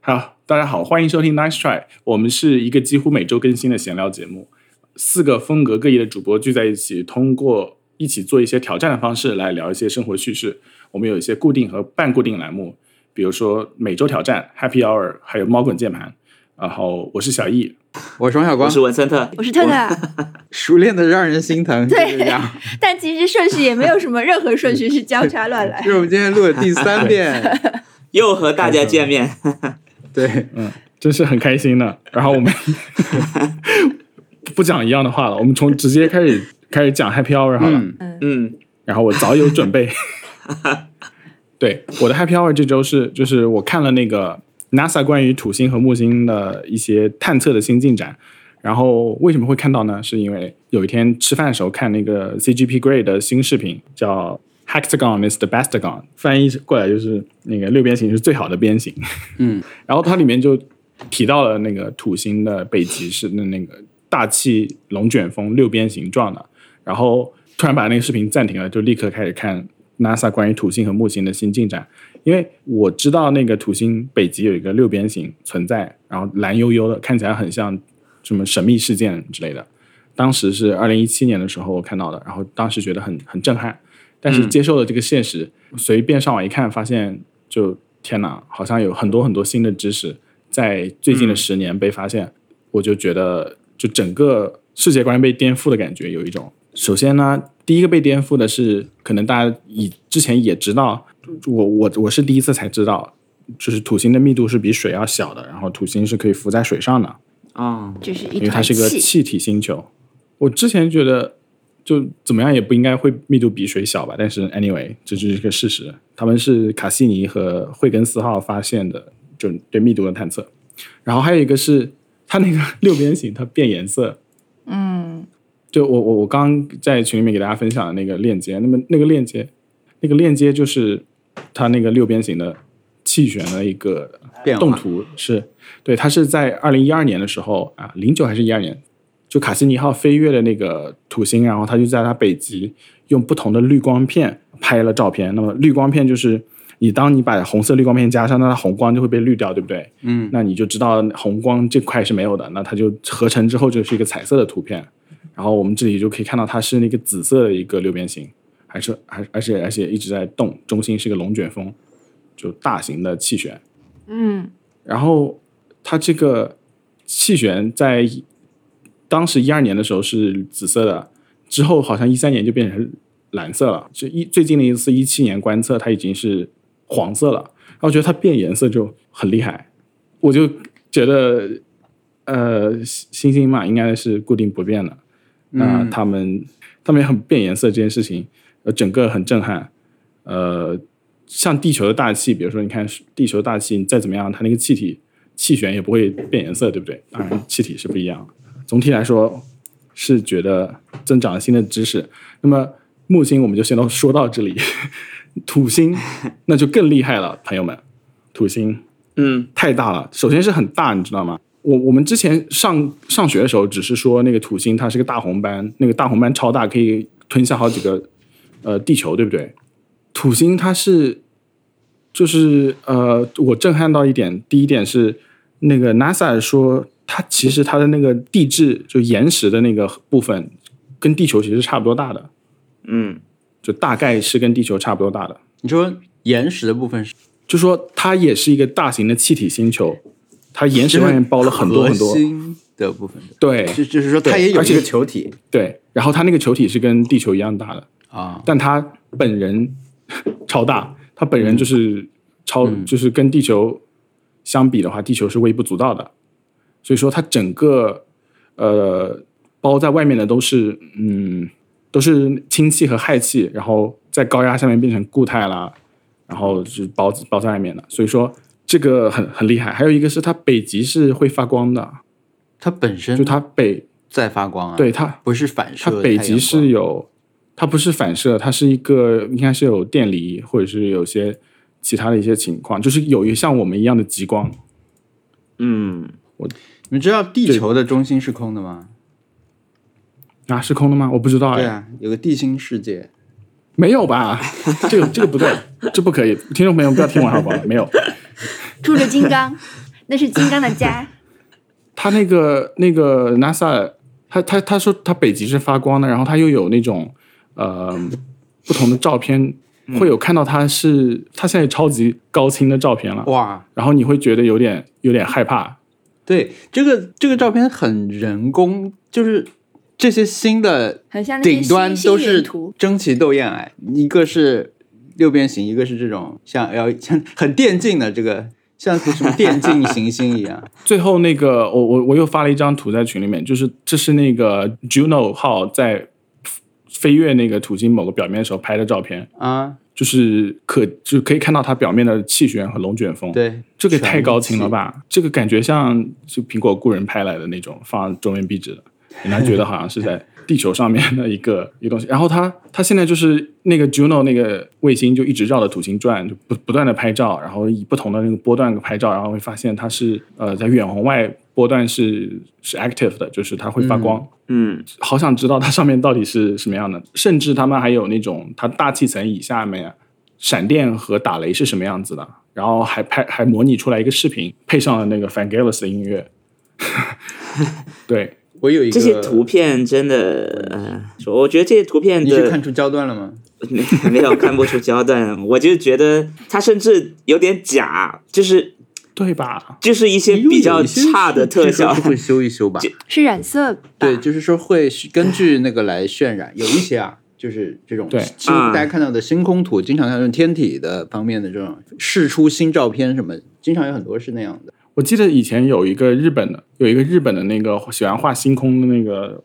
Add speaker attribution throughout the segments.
Speaker 1: 好，大家好，欢迎收听 Nice Try，我们是一个几乎每周更新的闲聊节目，四个风格各异的主播聚在一起，通过一起做一些挑战的方式来聊一些生活趣事。我们有一些固定和半固定栏目，比如说每周挑战 Happy Hour，还有猫滚键盘。然后我是小易，
Speaker 2: 我是王小
Speaker 3: 我
Speaker 2: 光
Speaker 3: 是，文森特，
Speaker 4: 我是啊特特，
Speaker 2: 熟练的让人心疼，
Speaker 4: 对
Speaker 2: 就是这样。
Speaker 4: 但其实顺序也没有什么任何顺序是交叉乱来
Speaker 2: 这。是我们今天录的第 三遍，
Speaker 3: 又和大家见面。
Speaker 2: 对，
Speaker 1: 真是很开心呢。然后我们不讲一样的话了，我们从直接开始开始讲 Happy Hour 好了。
Speaker 2: 嗯，
Speaker 3: 嗯，
Speaker 1: 然后我早有准备。对，我的 Happy Hour 这周是就是我看了那个 NASA 关于土星和木星的一些探测的新进展。然后为什么会看到呢？是因为有一天吃饭的时候看那个 CGP Grey 的新视频，叫 Hexagon is the best gon，翻译过来就是那个六边形是最好的边形。
Speaker 2: 嗯，
Speaker 1: 然后它里面就提到了那个土星的北极是那那个大气龙卷风六边形状的，然后突然把那个视频暂停了，就立刻开始看 NASA 关于土星和木星的新进展。因为我知道那个土星北极有一个六边形存在，然后蓝悠悠的，看起来很像什么神秘事件之类的。当时是二零一七年的时候我看到的，然后当时觉得很很震撼，但是接受了这个现实，随便上网一看，发现就天哪，好像有很多很多新的知识在最近的
Speaker 3: 嗯
Speaker 1: 十年被发现，我就觉得就整个世界观被颠覆的感觉有一种。首先呢，第一个被颠覆的是，可能大家以之前也知道，我我我是第一次才知道，就是土星的密度是比水要小的，然后土星是可以浮在水上的，
Speaker 3: 哦，
Speaker 4: 就是一
Speaker 1: 因为它
Speaker 4: 团
Speaker 1: 是个
Speaker 4: 气，
Speaker 1: 气体星球。我之前觉得就怎么样也不应该会密度比水小吧，但是 anyway 这就是一个事实。他们是卡西尼和惠根斯号发现的，就对密度的探测。然后还有一个是它那个 六边形它变颜色，
Speaker 4: 嗯，
Speaker 1: 就我我我刚在群里面给大家分享的那个链接，那么那个链接，那个链接就是它那个六边形的气旋的一个
Speaker 2: 变
Speaker 1: 动
Speaker 2: 化，
Speaker 1: 图是，对，它是在二零一二年的时候啊，零九还是一二年，就卡西尼号飞越的那个土星，然后它就在它北极用不同的滤光片拍了照片。那么滤光片就是你当你把红色滤光片加上，那它红光就会被滤掉，对不对？
Speaker 2: 嗯，
Speaker 1: 那你就知道红光这块是没有的，那它就合成之后就是一个彩色的图片。然后我们这里就可以看到它是那个紫色的一个六边形，还是还而且而且一直在动，中心是个龙卷风，就大型的气旋。
Speaker 4: 嗯，
Speaker 1: 然后它这个气旋在当时一二年的时候是紫色的，之后好像一三年就变成蓝色了。就一最近的一次一七年观测，它已经是黄色了。然后我觉得它变颜色就很厉害，我就觉得呃，星星嘛应该是固定不变的。那、
Speaker 2: 嗯
Speaker 1: 他们他们很变颜色这件事情，呃，整个很震撼。呃，像地球的大气，比如说你看地球大气，你再怎么样，它那个气体气旋也不会变颜色，对不对？当然，气体是不一样。总体来说，是觉得增长了新的知识。那么木星我们就先都说到这里， 土星那就更厉害了，朋友们，土星
Speaker 3: 嗯，
Speaker 1: 太大了。首先是很大，你知道吗？我我们之前上上学的时候，只是说那个土星它是个大红斑，那个大红斑超大，可以吞下好几个呃地球，对不对？土星它是就是呃，我震撼到一点，第一点是那个 NASA 说它其实它的那个地质就岩石的那个部分跟地球其实是差不多大的，
Speaker 3: 嗯，
Speaker 1: 就大概是跟地球差不多大的。
Speaker 2: 你说岩石的部分是
Speaker 1: 就说它也是一个大型的气体星球，它岩石外面包了很多很多
Speaker 2: 核，心的部分，
Speaker 1: 对
Speaker 2: 就就是说它
Speaker 1: 对
Speaker 2: 也有
Speaker 1: 而
Speaker 2: 一
Speaker 1: 且
Speaker 2: 个球体
Speaker 1: 对。然后它那个球体是跟地球一样大的，
Speaker 2: 啊，
Speaker 1: 但它本人 超大，它本人就是超，就是跟地球相比的话，地球是微不足道的。所以说，它整个呃包在外面的都是嗯都是氢气和氦气，然后在高压下面变成固态啦，然后是包包在外面的。所以说这个很很厉害。还有一个是它北极是会发光的，
Speaker 2: 它本身
Speaker 1: 就它北
Speaker 2: 在发光啊，
Speaker 1: 对，它
Speaker 2: 不是反
Speaker 1: 它
Speaker 2: 射，
Speaker 1: 北极是有，它不是反射，它是一个应该是有电离或者是有些其他的一些情况，就是有一像我们一样的极光。
Speaker 3: 嗯，
Speaker 2: 你知道地球的中心是空的吗？
Speaker 1: 啊，是空的吗？我不知道哎，
Speaker 2: 对啊，有个地心世界，
Speaker 1: 没有吧？ 这个这个不对，这不可以。听众朋友不要听我好不好？没有，
Speaker 4: 助力金刚，那是金刚的家。
Speaker 1: 他那个那个 NASA，他他他说他北极是发光的，然后他又有那种呃不同的照片，
Speaker 2: 嗯
Speaker 1: 会有看到他是他现在有超级高清的照片了，
Speaker 2: 哇，
Speaker 1: 然后你会觉得有点有点害怕，
Speaker 2: 对，这个这个照片很人工，就是这些新的
Speaker 4: 很像那些
Speaker 2: 顶端
Speaker 4: 星
Speaker 2: 都
Speaker 4: 星
Speaker 2: 是
Speaker 4: 云图
Speaker 2: 争奇斗艳哎，一个是六边形，一个是这种像 L 像很电竞的这个像什么电竞行星一样，
Speaker 1: 最后那个，我我我又发了一张图在群里面，就是这是那个 Juno 号在飞越那个土星某个表面的时候拍的照片，
Speaker 2: 啊，
Speaker 1: 就是可就可以看到它表面的气旋和龙卷风。，
Speaker 2: 对，
Speaker 1: 这个太高清了
Speaker 2: 全部
Speaker 1: 吧？这个感觉像就苹果雇人拍来的那种放桌面壁纸的，人家觉得好像是在地球上面的一个 一个东西。然后它它现在就是那个 Juno 那个卫星就一直绕着土星转，就不不断的拍照，然后以不同的那个波段拍照，然后会发现它是呃在远红外波段是是 active 的，就是它会发光。
Speaker 3: 嗯
Speaker 1: 好想知道它上面到底是什么样的，甚至他们还有那种它大气层以下面闪电和打雷是什么样子的，然后还拍还模拟出来一个视频，配上了那个 Vangelis 的音乐。对，
Speaker 2: 我有一个
Speaker 3: 这些图，片真的，呃，我觉得这些图片
Speaker 2: 你是看
Speaker 3: 的
Speaker 2: 出焦段了吗？
Speaker 3: 没 没有看不出焦段，我就觉得它甚至有点假，就是
Speaker 1: 对吧？
Speaker 3: 就是一些比较差的特效
Speaker 2: 据。说会修一修吧？
Speaker 4: 是染色吧？
Speaker 2: 对，就是说会是根据那个来渲染，有一些啊，就是这种
Speaker 1: 对
Speaker 2: 星
Speaker 3: 啊
Speaker 2: 大家看到的星空图，经常看到天体的方面的这种试出新照片什么，经常有很多是那样的。
Speaker 1: 我记得以前有一个日本的，有一个日本的那个喜欢画星空的那个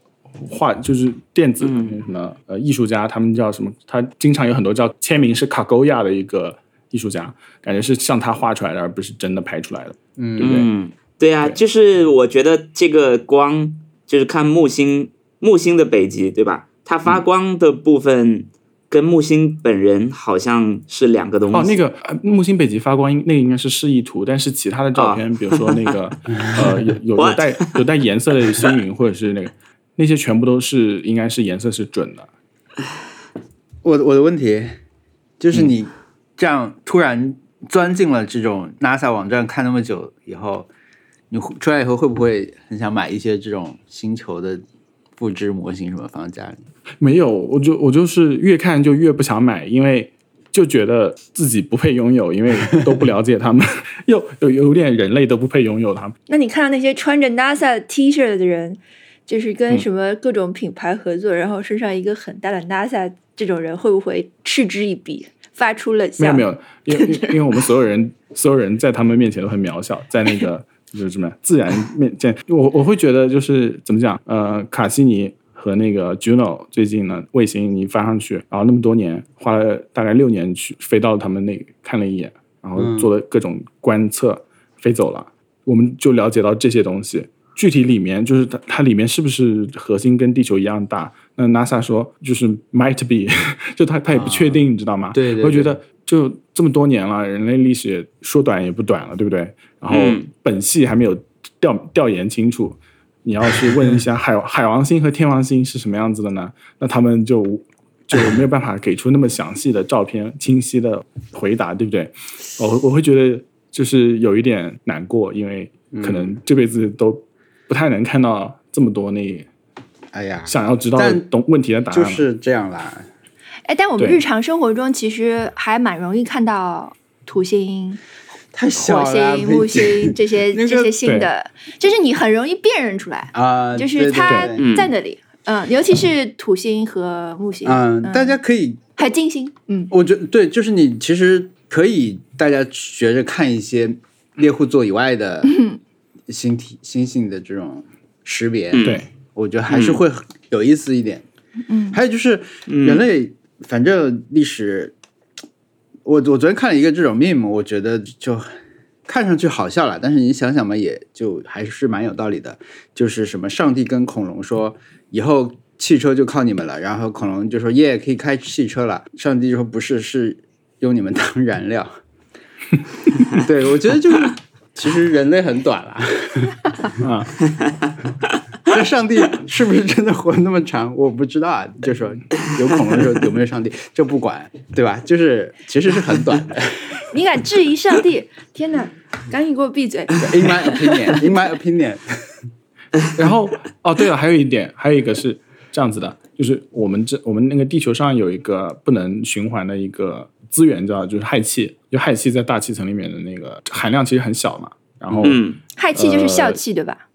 Speaker 1: 画，就是电子那个什么、呃艺术家，他们叫什么？他经常有很多叫签名是卡勾亚的一个艺术家，感觉是像他画出来的，而不是真的拍出来的。对不对
Speaker 3: 嗯，对啊，
Speaker 1: 对
Speaker 3: 就是我觉得这个光，就是看木星，木星的北极，对吧？它发光的部分跟木星本人好像是两个东西。
Speaker 1: 哦，那个呃木星北极发光，应那个应该是示意图，但是其他的照片，比如说那个呃有有有
Speaker 3: What？
Speaker 1: 带有带颜色的星云，或者是那个那些全部都是应该是颜色是准的。
Speaker 2: 我的我的问题
Speaker 4: 嗯
Speaker 2: 就是你这样突然钻进了这种 NASA 网站看那么久以后，你会出来以后会不会很想买一些这种星球的复制模型什么放家里？
Speaker 1: 没有，我就我就是越看就越不想买，因为就觉得自己不配拥有，因为都不了解他们， 又有有点人类都不配拥有他们。
Speaker 4: 那你看到那些穿着 NASA T 恤的人，就是
Speaker 1: 嗯
Speaker 4: 跟什么各种品牌合作，然后身上一个很大的 NASA 这种人，会不会嗤之以鼻？发出了
Speaker 1: 没有
Speaker 4: 像
Speaker 1: 没有，因为因为因为我们所有人所有人在他们面前都很渺小，在那个就是什么呀自然面前，我我会觉得就是怎么讲，呃，卡西尼和那个 Juno 最近呢卫星你发上去，然后那么多年花了大概六年去飞到他们那个看了一眼，然后做了各种观测，飞走了，我们就了解到这些东西。具体里面就是它，它里面是不是核心跟地球一样大？那 NASA 说就是 might be，就 它它也不确定，你知道吗？
Speaker 2: 对对
Speaker 1: 我就觉
Speaker 2: 对
Speaker 1: 得就这么多年了，人类历史也说短也不短了，对不对？然后
Speaker 3: 嗯
Speaker 1: 本系还没有调调研清楚。你要是问一下 海海王星和天王星是什么样子的呢？那他们就就没有办法给出那么详细的照片、清晰的回答，对不对？我会我会觉得就是有一点难过，因为可
Speaker 2: 嗯
Speaker 1: 能这辈子都不太能看到这么多那
Speaker 2: 哎呀，
Speaker 1: 想要知道的
Speaker 2: 但
Speaker 1: 懂问题的答案
Speaker 2: 就
Speaker 1: 了。
Speaker 2: 是这样啦。
Speaker 4: 哎，但我们
Speaker 1: 对
Speaker 4: 日常生活中其实还蛮容易看到土星、
Speaker 2: 太小
Speaker 4: 火
Speaker 2: 了，
Speaker 4: 星、木星这些、
Speaker 2: 那个
Speaker 4: 这些新的，就是你很容易辨认出来，
Speaker 2: 啊，
Speaker 4: 就是它
Speaker 2: 对对对
Speaker 3: 嗯
Speaker 4: 在那里。嗯，尤其是土星和木星，
Speaker 2: 嗯，大家可以，
Speaker 4: 还有金星，嗯，
Speaker 2: 我觉得对，就是你其实可以大家学着看一些猎户座以外的
Speaker 4: 嗯
Speaker 2: 星体、星星的这种识别，
Speaker 3: 嗯
Speaker 1: 对，
Speaker 2: 我觉得还是会很有意思一点。
Speaker 4: 嗯，
Speaker 2: 还有就是人类，反正历史，我我昨天看了一个这种 meme，我觉得就看上去好笑了，但是你想想嘛，也就还是蛮有道理的。就是什么，上帝跟恐龙说，以后汽车就靠你们了，然后恐龙就说耶，可以开汽车了。上帝就说不是，是用你们当燃料。 对，我觉得就是，其实人类很短了。
Speaker 1: 啊，
Speaker 2: 那上帝是不是真的活那么长？我不知道啊。就说有恐龙的时候有没有上帝，这不管，对吧？就是其实是很短的。
Speaker 4: 你敢质疑上帝？天哪！赶紧给我闭嘴！
Speaker 2: In my opinion, in my opinion，
Speaker 1: 然后哦，对了，还有一点，还有一个是这样子的，就是我们这我们那个地球上有一个不能循环的一个资源，叫就是氦气，就氦气在大气层里面的那个含量其实很小嘛。然后、
Speaker 3: 嗯，
Speaker 4: 氦气就是笑气，对吧？
Speaker 1: 呃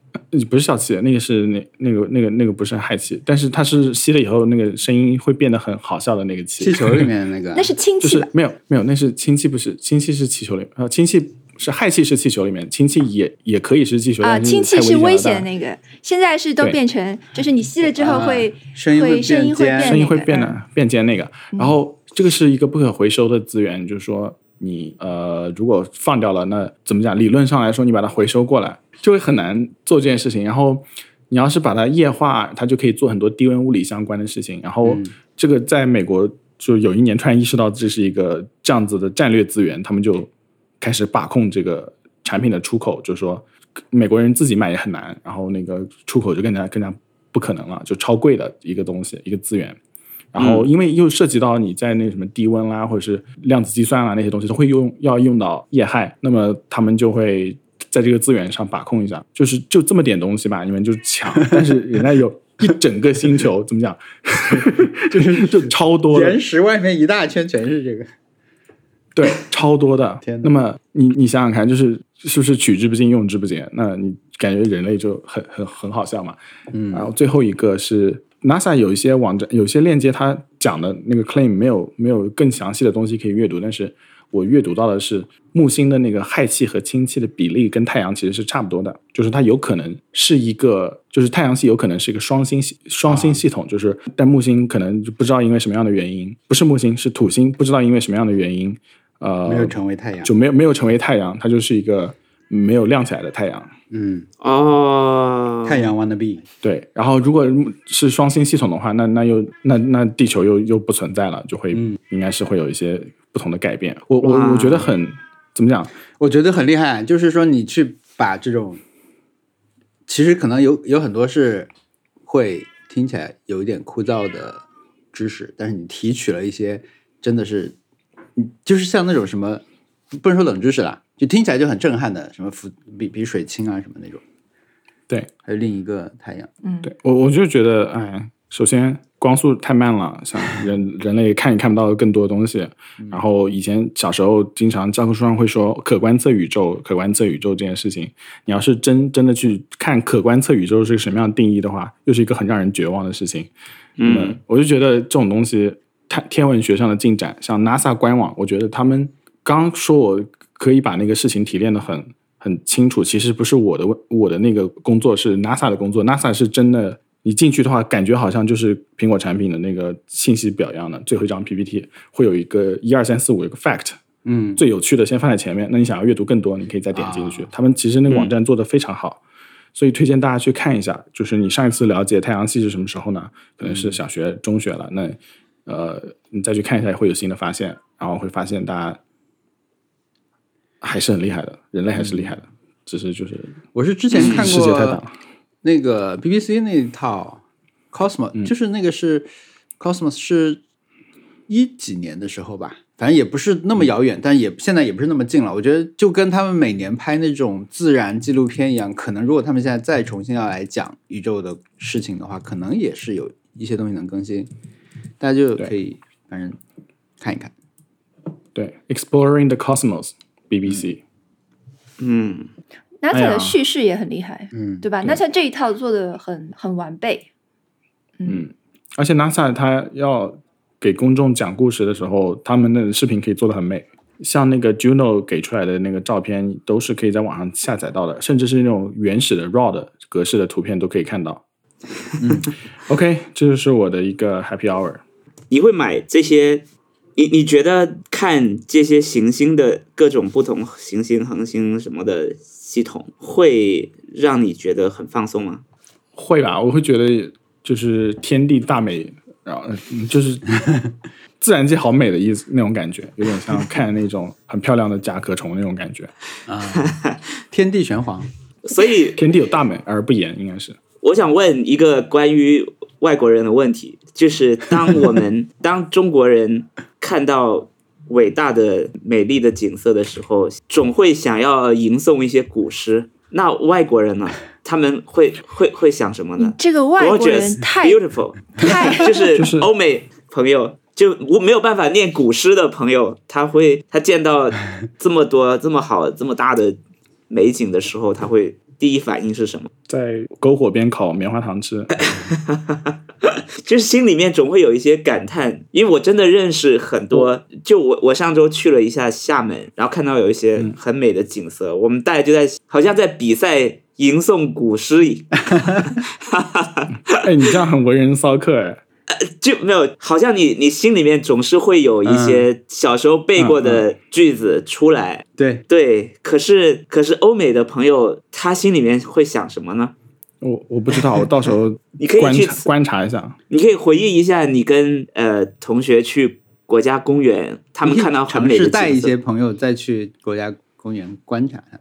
Speaker 1: 不是笑气，那个是那那个那个那个不是氦气，但是它是吸了以后那个声音会变得很好笑的那个气。
Speaker 2: 气球里面的那个，
Speaker 4: 那是氢
Speaker 1: 就
Speaker 4: 气
Speaker 1: 是
Speaker 4: 吧？
Speaker 1: 没有没有，那是氢气，不是氢气是气球里面，呃，氢气是氦气是气球里面，氢气也也可以是气球，
Speaker 4: 啊，
Speaker 1: 但是
Speaker 4: 氢气
Speaker 1: 太
Speaker 4: 是危
Speaker 1: 危
Speaker 4: 险的
Speaker 1: 那
Speaker 4: 那个，现在是都
Speaker 1: 对
Speaker 4: 变成，就是你吸了之后会
Speaker 2: 啊声音
Speaker 4: 会声音会
Speaker 2: 尖
Speaker 4: 变
Speaker 1: 声音会
Speaker 4: 那个
Speaker 1: 变得变尖那个。然后这个是一个不可回收的资源，就是说你呃如果放掉了，那怎么讲？理论上来说，你把它回收过来就会很难做这件事情。然后你要是把它液化，它就可以做很多低温物理相关的事情。然后这个在美国就有一年突然意识到这是一个这样子的战略资源，他们就开始把控这个产品的出口，就是说美国人自己买也很难，然后那个出口就更加更加不可能了，就超贵的一个东西一个资源。然后，因为又涉及到你在那什么低温啦，或者是量子计算啊啦那些东西，都会用要用到液氦，那么他们就会在这个资源上把控一下，就是就这么点东西吧，你们就抢，但是人家有一整个星球，怎么讲， 就是就超多的
Speaker 2: 岩，石外面一大圈全是这个。
Speaker 1: 对，超多的。
Speaker 2: 天哪
Speaker 1: 那么你你想想看，就是是不是取之不尽，用之不竭？那你感觉人类就很很很好笑嘛？
Speaker 2: 嗯
Speaker 1: 然后最后一个是 NASA 有一些网站、有一些链接，它讲的那个 claim 没有没有更详细的东西可以阅读，但是我阅读到的是木星的那个氦气和氢气的比例跟太阳其实是差不多的，就是它有可能是一个，就是太阳系有可能是一个双星系双星系统，就是但木星可能就不知道因为什么样的原因，不是木星是土星，不知道因为什么样的原因，呃，
Speaker 2: 没有成为太阳
Speaker 1: 就没有没有成为太阳，它就是一个没有亮起来的太阳。
Speaker 2: 嗯，
Speaker 3: 哦，
Speaker 2: 太阳 wanna be，
Speaker 1: 对，然后如果是双星系统的话，那那又那那地球又又不存在了，就会、应该是会有一些不同的改变。我我
Speaker 3: 哇
Speaker 1: 我觉得很怎么讲？
Speaker 2: 我觉得很厉害。就是说，你去把这种，其实可能有有很多是会听起来有一点枯燥的知识，但是你提取了一些真的是，嗯就是像那种什么，不能说冷知识啦，就听起来就很震撼的，什么浮比比水轻啊什么那种。
Speaker 1: 对，
Speaker 2: 还有另一个太阳，
Speaker 1: 对我我就觉得，哎，首先光速太慢了，像人人类看也看不到更多的东西。然后以前小时候经常教科书上会说可观测宇宙，可观测宇宙这件事情，你要是真真的去看可观测宇宙是个什么样的定义的话，又是一个很让人绝望的事情。
Speaker 3: 嗯，，
Speaker 1: 我就觉得这种东西，太天文学上的进展，像 NASA 官网，我觉得他们刚说我可以把那个事情提炼的很很清楚，其实不是我的问我的那个工作是 NASA 的工作，NASA 是真的。你进去的话，感觉好像就是苹果产品的那个信息表一样的，最后一张 PPT 会有一个一二三四五有个 fact，
Speaker 2: 嗯，
Speaker 1: 最有趣的先放在前面。那你想要阅读更多，你可以再点进去。他们其实那个网站做的非常好，所以推荐大家去看一下。就是你上一次了解太阳系是什么时候呢？可能是小学、中学了。那呃，你再去看一下，会有新的发现，然后会发现大家还是很厉害的，人类还是厉害的，只是就是
Speaker 2: 我是之前
Speaker 3: 嗯
Speaker 2: 看
Speaker 1: 世界太大
Speaker 2: 过
Speaker 1: 了。
Speaker 2: 那个 BBC 那一套 Cosmos，、就是
Speaker 3: 嗯
Speaker 2: 那个是 Cosmos 是一几年的时候吧，反正也不是那
Speaker 3: 嗯
Speaker 2: 么遥远，但也现在也不是那么近了。我觉得就跟他们每年拍那种自然纪录片一样，可能如果他们现在再重新要来讲宇宙的事情的话，可能也是有一些东西能更新，大家就可以反正看一看。
Speaker 1: 对，Exploring the Cosmos，BBC，、
Speaker 3: 嗯，
Speaker 1: 哎呀
Speaker 4: NASA 的叙事也很厉害，
Speaker 2: 嗯
Speaker 4: 对吧
Speaker 1: 对
Speaker 4: ？NASA 这一套做的很很完备，
Speaker 1: 嗯而且 NASA 它要给公众讲故事的时候，他们的视频可以做的很美，像那个 Juno 给出来的那个照片都是可以在网上下载到的，甚至是那种原始的 RAW 的格式的图片都可以看到。OK，这就是我的一个 Happy Hour。
Speaker 3: 你会买这些？你你觉得看这些行星的各种不同行星、恒星什么的系统，会让你觉得很放松吗？
Speaker 1: 会吧，我会觉得就是天地大美，然后嗯就是自然界好美的意思那种感觉，有点像看那种很漂亮的甲壳虫那种感觉。
Speaker 2: 天地玄黄，
Speaker 3: 所以
Speaker 1: 天地有大美而不言，应该是
Speaker 3: 我想问一个关于外国人的问题，就是当我们当中国人看到伟大的、美丽的景色的时候，总会想要吟诵一些古诗。那外国人呢？他们会会会想什
Speaker 1: 嗯
Speaker 3: 么呢
Speaker 4: 这个外国人
Speaker 3: ？Gorgeous,
Speaker 4: 太
Speaker 3: beautiful，
Speaker 4: 太
Speaker 3: 就是
Speaker 1: 就是
Speaker 3: 欧美朋友，就我没有办法念古诗的朋友，他会他见到这么多这么好这么大的美景的时候，他会第一反应是什么？
Speaker 1: 在篝火边烤棉花糖吃，
Speaker 3: 就是心里面总会有一些感叹，因为我真的认识很多，就我我上周去了一下厦门，然后看到有一些很美的景色，我们大家就在好像在比赛吟诵古诗一
Speaker 1: 哎，你这样很为人骚客哎。
Speaker 3: 就没有，好像你你心里面总是会有一些小时候背过的句子出来，
Speaker 2: 对，
Speaker 3: 对。可是可是欧美的朋友，他心里面会想什么呢？
Speaker 1: 我我不知道，我到时候
Speaker 3: 你可以
Speaker 1: 观
Speaker 3: 去
Speaker 1: 察观察一下。
Speaker 3: 你可以回忆一下，你跟呃同学去国家公园，他们看到很
Speaker 2: 尝
Speaker 3: 美的
Speaker 2: 试
Speaker 3: 景色
Speaker 2: 带一些朋友再去国家公园观察一下。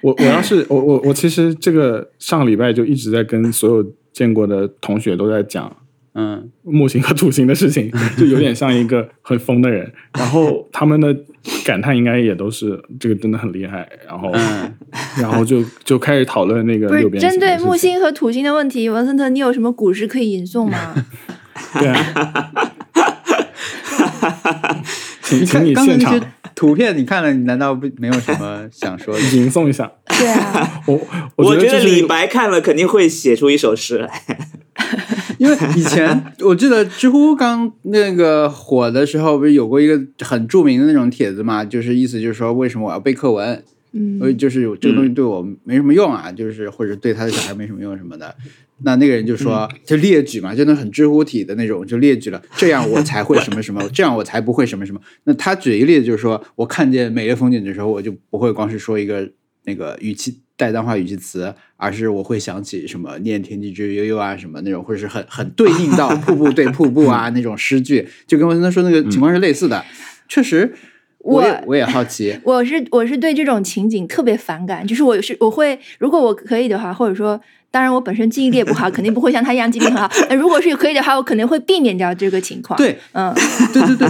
Speaker 1: 我我要是我我我其实这个上个礼拜就一直在跟所有见过的同学都在讲
Speaker 2: 嗯，
Speaker 1: 木星和土星的事情，就有点像一个很疯的人。然后他们的感叹应该也都是这个真的很厉害。然后 然后就就开始讨论那个
Speaker 4: 不是
Speaker 1: 六边形
Speaker 4: 针
Speaker 1: 的
Speaker 4: 对
Speaker 1: 事情
Speaker 4: 木星和土星的问题，文森特，你有什么古诗可以吟诵吗？
Speaker 1: 对啊， 请请你
Speaker 2: 刚才
Speaker 1: 现
Speaker 2: 那
Speaker 1: 场
Speaker 2: 些图片你看了，你难道不没有什么想说的？
Speaker 1: 吟诵一下。
Speaker 4: 对啊，
Speaker 1: 我
Speaker 3: 我觉
Speaker 1: 觉得这
Speaker 3: 得
Speaker 1: 是一
Speaker 3: 李
Speaker 1: 个
Speaker 3: 白看了肯定会写出一首诗来。
Speaker 2: 因为以前我记得知乎刚那个火的时候，不是有过一个很著名的那种帖子嘛？就是意思就是说，为什么我要背课文？所以
Speaker 4: 嗯，
Speaker 2: 就是有这个东西对我没什么用啊，就是或者对他的小孩没什么用什么的。那那个人就说，
Speaker 4: 嗯
Speaker 2: 就列举嘛，就那很知乎体的那种，就列举了，这样我才会什么什么，这样我才不会什么什么。那他举一个例子，就是说我看见美丽的风景的时候，我就不会光是说一个那个语气带脏话语气词，而是我会想起什么“念天地之悠悠”啊，什么那种，或者是很很对应到瀑布对瀑布啊那种诗句，就跟文森特说那个情况是类似的。确实，我也
Speaker 4: 我
Speaker 2: 我也好奇，
Speaker 4: 我是我是对这种情景特别反感，就是我是我会，如果我可以的话，或者说，当然我本身记忆力也不好，肯定不会像他一样记忆力很好。呃如果是可以的话，我可能会避免掉这个情况。，
Speaker 2: 对，
Speaker 4: 嗯，
Speaker 2: 对对对，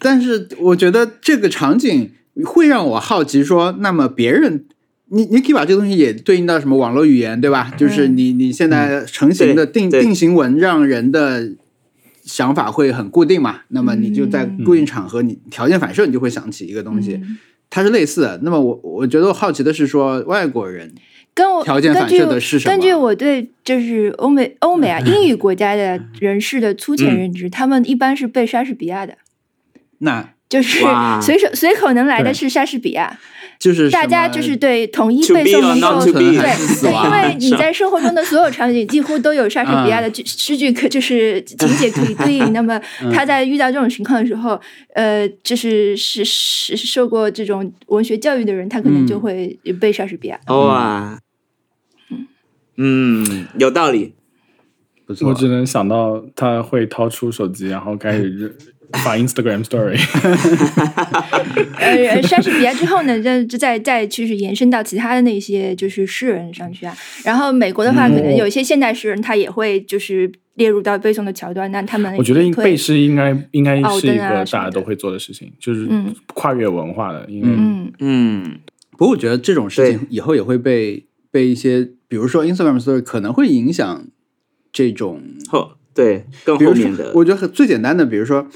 Speaker 2: 但是我觉得这个场景会让我好奇说，那么别人。你你可以把这个东西也对应到什么网络语言，对
Speaker 4: 嗯
Speaker 2: 吧？就是你你现在成型的
Speaker 3: 对
Speaker 2: 定、
Speaker 3: 对
Speaker 2: 定型文，让人的想法会很固定嘛。那么你就在
Speaker 4: 嗯
Speaker 2: 固定场合，你条件反射，你就会想起一个东西，
Speaker 4: 嗯
Speaker 2: 它是类似的。那么我我觉得我好奇的是说，外国人
Speaker 4: 跟我
Speaker 2: 条件反射的是什么
Speaker 4: 根据我对就是欧美欧美啊英语国家的人士的粗浅认知，他们一般是背莎士比亚的，
Speaker 2: 那
Speaker 4: 就是
Speaker 3: 哇
Speaker 4: 随手随口能来的
Speaker 1: 对
Speaker 4: 是莎士比亚，
Speaker 2: 就是
Speaker 4: 大家
Speaker 2: 什么
Speaker 4: 就是对统一
Speaker 3: To
Speaker 4: 背
Speaker 3: be
Speaker 4: 诵
Speaker 3: or
Speaker 4: 能
Speaker 3: not
Speaker 4: 够
Speaker 3: to
Speaker 4: 对
Speaker 3: be，死
Speaker 4: 对，
Speaker 2: 亡
Speaker 4: 因为你
Speaker 3: 是吧
Speaker 4: 在生活中的所有场景几乎都有莎士比亚的句诗句可就是情节可以对应。那么他在遇到这种情况的时候，呃，就是是是是受过这种文学教育的人，他可能就
Speaker 2: 嗯
Speaker 4: 会背莎士比亚。
Speaker 3: 哇，嗯，有道理。
Speaker 2: 不错啊
Speaker 1: 我，只能想到他会掏出手机，然后开始发 Instagram Story。
Speaker 4: 呃，莎士比亚之后呢，再再再就是延伸到其他的那些就是诗人上去啊。然后美国的话，可能有一些现代诗人他也会就是列入到背诵的桥段，那他们
Speaker 1: 我觉得
Speaker 4: 也
Speaker 1: 应
Speaker 4: 哎会
Speaker 1: 背诗应该应该
Speaker 4: 奥
Speaker 1: 是一
Speaker 4: 登
Speaker 1: 个
Speaker 4: 啊什
Speaker 1: 大
Speaker 4: 么
Speaker 1: 家
Speaker 4: 的
Speaker 1: 都会做的事情，就是
Speaker 4: 嗯
Speaker 1: 跨越文化的，因为
Speaker 4: 嗯
Speaker 3: 嗯，
Speaker 2: 不过我觉得这种事情
Speaker 3: 对
Speaker 2: 以后也会被被一些，比如说 Instagram Story 可能会影响这种，
Speaker 3: 后对更
Speaker 2: 比
Speaker 3: 后
Speaker 2: 如
Speaker 3: 面
Speaker 2: 说
Speaker 3: 的，
Speaker 2: 我觉得很最简单的，比如说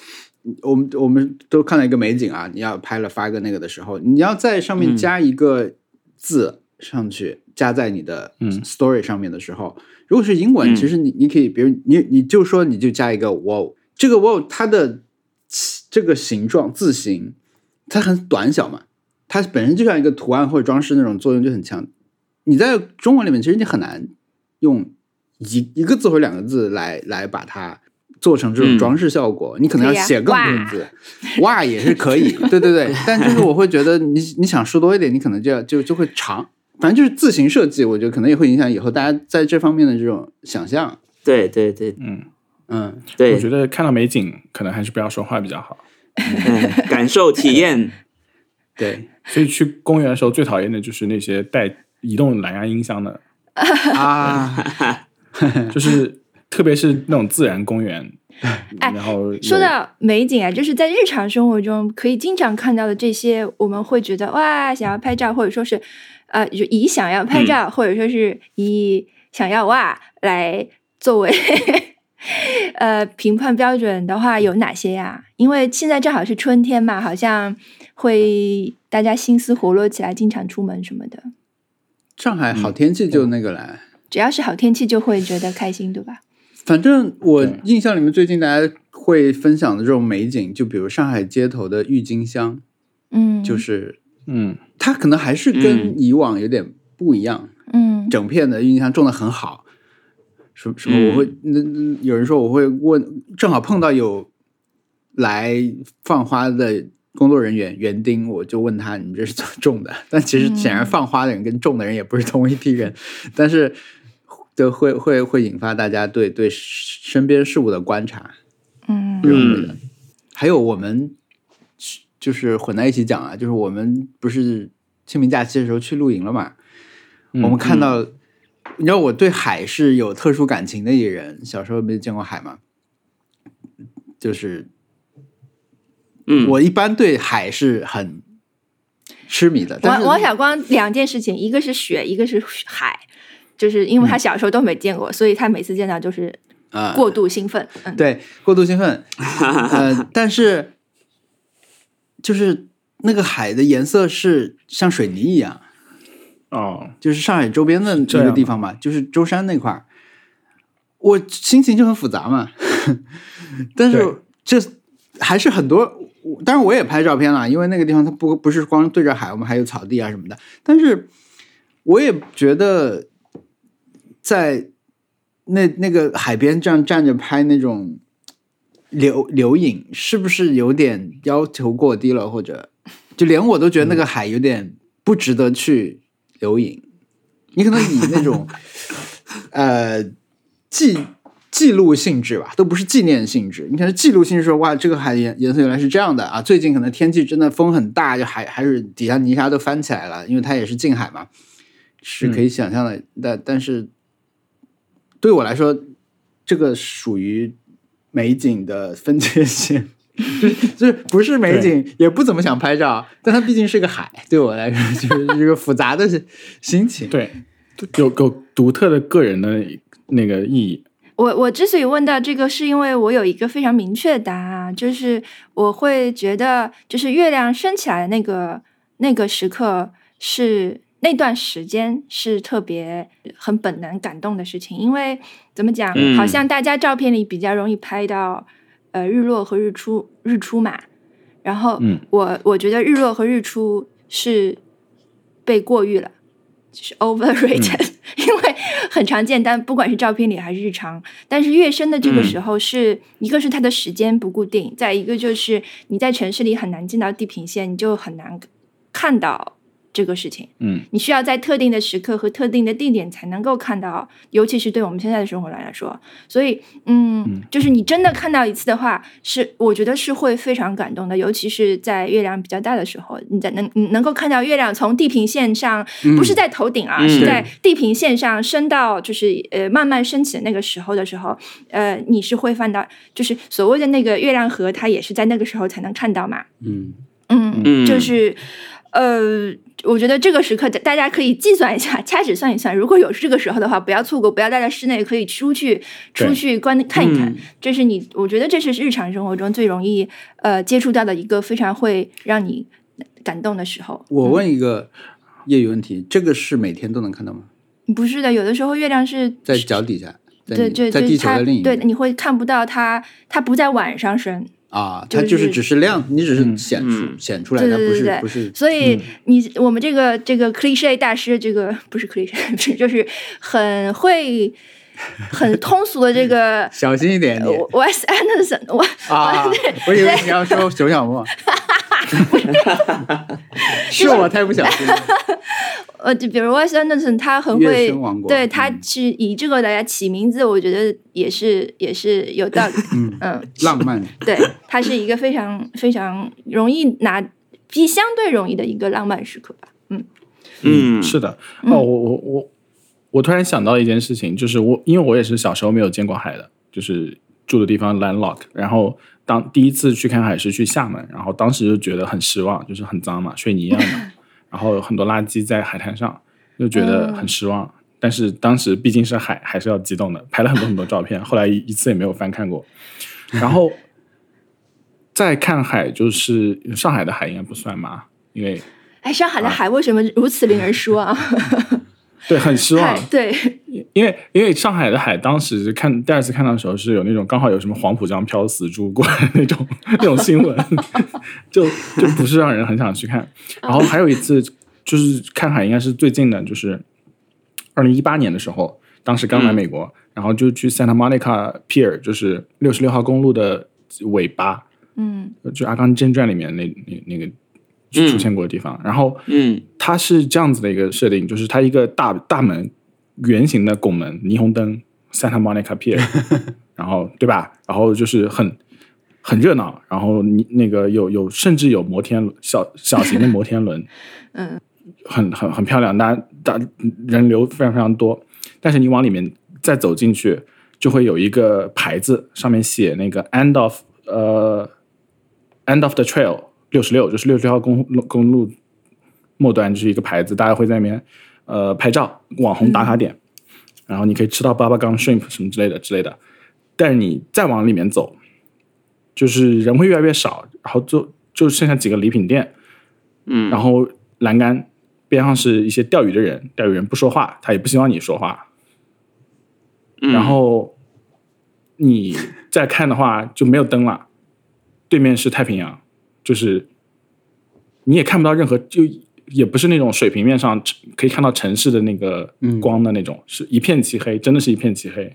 Speaker 2: 我们我们都看到一个美景啊，你要拍了发个那个的时候，你要在上面
Speaker 3: 嗯
Speaker 2: 加一个字上去，加在你的
Speaker 1: 嗯
Speaker 2: Story 上面的时候，如果是英文，
Speaker 3: 嗯
Speaker 2: 其实你你可以，比如你你就说你就加一个 wow，这个 wow 它的这个形状字形它很短小嘛，它本身就像一个图案或者装饰那种作用就很强。你在中文里面其实你很难用一一个字或者两个字来来把它做成这种
Speaker 3: 嗯
Speaker 2: 装饰效果，你可能
Speaker 4: 可以
Speaker 2: 要
Speaker 4: 啊
Speaker 2: 写更多
Speaker 4: 哇
Speaker 2: 字，哇也是可以，对对对。但就是我会觉得你你想说多一点，你可能就要就就会长。反正就是字形设计，我觉得可能也会影响以后大家在这方面的这种想象。
Speaker 3: 对对对
Speaker 1: 嗯，
Speaker 2: 嗯，
Speaker 1: 我觉
Speaker 3: 对，
Speaker 1: 得看到美景可能还是不要说话比较好。
Speaker 3: 嗯感受体验，
Speaker 2: 对，
Speaker 1: 所以去公园的时候最讨厌的就是那些带移动蓝牙音箱的
Speaker 2: 啊，
Speaker 1: 就是特别是那种自然公园，然后有
Speaker 4: 说到美景啊，就是在日常生活中可以经常看到的这些，我们会觉得哇，想要拍照，或者说是呃，就以想要拍
Speaker 2: 嗯
Speaker 4: 照，或者说是以想要哇来作为 呃评判标准的
Speaker 2: 嗯
Speaker 4: 话，有哪些呀、因为现在正好是春天嘛，好像会大家心思活络起来，经常出门什么的。
Speaker 2: 上海好天气就那个来。
Speaker 4: 只要是好天气，就会觉得开心，对吧？
Speaker 2: 反正我
Speaker 1: 对
Speaker 2: 印象里面，最近大家会分享的这种美景，就比如上海街头的郁金香，
Speaker 4: 嗯，
Speaker 2: 就是
Speaker 1: 嗯，
Speaker 2: 它可能还是
Speaker 3: 嗯
Speaker 2: 跟以往有点不一样，
Speaker 4: 嗯，
Speaker 2: 整片的郁金香种的很好。什么什么？
Speaker 3: 嗯
Speaker 2: 我会那、那有人说我会问，正好碰到有来放花的工作人员园丁，我就问他你们这是怎么种的？但其实显然
Speaker 4: 嗯
Speaker 2: 放花的人跟种的人也不是同一批人，但是就会会会引发大家对对身边事物的观察。
Speaker 4: 嗯
Speaker 3: 嗯
Speaker 2: 还有我们就是混在一起讲啊，就是我们不是清明假期的时候去露营了嘛，
Speaker 1: 嗯
Speaker 2: 我们看到，你知道我对海是有特殊感情的一个人，小时候没见过海嘛，就是
Speaker 3: 嗯，
Speaker 2: 我一般对海是很痴迷的，但
Speaker 4: 王
Speaker 2: 是
Speaker 4: 王小光两件事情，一个是雪，一个是海，就是因为他小时候都没见过，所以他每次见到就是
Speaker 2: 嗯啊、
Speaker 4: 过度兴奋。嗯，
Speaker 2: 对过度兴奋，呃，但是就是那个海的颜色是像水泥一样。
Speaker 1: 哦，
Speaker 2: 就是上海周边的一
Speaker 1: 这样
Speaker 2: 个
Speaker 1: 吗
Speaker 2: 地方嘛，就是舟山那块儿，我心情就很复杂嘛。 但
Speaker 1: 对
Speaker 2: 是这还是很多，我当然我也拍照片了，因为那个地方它不不是光对着海，我们还有草地啊什么的。但是我也觉得在那那个海边这样站着拍那种留留影，是不是有点要求过低了？或者就连我都觉得那个海有点不值得去留影。你可能以那种呃记记录性质吧，都不是纪念性质。你可能记录性质说，哇，这个海颜颜色原来是这样的啊。最近可能天气真的风很大，就海海水底下泥沙都翻起来了，因为它也是近海嘛，是可以想象的。但但是对我来说，这个属于美景的分界线。 就是就是不是美景，也不怎么想拍照，但它毕竟是个海，对我来说就是一个复杂的心心情。
Speaker 1: 对，有有独特的个人的那个意义，
Speaker 4: 嗯我我之所以问到这个，是因为我有一个非常明确的答案，就是我会觉得，就是月亮升起来的那个那个时刻是那段时间是特别很本能感动的事情，因为怎么讲，
Speaker 3: 嗯
Speaker 4: 好像大家照片里比较容易拍到呃日落和日出日出嘛，然后
Speaker 1: 嗯
Speaker 4: 我、我觉得日落和日出是被过誉了，就是 overrated，、因 为很常见，但不管是照片里还是日常，但是月升的这个时候是、一个是它的时间不固定，再一个就是你在城市里很难见到地平线，你就很难看到这个事情。
Speaker 1: 嗯
Speaker 4: 你需要在特定的时刻和特定的地点才能够看到，尤其是对我们现在的生活来说。所以，嗯，
Speaker 1: 嗯
Speaker 4: 就是你真的看到一次的话，是我觉得是会非常感动的，尤其是在月亮比较大的时候，你在能你能够看到月亮从地平线上，不是在头顶啊，
Speaker 3: 嗯
Speaker 4: 是在地平线上升到就是呃慢慢升起的那个时候的时候，呃，你是会看到，就是所谓的那个月亮河，它也是在那个时候才能看到嘛。
Speaker 2: 嗯，
Speaker 4: 嗯，
Speaker 3: 嗯
Speaker 4: 就是呃，我觉得这个时刻大大家可以计算一下，掐指算一算，如果有这个时候的话，不要错过，不要待在室内，可以出去
Speaker 1: 对
Speaker 4: 出去观看一看
Speaker 3: 嗯。
Speaker 4: 这是你，我觉得这是日常生活中最容易呃接触到的一个非常会呃让你感动的时候。
Speaker 2: 我问一个业余问题，这个是每天都能看到吗？
Speaker 4: 不是的，有的时候月亮是
Speaker 2: 在脚底下，在
Speaker 4: 对
Speaker 2: 你
Speaker 4: 对
Speaker 2: 在
Speaker 4: 对，
Speaker 2: 地球
Speaker 4: 它
Speaker 2: 的另一
Speaker 4: 对
Speaker 2: 边
Speaker 4: 你会看不到它，它不在晚上升。
Speaker 2: 啊，
Speaker 4: 就
Speaker 2: 它就是是只是亮，你只是
Speaker 1: 嗯
Speaker 2: 显出
Speaker 3: 嗯
Speaker 2: 显出来，
Speaker 4: 对
Speaker 2: 它不
Speaker 4: 对对
Speaker 2: 是
Speaker 4: 对
Speaker 2: 不是
Speaker 4: 所以你、我们这个这个 cliche 大师，这个不是 cliche，不 是就是很会很通俗的这 个
Speaker 2: 小心一点
Speaker 4: 呃
Speaker 2: 点
Speaker 4: Wes Anderson，我
Speaker 2: 啊！我以为你要说熊小莫，是我太不小心了。
Speaker 4: 呃，就比如 Wes Anderson，他很
Speaker 2: 月
Speaker 4: 会
Speaker 2: 升王国
Speaker 4: 对，他
Speaker 2: 嗯
Speaker 4: 是以这个来起名字，我觉得也是也是有道理。
Speaker 2: 嗯
Speaker 4: 嗯，
Speaker 2: 浪漫，
Speaker 4: 对，它是一个非常非常容易拿，比相对容易的一个浪漫时刻吧。嗯
Speaker 3: 嗯
Speaker 1: 是的，
Speaker 4: 嗯
Speaker 1: 哦，我我我我突然想到一件事情，就是我因为我也是小时候没有见过海的，就是住的地方 landlock，然后当第一次去看海是去厦门，然后当时就觉得很失望，就是很脏嘛，水泥一样的，
Speaker 4: 嗯
Speaker 1: 然后有很多垃圾在海滩上，就觉
Speaker 4: 嗯
Speaker 1: 得很失望。但是当时毕竟是海，还是要激动的，拍了很多很多照片，后来一一次也没有翻看过。然后再看海，就是上海的海应该不算吧，因为
Speaker 4: 哎，上海
Speaker 2: 啊
Speaker 4: 的海为什么如此令人失望？
Speaker 1: 对很失望
Speaker 2: 啊
Speaker 4: 海， 对，
Speaker 1: 因为因为上海的海，当时看第二次看到的时候是有那种刚好有什么黄浦江飘死猪过来那种那种新闻， 就就不是让人很想去看。然后还有一次就是看海，应该是最近的，就是二零一八年的时候，当时刚来美国，然后就去 Santa Monica Pier，就是六十六号公路的尾巴，
Speaker 4: 嗯，
Speaker 1: 就《阿甘正传》里面那那那个出现过的地方。然后
Speaker 3: 嗯
Speaker 1: 它是这样子的一个设定，就是它一个大大门，圆形的拱门，霓虹灯，Santa Monica Pier，然后对吧？然后就是很很热闹，然后你那个有有甚至有摩天轮小小型的摩天轮，
Speaker 4: 嗯，
Speaker 1: 很很很漂亮，大家大人流非常非常多，但是你往里面再走进去，就会有一个牌子，上面写那个 end of 呃 end of the trail 六十六，就是六十六号公路公路末端，就是一个牌子，大家会在那边呃拍照，网红打卡
Speaker 3: 嗯
Speaker 1: 点，然后你可以吃到 baba g shrimp 什么之类的之类的。但是你再往里面走，就是人会越来越少，然后就就剩下几个礼品店，
Speaker 3: 嗯
Speaker 1: 然后栏杆边上是一些钓鱼的人，钓鱼人不说话，他也不希望你说话，
Speaker 3: 嗯，
Speaker 1: 然后你再看的话就没有灯了，对面是太平洋，就是你也看不到任何，就也不是那种水平面上可以看到城市的那个光的那种，是一片漆黑，真的是一片漆黑。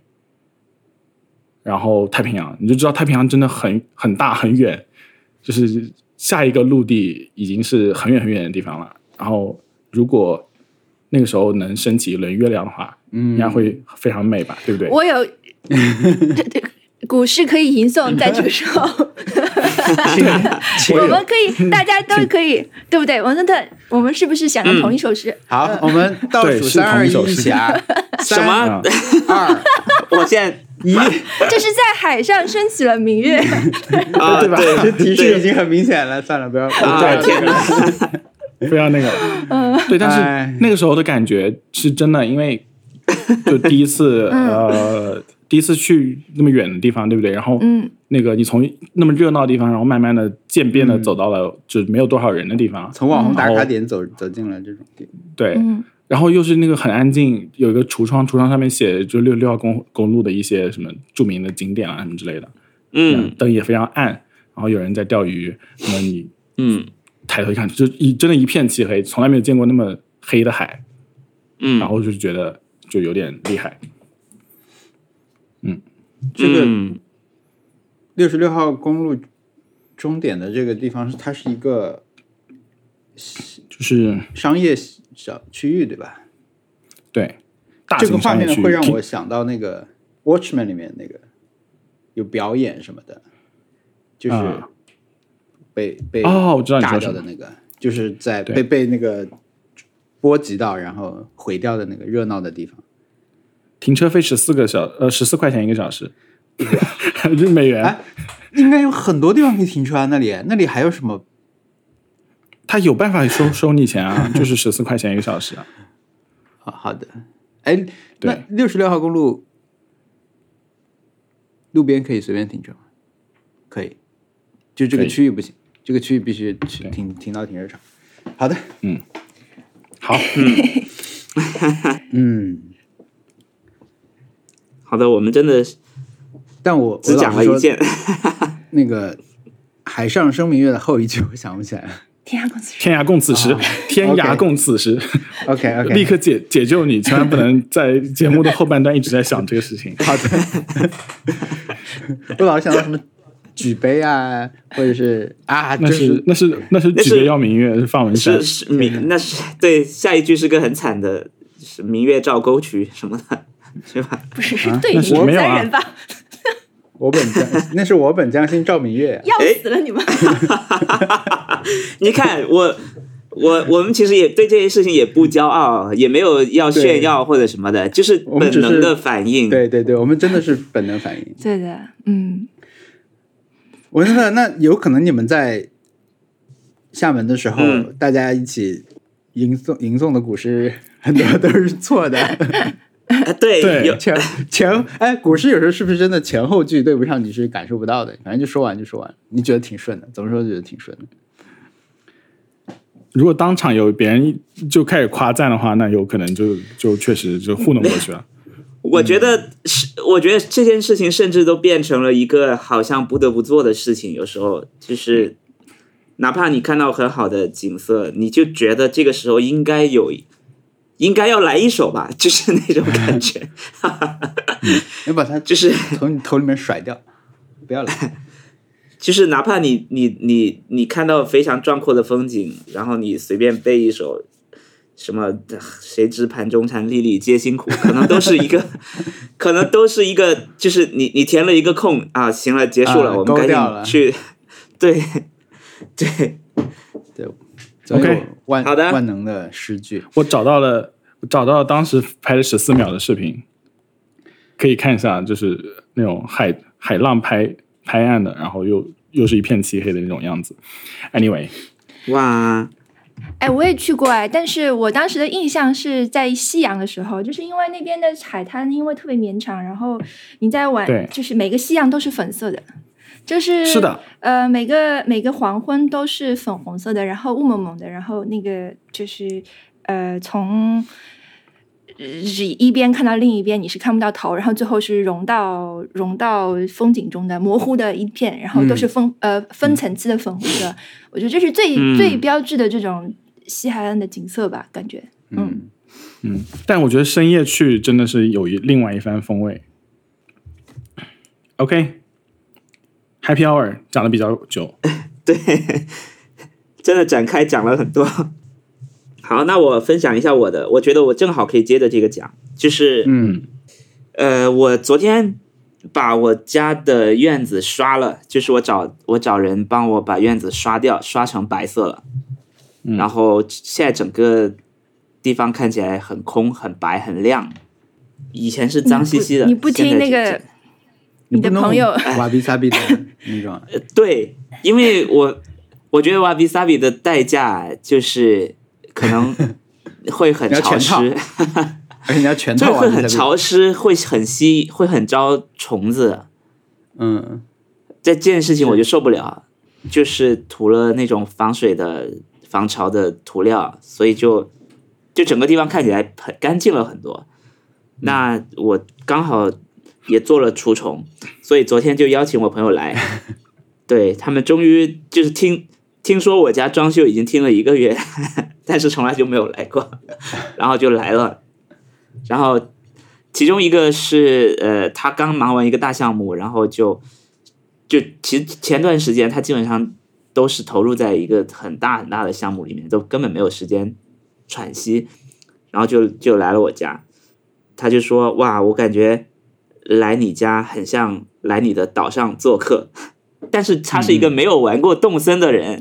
Speaker 1: 然后太平洋，你就知道太平洋真的很很大很远，就是下一个陆地已经是很远很远的地方了。然后如果那个时候能升起一轮月亮的话，嗯，应该会非常美吧，对不对？
Speaker 4: 我有股市可以吟诵，在这个时候，
Speaker 1: 我
Speaker 4: 我
Speaker 1: 有
Speaker 4: 们可以，大家都 可以，对不对？王森特，我们是不是想的
Speaker 1: 嗯
Speaker 4: 同一首诗？
Speaker 2: 好，我们倒
Speaker 1: 对
Speaker 2: 数
Speaker 1: 是
Speaker 2: 三
Speaker 1: 同
Speaker 2: 二
Speaker 1: 一
Speaker 2: 一
Speaker 1: 首
Speaker 2: 一
Speaker 1: 诗
Speaker 2: 起啊！
Speaker 3: 什么？
Speaker 2: 二
Speaker 3: 我现在
Speaker 2: 一，
Speaker 4: 这是在海上升起了明 月，
Speaker 3: 啊，
Speaker 2: 对吧？这
Speaker 3: 对
Speaker 2: 提示
Speaker 3: 对
Speaker 2: 已经很明显了，算了，不要。
Speaker 3: 啊，天哪！
Speaker 1: 非常那个，
Speaker 4: 嗯
Speaker 1: 对，但
Speaker 2: 哎
Speaker 1: 是那个时候的感觉是真的，因 为就第一次
Speaker 4: 嗯
Speaker 1: 呃，第一次去那么远的地方，对不对？然后
Speaker 4: 嗯，
Speaker 1: 那个你从那么热闹的地方，然后慢慢的渐变的走到了就没有多少人的地方，
Speaker 2: 从网红打卡点走走进了这种地，
Speaker 1: 对，
Speaker 4: 嗯
Speaker 1: 然后又是那个很安静，有一个橱窗，橱窗上面写就六六号公公路的一些什么著名的景点啊什么之类的，
Speaker 3: 嗯
Speaker 1: 灯也非常暗，然后有人在钓鱼，那么你
Speaker 3: 嗯
Speaker 1: 抬头一看，就一真的一片漆黑，从来没有见过那么黑的海。
Speaker 3: 嗯，
Speaker 1: 然后就觉得就有点厉害。
Speaker 2: 这个
Speaker 3: 嗯
Speaker 2: 六十六号公路终点的这个地方是它是一个
Speaker 1: 就是
Speaker 2: 商业小区域，对吧？
Speaker 1: 对大
Speaker 2: 这个
Speaker 1: 型
Speaker 2: 画
Speaker 1: 商业
Speaker 2: 面
Speaker 1: 区
Speaker 2: 会让
Speaker 1: 挺
Speaker 2: 我想到那个《Watchman》里面那个有表演什么的，就是
Speaker 1: 啊
Speaker 2: 被、被
Speaker 1: 哦，我知道你
Speaker 2: 炸
Speaker 1: 说
Speaker 2: 掉
Speaker 1: 什
Speaker 2: 的
Speaker 1: 么，
Speaker 2: 那个，就是在
Speaker 1: 对
Speaker 2: 被被那个波及到，然后毁掉的那个热闹的地方。
Speaker 1: 停车费十四个 小呃十四块钱一个小时， 就美元
Speaker 2: 哎。应该有很多地方可以停车啊，那里那里还有什么？
Speaker 1: 他有办法收收你钱 啊，就是十四块钱一个小时啊。
Speaker 2: 好好的，哎， 那
Speaker 1: 对
Speaker 2: 六十六号公路路边可以随便停车吗？可以，就这个
Speaker 1: 可以
Speaker 2: 区域不行，这个区域必须去
Speaker 1: 对
Speaker 2: 停停到停车场。好的，
Speaker 1: 好，
Speaker 2: 嗯，
Speaker 3: 好的，我们真的是
Speaker 2: 但我
Speaker 3: 只讲了一，
Speaker 2: 我
Speaker 3: 件，
Speaker 2: 老实说那个海上生明月的后一句我想不起来了。
Speaker 4: 天涯共此时。
Speaker 1: 天涯共此 时，天涯共此时，
Speaker 2: 啊 OK
Speaker 1: 立
Speaker 2: OK，
Speaker 1: 刻解解救你，千万不能在节目的后半段一直在想这个事情。
Speaker 2: 好的，我老是想到什么举杯啊，或者是啊，就
Speaker 1: 那是
Speaker 2: 是
Speaker 1: 那是那是
Speaker 3: 那
Speaker 1: 举
Speaker 3: 是
Speaker 1: 杯邀明月，是范文山
Speaker 2: 嗯
Speaker 3: 是。是明，那是对下一句是个很惨的，是明月照沟渠什么的， 是吧？
Speaker 4: 不是，对
Speaker 1: 那
Speaker 4: 你
Speaker 1: 是
Speaker 4: 们
Speaker 1: 没有
Speaker 4: 三
Speaker 1: 啊
Speaker 4: 人吧，
Speaker 2: 我本将， 那是我
Speaker 1: 哎
Speaker 2: 本将心照明月。
Speaker 4: 要死了你们！
Speaker 3: 你看我，我我们其实也对这些事情也不骄傲，也没有要炫耀或者什么的，就是
Speaker 2: 我们
Speaker 3: 本
Speaker 2: 只是
Speaker 3: 能的反
Speaker 1: 嗯
Speaker 3: 应。
Speaker 2: 对对对，我们真的是本能反应。
Speaker 4: 对的，嗯，
Speaker 2: 我觉得那有可能你们在厦门的时候，
Speaker 3: 嗯
Speaker 2: 大家一起吟诵吟诵的古诗，很多都是错的。
Speaker 3: 啊对，
Speaker 1: 对
Speaker 3: 有
Speaker 2: 前前哎，古诗有时候是不是真的前后句对不上，你是感受不到的。反正就说完就说完，你觉得挺顺的，怎么说都觉得挺顺的。
Speaker 1: 如果当场有别人就开始夸赞的话，那有可能就就确实就糊弄过去了。
Speaker 3: 我觉得是，我觉得这件事情甚至都变成了一个好像不得不做的事情。有时候就是，哪怕你看到很好的景色，你就觉得这个时候应该有，应该要来一首吧，就是那种感觉，
Speaker 2: 你把它
Speaker 3: 就是
Speaker 2: 从你头里面甩掉，不 要来。
Speaker 3: 就是哪怕你你你你看到非常壮阔的风景，然后你随便背一首什么“谁知盘中餐，粒粒皆辛苦”，可能都是一 个，可能都是一个，就是你你填了一个空啊，行了，结束
Speaker 2: 啊
Speaker 3: 了，我们
Speaker 2: 勾
Speaker 3: 赶
Speaker 2: 掉了
Speaker 3: 紧去，对对，
Speaker 2: 总有
Speaker 1: OK，
Speaker 2: 万
Speaker 3: 好的
Speaker 2: 万能的诗句。
Speaker 1: 我找到了，我找到了当时拍了十四秒的视频，可以看一下，就是那种海海浪拍拍岸的，然后又又是一片漆黑的那种样子。Anyway，
Speaker 3: 哇，
Speaker 4: 哎，我也去过哎，但是我当时的印象是在西洋的时候，就是因为那边的海滩因为特别绵长，然后你在晚
Speaker 1: 对，
Speaker 4: 就是每个夕阳都是粉色的，就是
Speaker 1: 是的，
Speaker 4: 呃，每个每个黄昏都是粉红色的，然后雾蒙蒙的，然后那个就是呃，从呃一边看到另一边，你是看不到头，然后最后是融到融到风景中的模糊的一片，然后都是分、呃分层次的粉红色。我觉得这是最、
Speaker 3: 嗯
Speaker 4: 最标志的这种西海岸的景色吧，感觉。
Speaker 2: 嗯，
Speaker 1: 嗯，但我觉得深夜去真的是有一另外一番风味。OK，Happy、Hour 讲的比较久，
Speaker 3: 对，真的展开讲了很多。好，那我分享一下我的，我觉得我正好可以接着这个讲，就是
Speaker 1: 嗯
Speaker 3: 呃，我昨天把我家的院子刷了，就是我找我找人帮我把院子刷掉，刷成白色了。
Speaker 1: 嗯
Speaker 3: 然后现在整个地方看起来很空、很白、很亮。以前是脏兮兮的，
Speaker 4: 你不你不听
Speaker 3: 现在
Speaker 4: 那个
Speaker 3: 就
Speaker 4: 你的
Speaker 2: 不能
Speaker 4: 朋友
Speaker 2: 瓦比萨比的那种，
Speaker 3: 对，因为我我觉得瓦比萨比的代价就是可能会 很
Speaker 2: 你要
Speaker 3: 潮
Speaker 2: 全套
Speaker 3: 湿。
Speaker 2: 而且你要全
Speaker 3: 就
Speaker 2: 套瓦
Speaker 3: 会
Speaker 2: 比萨
Speaker 3: 很
Speaker 2: 比。
Speaker 3: 潮湿，会很吸，会很招虫子。
Speaker 2: 嗯，
Speaker 3: 这件事情我就受不了，就是涂了那种防水的、防潮的涂料，所以就就整个地方看起来很干净了很多。那我刚好也做了除虫，所以昨天就邀请我朋友来，对他们终于就是听听说我家装修已经听了一个月， 但是从来就没有来过，然后就来了，然后其中一个是呃，他刚忙完一个大项目，然后就就其实前段时间他基本上都是投入在一个很大很大的项目里面，都根本没有时间喘息，然后就就来了我家，他就说哇，我感觉来你家很像来你的岛上做客，但是他是一个没有玩过动森的人，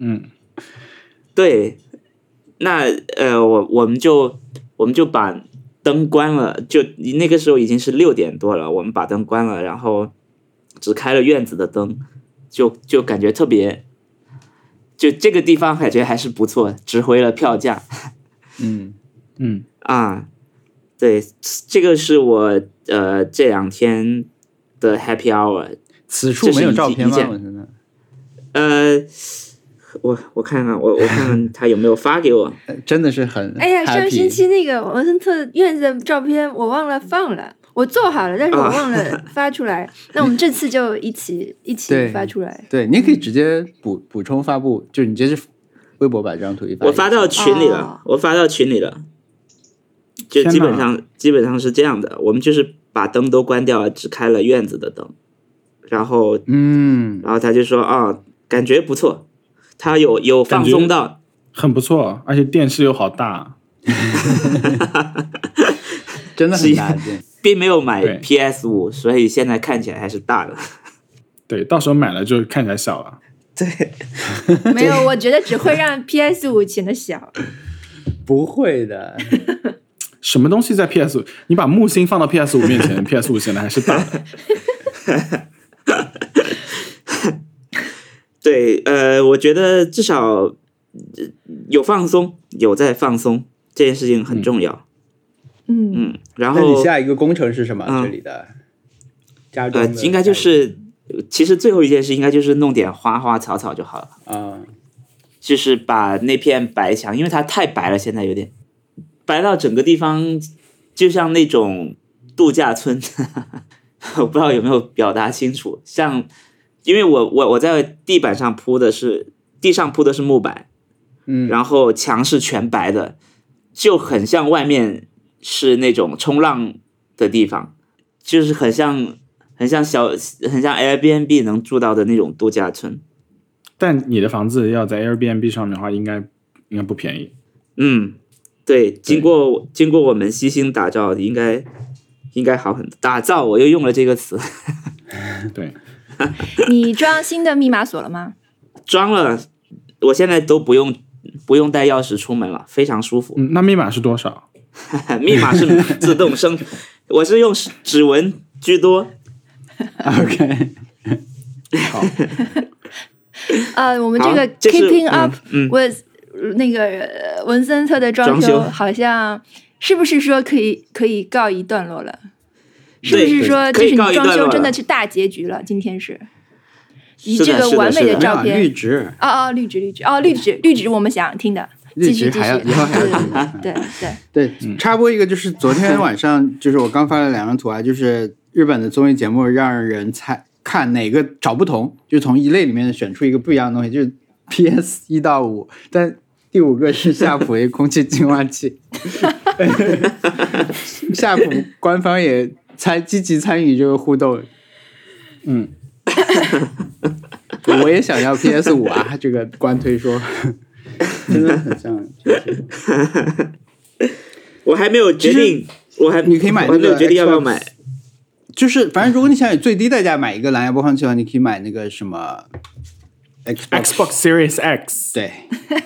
Speaker 1: 嗯，
Speaker 3: 对，那呃，我我们就我们就把灯关了，就那个时候已经是六点多了，我们把灯关了，然后只开了院子的灯，就就感觉特别，就这个地方感觉还是不错，值回了票价。
Speaker 2: 嗯
Speaker 1: 嗯，
Speaker 3: 啊，对，这个是我呃这两天的 Happy Hour。
Speaker 2: 此处没有照片吗？
Speaker 3: 这是一
Speaker 2: 我真的，
Speaker 3: 呃，我我看看，我我看 看他有没有发给我。
Speaker 2: 呃真的是很
Speaker 4: 哎呀，上
Speaker 2: happy
Speaker 4: 星期那个文森特院子的照片我忘了放了，我做好了，但是我
Speaker 3: 啊
Speaker 4: 忘了发出来。那我们这次就一起一起
Speaker 2: 对
Speaker 4: 发出 来。
Speaker 2: 对，你也可以直接补补充发布，就是你直接去微博把这张图一发，
Speaker 3: 我发到群里
Speaker 4: 哦
Speaker 3: 了，我发到群里了。就
Speaker 1: 天哪
Speaker 3: 基本上基本上是这样的，我们就是把灯都关掉了，只开了院子的灯，然后
Speaker 2: 嗯，
Speaker 3: 然后他就说啊、感觉不错，他有有放
Speaker 1: 感觉
Speaker 3: 松到，
Speaker 1: 很不错，而且电视又好大，
Speaker 2: 真的很
Speaker 3: 是
Speaker 2: 大件。
Speaker 3: 并没有买
Speaker 1: 对
Speaker 3: PS 五，所以现在看起来还是大的。
Speaker 1: 对，到时候买了就看起来小了。
Speaker 3: 对，
Speaker 4: 没有，我觉得只 会让 PS 五显得小。
Speaker 2: 不会的，
Speaker 1: 什么东西在 PS 五？你把木星放到 PS 五面前 ，PS 五显得还是大的。
Speaker 3: 对，呃，我觉得至少呃有放松，有在放松，这件事情很重要。
Speaker 4: 嗯，
Speaker 3: 嗯，然
Speaker 2: 那你
Speaker 3: 后
Speaker 2: 下一个工程是什么？
Speaker 3: 嗯
Speaker 2: 这里的家中
Speaker 3: 呃
Speaker 2: 的，
Speaker 3: 应该就是，其实最后一件事应该就是弄点花花草草就好了，
Speaker 2: 啊，
Speaker 3: 就是把那片白墙，因为它太白了，现在有点白到整个地方，就像那种度假村， 我不知道有没有表达清楚。像，因为我我我在地板上铺的是地上铺的是木板，
Speaker 2: 嗯，
Speaker 3: 然后墙是全白的，就很像外面是那种冲浪的地方，就是很像很像小很像 Airbnb 能住到的那种度假村。
Speaker 1: 但你的房子要在 Airbnb 上面的话，应该应该不便宜。
Speaker 3: 嗯，对，经过经过我们悉心打造，应该应该好很多。打造我又用了这个词，
Speaker 1: 对，
Speaker 4: 你装新的密码锁了吗？
Speaker 3: 装了，我现在都不用不用带钥匙出门了，非常舒服。
Speaker 1: 嗯，那密码是多少？
Speaker 3: 密码 是自动生，我是用指纹居多。
Speaker 2: OK，
Speaker 1: 好，
Speaker 4: 呃，我们这
Speaker 3: 好
Speaker 4: 个
Speaker 3: 这是
Speaker 4: Keeping Up
Speaker 3: 嗯嗯
Speaker 4: with 那个呃文森特的装
Speaker 3: 装
Speaker 4: 修
Speaker 3: 修
Speaker 4: 好像是不是说可以可以告一段落了？是不
Speaker 3: 对
Speaker 4: 是
Speaker 3: 对
Speaker 4: 说
Speaker 3: 可
Speaker 4: 这
Speaker 3: 以
Speaker 4: 是你
Speaker 3: 告一
Speaker 4: 装
Speaker 3: 段
Speaker 4: 修
Speaker 3: 落
Speaker 4: 真的
Speaker 3: 了
Speaker 4: 是大结局了？今天是以
Speaker 3: 是
Speaker 4: 这
Speaker 3: 的
Speaker 4: 个
Speaker 3: 是的
Speaker 4: 完美
Speaker 3: 是
Speaker 2: 没
Speaker 3: 的
Speaker 4: 的
Speaker 2: 有
Speaker 4: 照
Speaker 2: 啊
Speaker 4: 片
Speaker 2: 绿，植，
Speaker 4: 哦哦，绿植绿植哦，绿植绿植，我们想听的，继
Speaker 2: 绿
Speaker 4: 续
Speaker 2: 植
Speaker 4: 继
Speaker 2: 还要
Speaker 4: 续，
Speaker 2: 以后还要听的。
Speaker 4: 对对对，
Speaker 2: 对，插播一个，就是昨天晚上，就是我刚发了两张图啊，就是日本的综艺节目让人猜看哪个找不同，就从一类里面选出一个不一样的东西，就是 PS 一到五，但第五个是夏普 A 空气净化器， 夏普官方也参积极参与这个互动，
Speaker 1: 嗯，
Speaker 2: 我也想要 PS 五啊，这个官推说， 真的很像，就是
Speaker 3: 我还没有决定，我还
Speaker 2: 你可以买
Speaker 3: 我还没
Speaker 2: 那
Speaker 3: 有
Speaker 2: 个
Speaker 3: 决定要不要
Speaker 2: Xbox
Speaker 3: 买。
Speaker 2: 就是，反正如果你想以最低代价买一个蓝牙播放器的话，你可以买那个什么 Xbox。
Speaker 1: Xbox Series X，
Speaker 2: 对，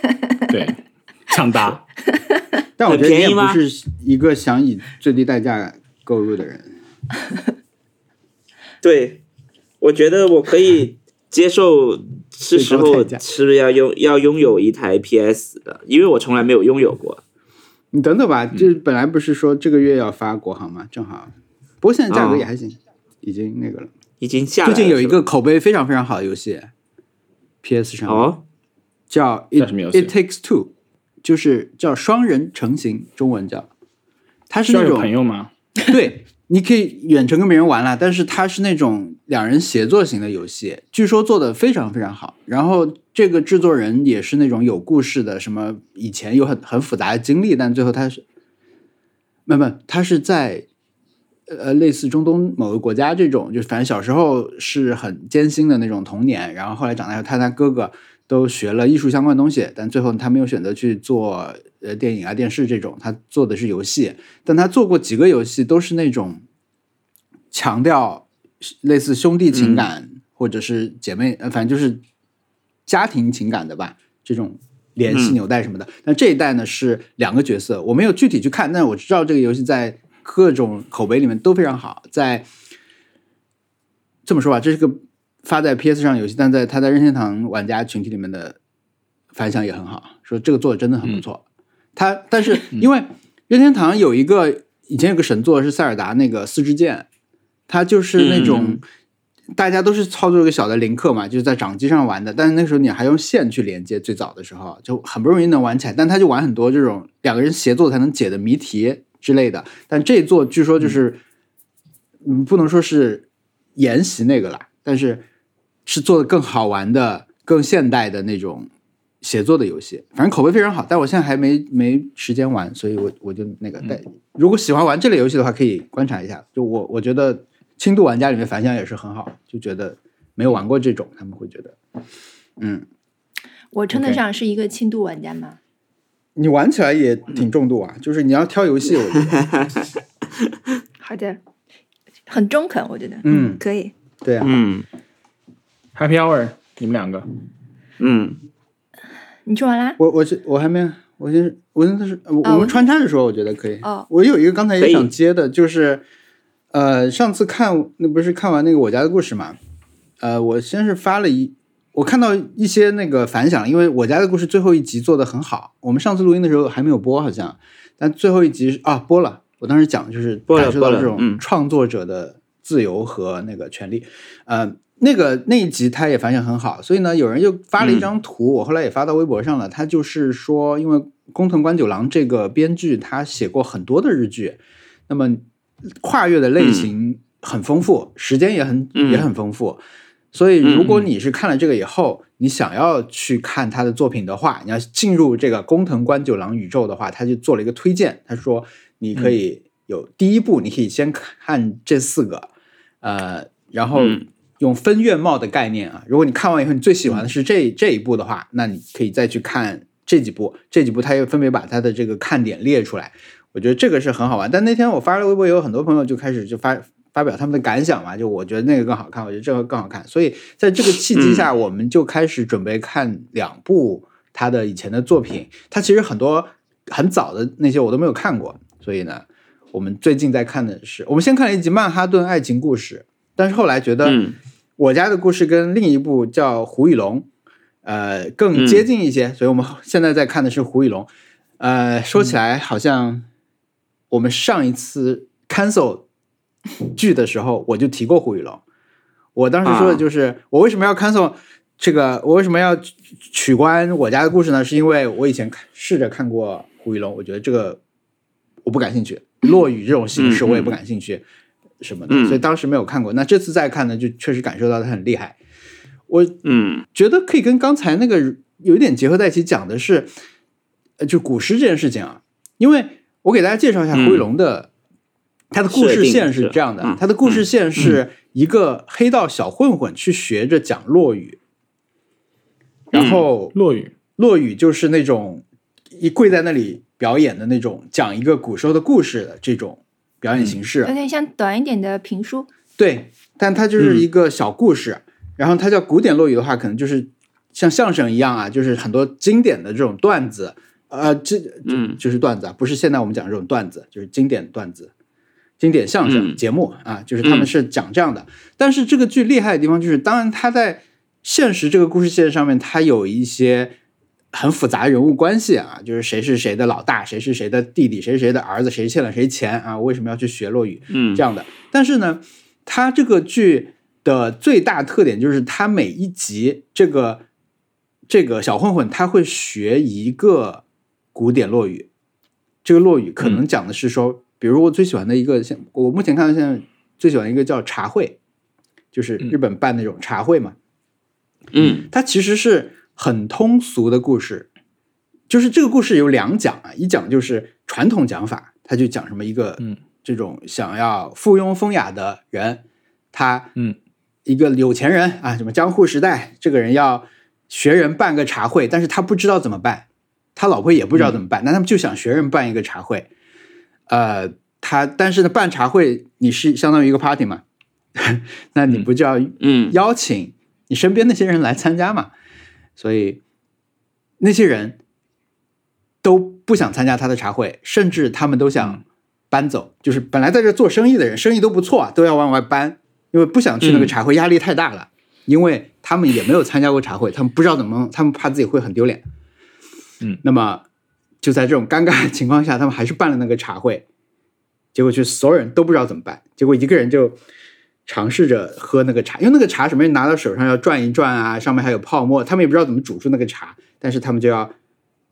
Speaker 1: 对， 抢答。
Speaker 2: 但我觉得你也
Speaker 3: 很便宜
Speaker 2: 不
Speaker 3: 吗
Speaker 2: 是一个想以最低代价购入的人。
Speaker 3: 对，我觉得我可以 接受，是时
Speaker 2: 最高
Speaker 3: 候
Speaker 2: 代价
Speaker 3: 是不是要拥要拥有一台 PS 的？因为我从来没有拥有过。
Speaker 2: 你等等吧，就是本来不是说这个月要发国行吗？正好，不过现在价格也还行，已经那个了。
Speaker 3: 已经下来
Speaker 2: 啊最
Speaker 3: 了
Speaker 2: 近有一
Speaker 3: 是
Speaker 2: 个口碑非常非常好的游戏，PS
Speaker 3: 吧
Speaker 2: 上面
Speaker 3: 哦，
Speaker 2: 叫
Speaker 1: 叫
Speaker 2: It
Speaker 1: 什么游戏
Speaker 2: It Takes Two，就是叫双人成型，中文叫。它是
Speaker 1: 需要
Speaker 2: 那
Speaker 1: 有
Speaker 2: 种
Speaker 1: 朋友吗？
Speaker 2: 对，你可以远程跟别人玩啦，但是它是那种两人协作型的游戏，据说做的非常非常好。然后这个制作人也是那种有故事的，什么以前有很很复杂的经历，但最后他是，没有没有，他是在。呃，类似中东某个国家这种，就反正小时候是很艰辛的那种童年，然后后来长大以后，他和他哥哥都学了艺术相关的东西，但最后他没有选择去做呃电影啊、电视这种，他做的是游戏。但他做过几个游戏都是那种强调类似兄弟情感、或者是姐妹，呃，反正就是家庭情感的吧，这种联系纽带什么的。但这一代呢是两个角色，我没有具体去看，但我知道这个游戏在各种口碑里面都非常好。在这么说吧，这是个发在 PS 上的游戏，但在它在任天堂玩家群体里面的反响也很好，说这个做的真的很不错。它但是因为任天堂有一个以前有个神作是塞尔达那个四支箭，它就是那种大家都是操作一个小的林克嘛，就是在掌机上玩的，但是那时候你还用线去连接，最早的时候就很不容易能玩起来，但他就玩很多这种两个人协作才能解的谜题之类的，但这一座据说就是，嗯，不能说是沿袭那个啦，但是是做的更好玩的、更现代的那种写作的游戏，反正口碑非常好。但我现在还没没时间玩，所以我我就那个。但如果喜欢玩这类游戏的话，可以观察一下。就我我觉得轻度玩家里面反响也是很好，就觉得没有玩过这种，他们会觉得，嗯，
Speaker 4: 我称得
Speaker 1: OK
Speaker 4: 上是一个轻度玩家吗？
Speaker 2: 你玩起来也挺重度啊。就是你要挑游戏，我觉得，
Speaker 4: 好的，很中肯，我觉得，
Speaker 2: 嗯
Speaker 4: 可以。
Speaker 2: 对啊，
Speaker 3: 嗯，
Speaker 1: Happy Hour，你们两个
Speaker 3: 嗯，
Speaker 4: 你说完啦？
Speaker 2: 我我是我还没，我先我那是我
Speaker 4: 哦
Speaker 2: 我们穿插着说，我觉得可以。
Speaker 4: 哦，
Speaker 2: 我有一个刚才
Speaker 3: 可
Speaker 2: 也
Speaker 3: 以
Speaker 2: 想接的，就是呃，上次看那不是看完那个我家的故事嘛？呃，我先是发了一，我看到一些那个反响，因为我家的故事最后一集做的很好，我们上次录音的时候还没有播好像，但最后一集是啊播了，我当时讲就是
Speaker 3: 播了
Speaker 2: 感受到
Speaker 3: 播了
Speaker 2: 这种
Speaker 3: 嗯
Speaker 2: 创作者的自由和那个权利，呃。那个那一集他也反响很好，所以呢，有人又发了一
Speaker 3: 嗯
Speaker 2: 张图，我后来也发到微博上了。他就是说，因为工藤官九郎这个编剧，他写过很多的日剧，那么跨越的类型很丰富，时间也很、
Speaker 3: 嗯
Speaker 2: 也很丰富。所以，如果
Speaker 3: 嗯
Speaker 2: 你是看了这个以后，你想要去看他的作品的话，你要进入这个工藤官九郎宇宙的话，他就做了一个推荐，他说你可以有第一步，你可以先看这四个，呃，然后
Speaker 3: 嗯
Speaker 2: 用分院貌的概念啊，如果你看完以后你最喜欢的是这这一部的话，那你可以再去看这几部，这几部他又分别把他的这个看点列出来，我觉得这个是很好玩。但那天我发了微博，有很多朋友就开始就发发表他们的感想嘛，就我觉得那个更好看，我觉得这个更好看。所以在这个契机下，我们就开始准备看两部他的以前的作品。他其实很多很早的那些我都没有看过，所以呢，我们最近在看的是，我们先看了一集《曼哈顿爱情故事》，但是后来觉得
Speaker 3: 嗯
Speaker 2: 我家的故事跟另一部叫《胡与龙》，呃，更
Speaker 3: 嗯
Speaker 2: 接近一些，所以我们现在在看的是《胡与龙》。呃，说起来好像我们上一次 cancel 剧的时候，我就提过胡宇龙。我当时说的就是，我为什么要 cancel 这个，我为什么要取取关我家的故事呢？是因为我以前看试着看过胡宇龙，我觉得这个我不感兴趣，落雨这种形式
Speaker 3: 嗯嗯
Speaker 2: 我也不感兴趣，什么的，
Speaker 3: 嗯
Speaker 2: 所以当时没有看过。那这次再看呢，就确实感受到他很厉害。我
Speaker 3: 嗯
Speaker 2: 觉得可以跟刚才那个有一点结合在一起讲的是，呃，就古诗这件事情啊，因为我给大家介绍一下
Speaker 3: 嗯
Speaker 2: 胡一龙的，他的故
Speaker 3: 设
Speaker 2: 事
Speaker 3: 定
Speaker 2: 线是
Speaker 3: 是
Speaker 2: 这样的，
Speaker 3: 嗯
Speaker 2: 他的故事线是一个黑道小混混去学着讲落语，
Speaker 3: 嗯
Speaker 2: 然后
Speaker 1: 落雨，
Speaker 2: 落雨就是那种一跪在那里表演的那种讲一个古时候的故事的这种表演形式，
Speaker 3: 嗯
Speaker 4: 有点像短一点的评书，
Speaker 2: 对，但它
Speaker 3: 嗯
Speaker 2: 就是一个小故事。然后它叫古典落语的话，可能就是像相声一样啊，就是很多经典的这种段子，呃，这
Speaker 3: 嗯
Speaker 2: 就是段子啊，不是现在我们讲这种段子，就是经典段子、经典相声
Speaker 3: 嗯
Speaker 2: 节目啊，就是他们
Speaker 3: 嗯
Speaker 2: 是讲这样的。但是这个剧厉害的地方就是，当然它在现实这个故事线上面，它有一些很复杂人物关系啊，就是谁是谁的老大，谁是谁的弟弟，谁是谁的儿子，谁欠了谁钱啊，为什么要去学落语？
Speaker 3: 嗯
Speaker 2: 这样的。但是呢，它这个剧的最大特点就是它每一集这个这个小混混他会学一个古典落语，这个落语可能讲的是说，比如我最喜欢的一个，现我目前看到现在最喜欢一个叫茶会，就是日本办那种茶会嘛，
Speaker 3: 嗯
Speaker 2: 它其实是很通俗的故事，就是这个故事有两讲啊，一讲就是传统讲法，他就讲什么一个
Speaker 1: 嗯
Speaker 2: 这种想要附庸风雅的人，他
Speaker 1: 嗯
Speaker 2: 一个有钱人啊，什么江户时代，这个人要学人办个茶会，但是他不知道怎么办，他老婆也不知道怎么
Speaker 1: 嗯
Speaker 2: 办，那他们就想学人办一个茶会，呃，他但是呢办茶会你是相当于一个 party 嘛， 那你不就要
Speaker 3: 嗯
Speaker 2: 邀请你身边那些人来参加嘛，所以那些人都不想参加他的茶会，甚至他们都
Speaker 3: 嗯
Speaker 2: 想搬走，就是本来在这做生意的人，生意都不错啊，都要往外搬，因为不想去那个
Speaker 3: 嗯
Speaker 2: 茶会，压力太大了，因为他们也没有参加过茶会，他们不知道怎么，他们怕自己会很丢脸。
Speaker 1: 嗯，
Speaker 2: 那么就在这种尴尬的情况下，他们还是办了那个茶会，结果就所有人都不知道怎么办，结果一个人就尝试着喝那个茶，因为那个茶什么人拿到手上要转一转啊，上面还有泡沫，他们也不知道怎么煮出那个茶，但是他们就要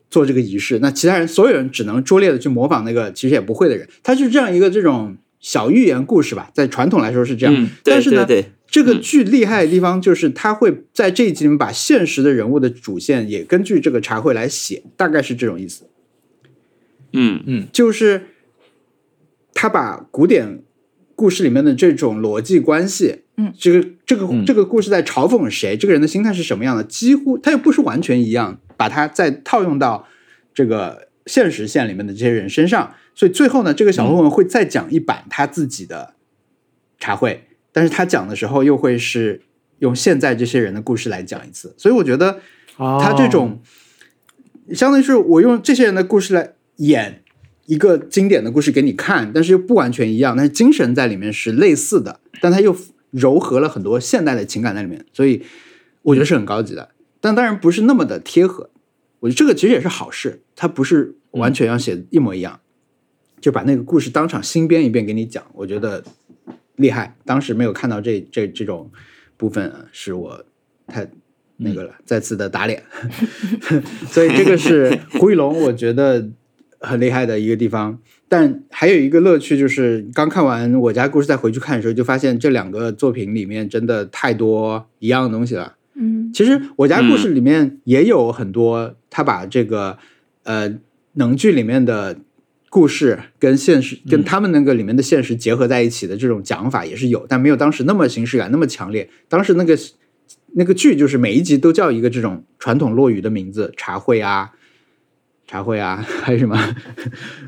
Speaker 2: 做这个仪式。那其他人所有人只能拙劣的去模仿那个其实也不会的人，他是这样一个这种小寓言故事吧，在传统来说是这样，
Speaker 3: 嗯，对
Speaker 2: 但是呢
Speaker 3: 对。对，
Speaker 2: 这个剧厉害的地方就是，他会在这一集里面把现实的人物的主线也根据这个茶会来写，大概是这种意思。
Speaker 3: 嗯
Speaker 2: 就是他把古典故事里面的这种逻辑关系，
Speaker 4: 嗯，
Speaker 2: 这个这个
Speaker 1: 嗯
Speaker 2: 这个故事在嘲讽谁，这个人的心态是什么样的，几乎他又不是完全一样，把它再套用到这个现实线里面的这些人身上，所以最后呢，这个小混混会再讲一版他自己的茶会，但是他讲的时候又会是用现在这些人的故事来讲一次，所以我觉得
Speaker 1: 哦
Speaker 2: 他这 种相当于是我用这些人的故事来演一个经典的故事给你看，但是又不完全一样，但是精神在里面是类似的，但它又糅合了很多现代的情感在里面，所以我觉得是很高级的，但当然不是那么的贴合。我觉得这个其实也是好事，它不是完全要写一模一样，就把那个故事当场新编一遍给你讲，我觉得厉害。当时没有看到这这这种部分啊，是我太那个了，再次的打脸。所以这个是胡一龙，我觉得很厉害的一个地方。但还有一个乐趣就是，刚看完《我家故事》再回去看的时候，就发现这两个作品里面真的太多一样的东西了。
Speaker 4: 嗯
Speaker 2: 其实《我家故事》里面也有很多，他把这个呃能剧里面的故事跟现实、跟他们那个里面的现实结合在一起的这种讲法也是有，但没有当时那么形式感那么强烈。当时那个那个剧就是每一集都叫一个这种传统落语的名字，茶会啊。茶会啊， 还有什么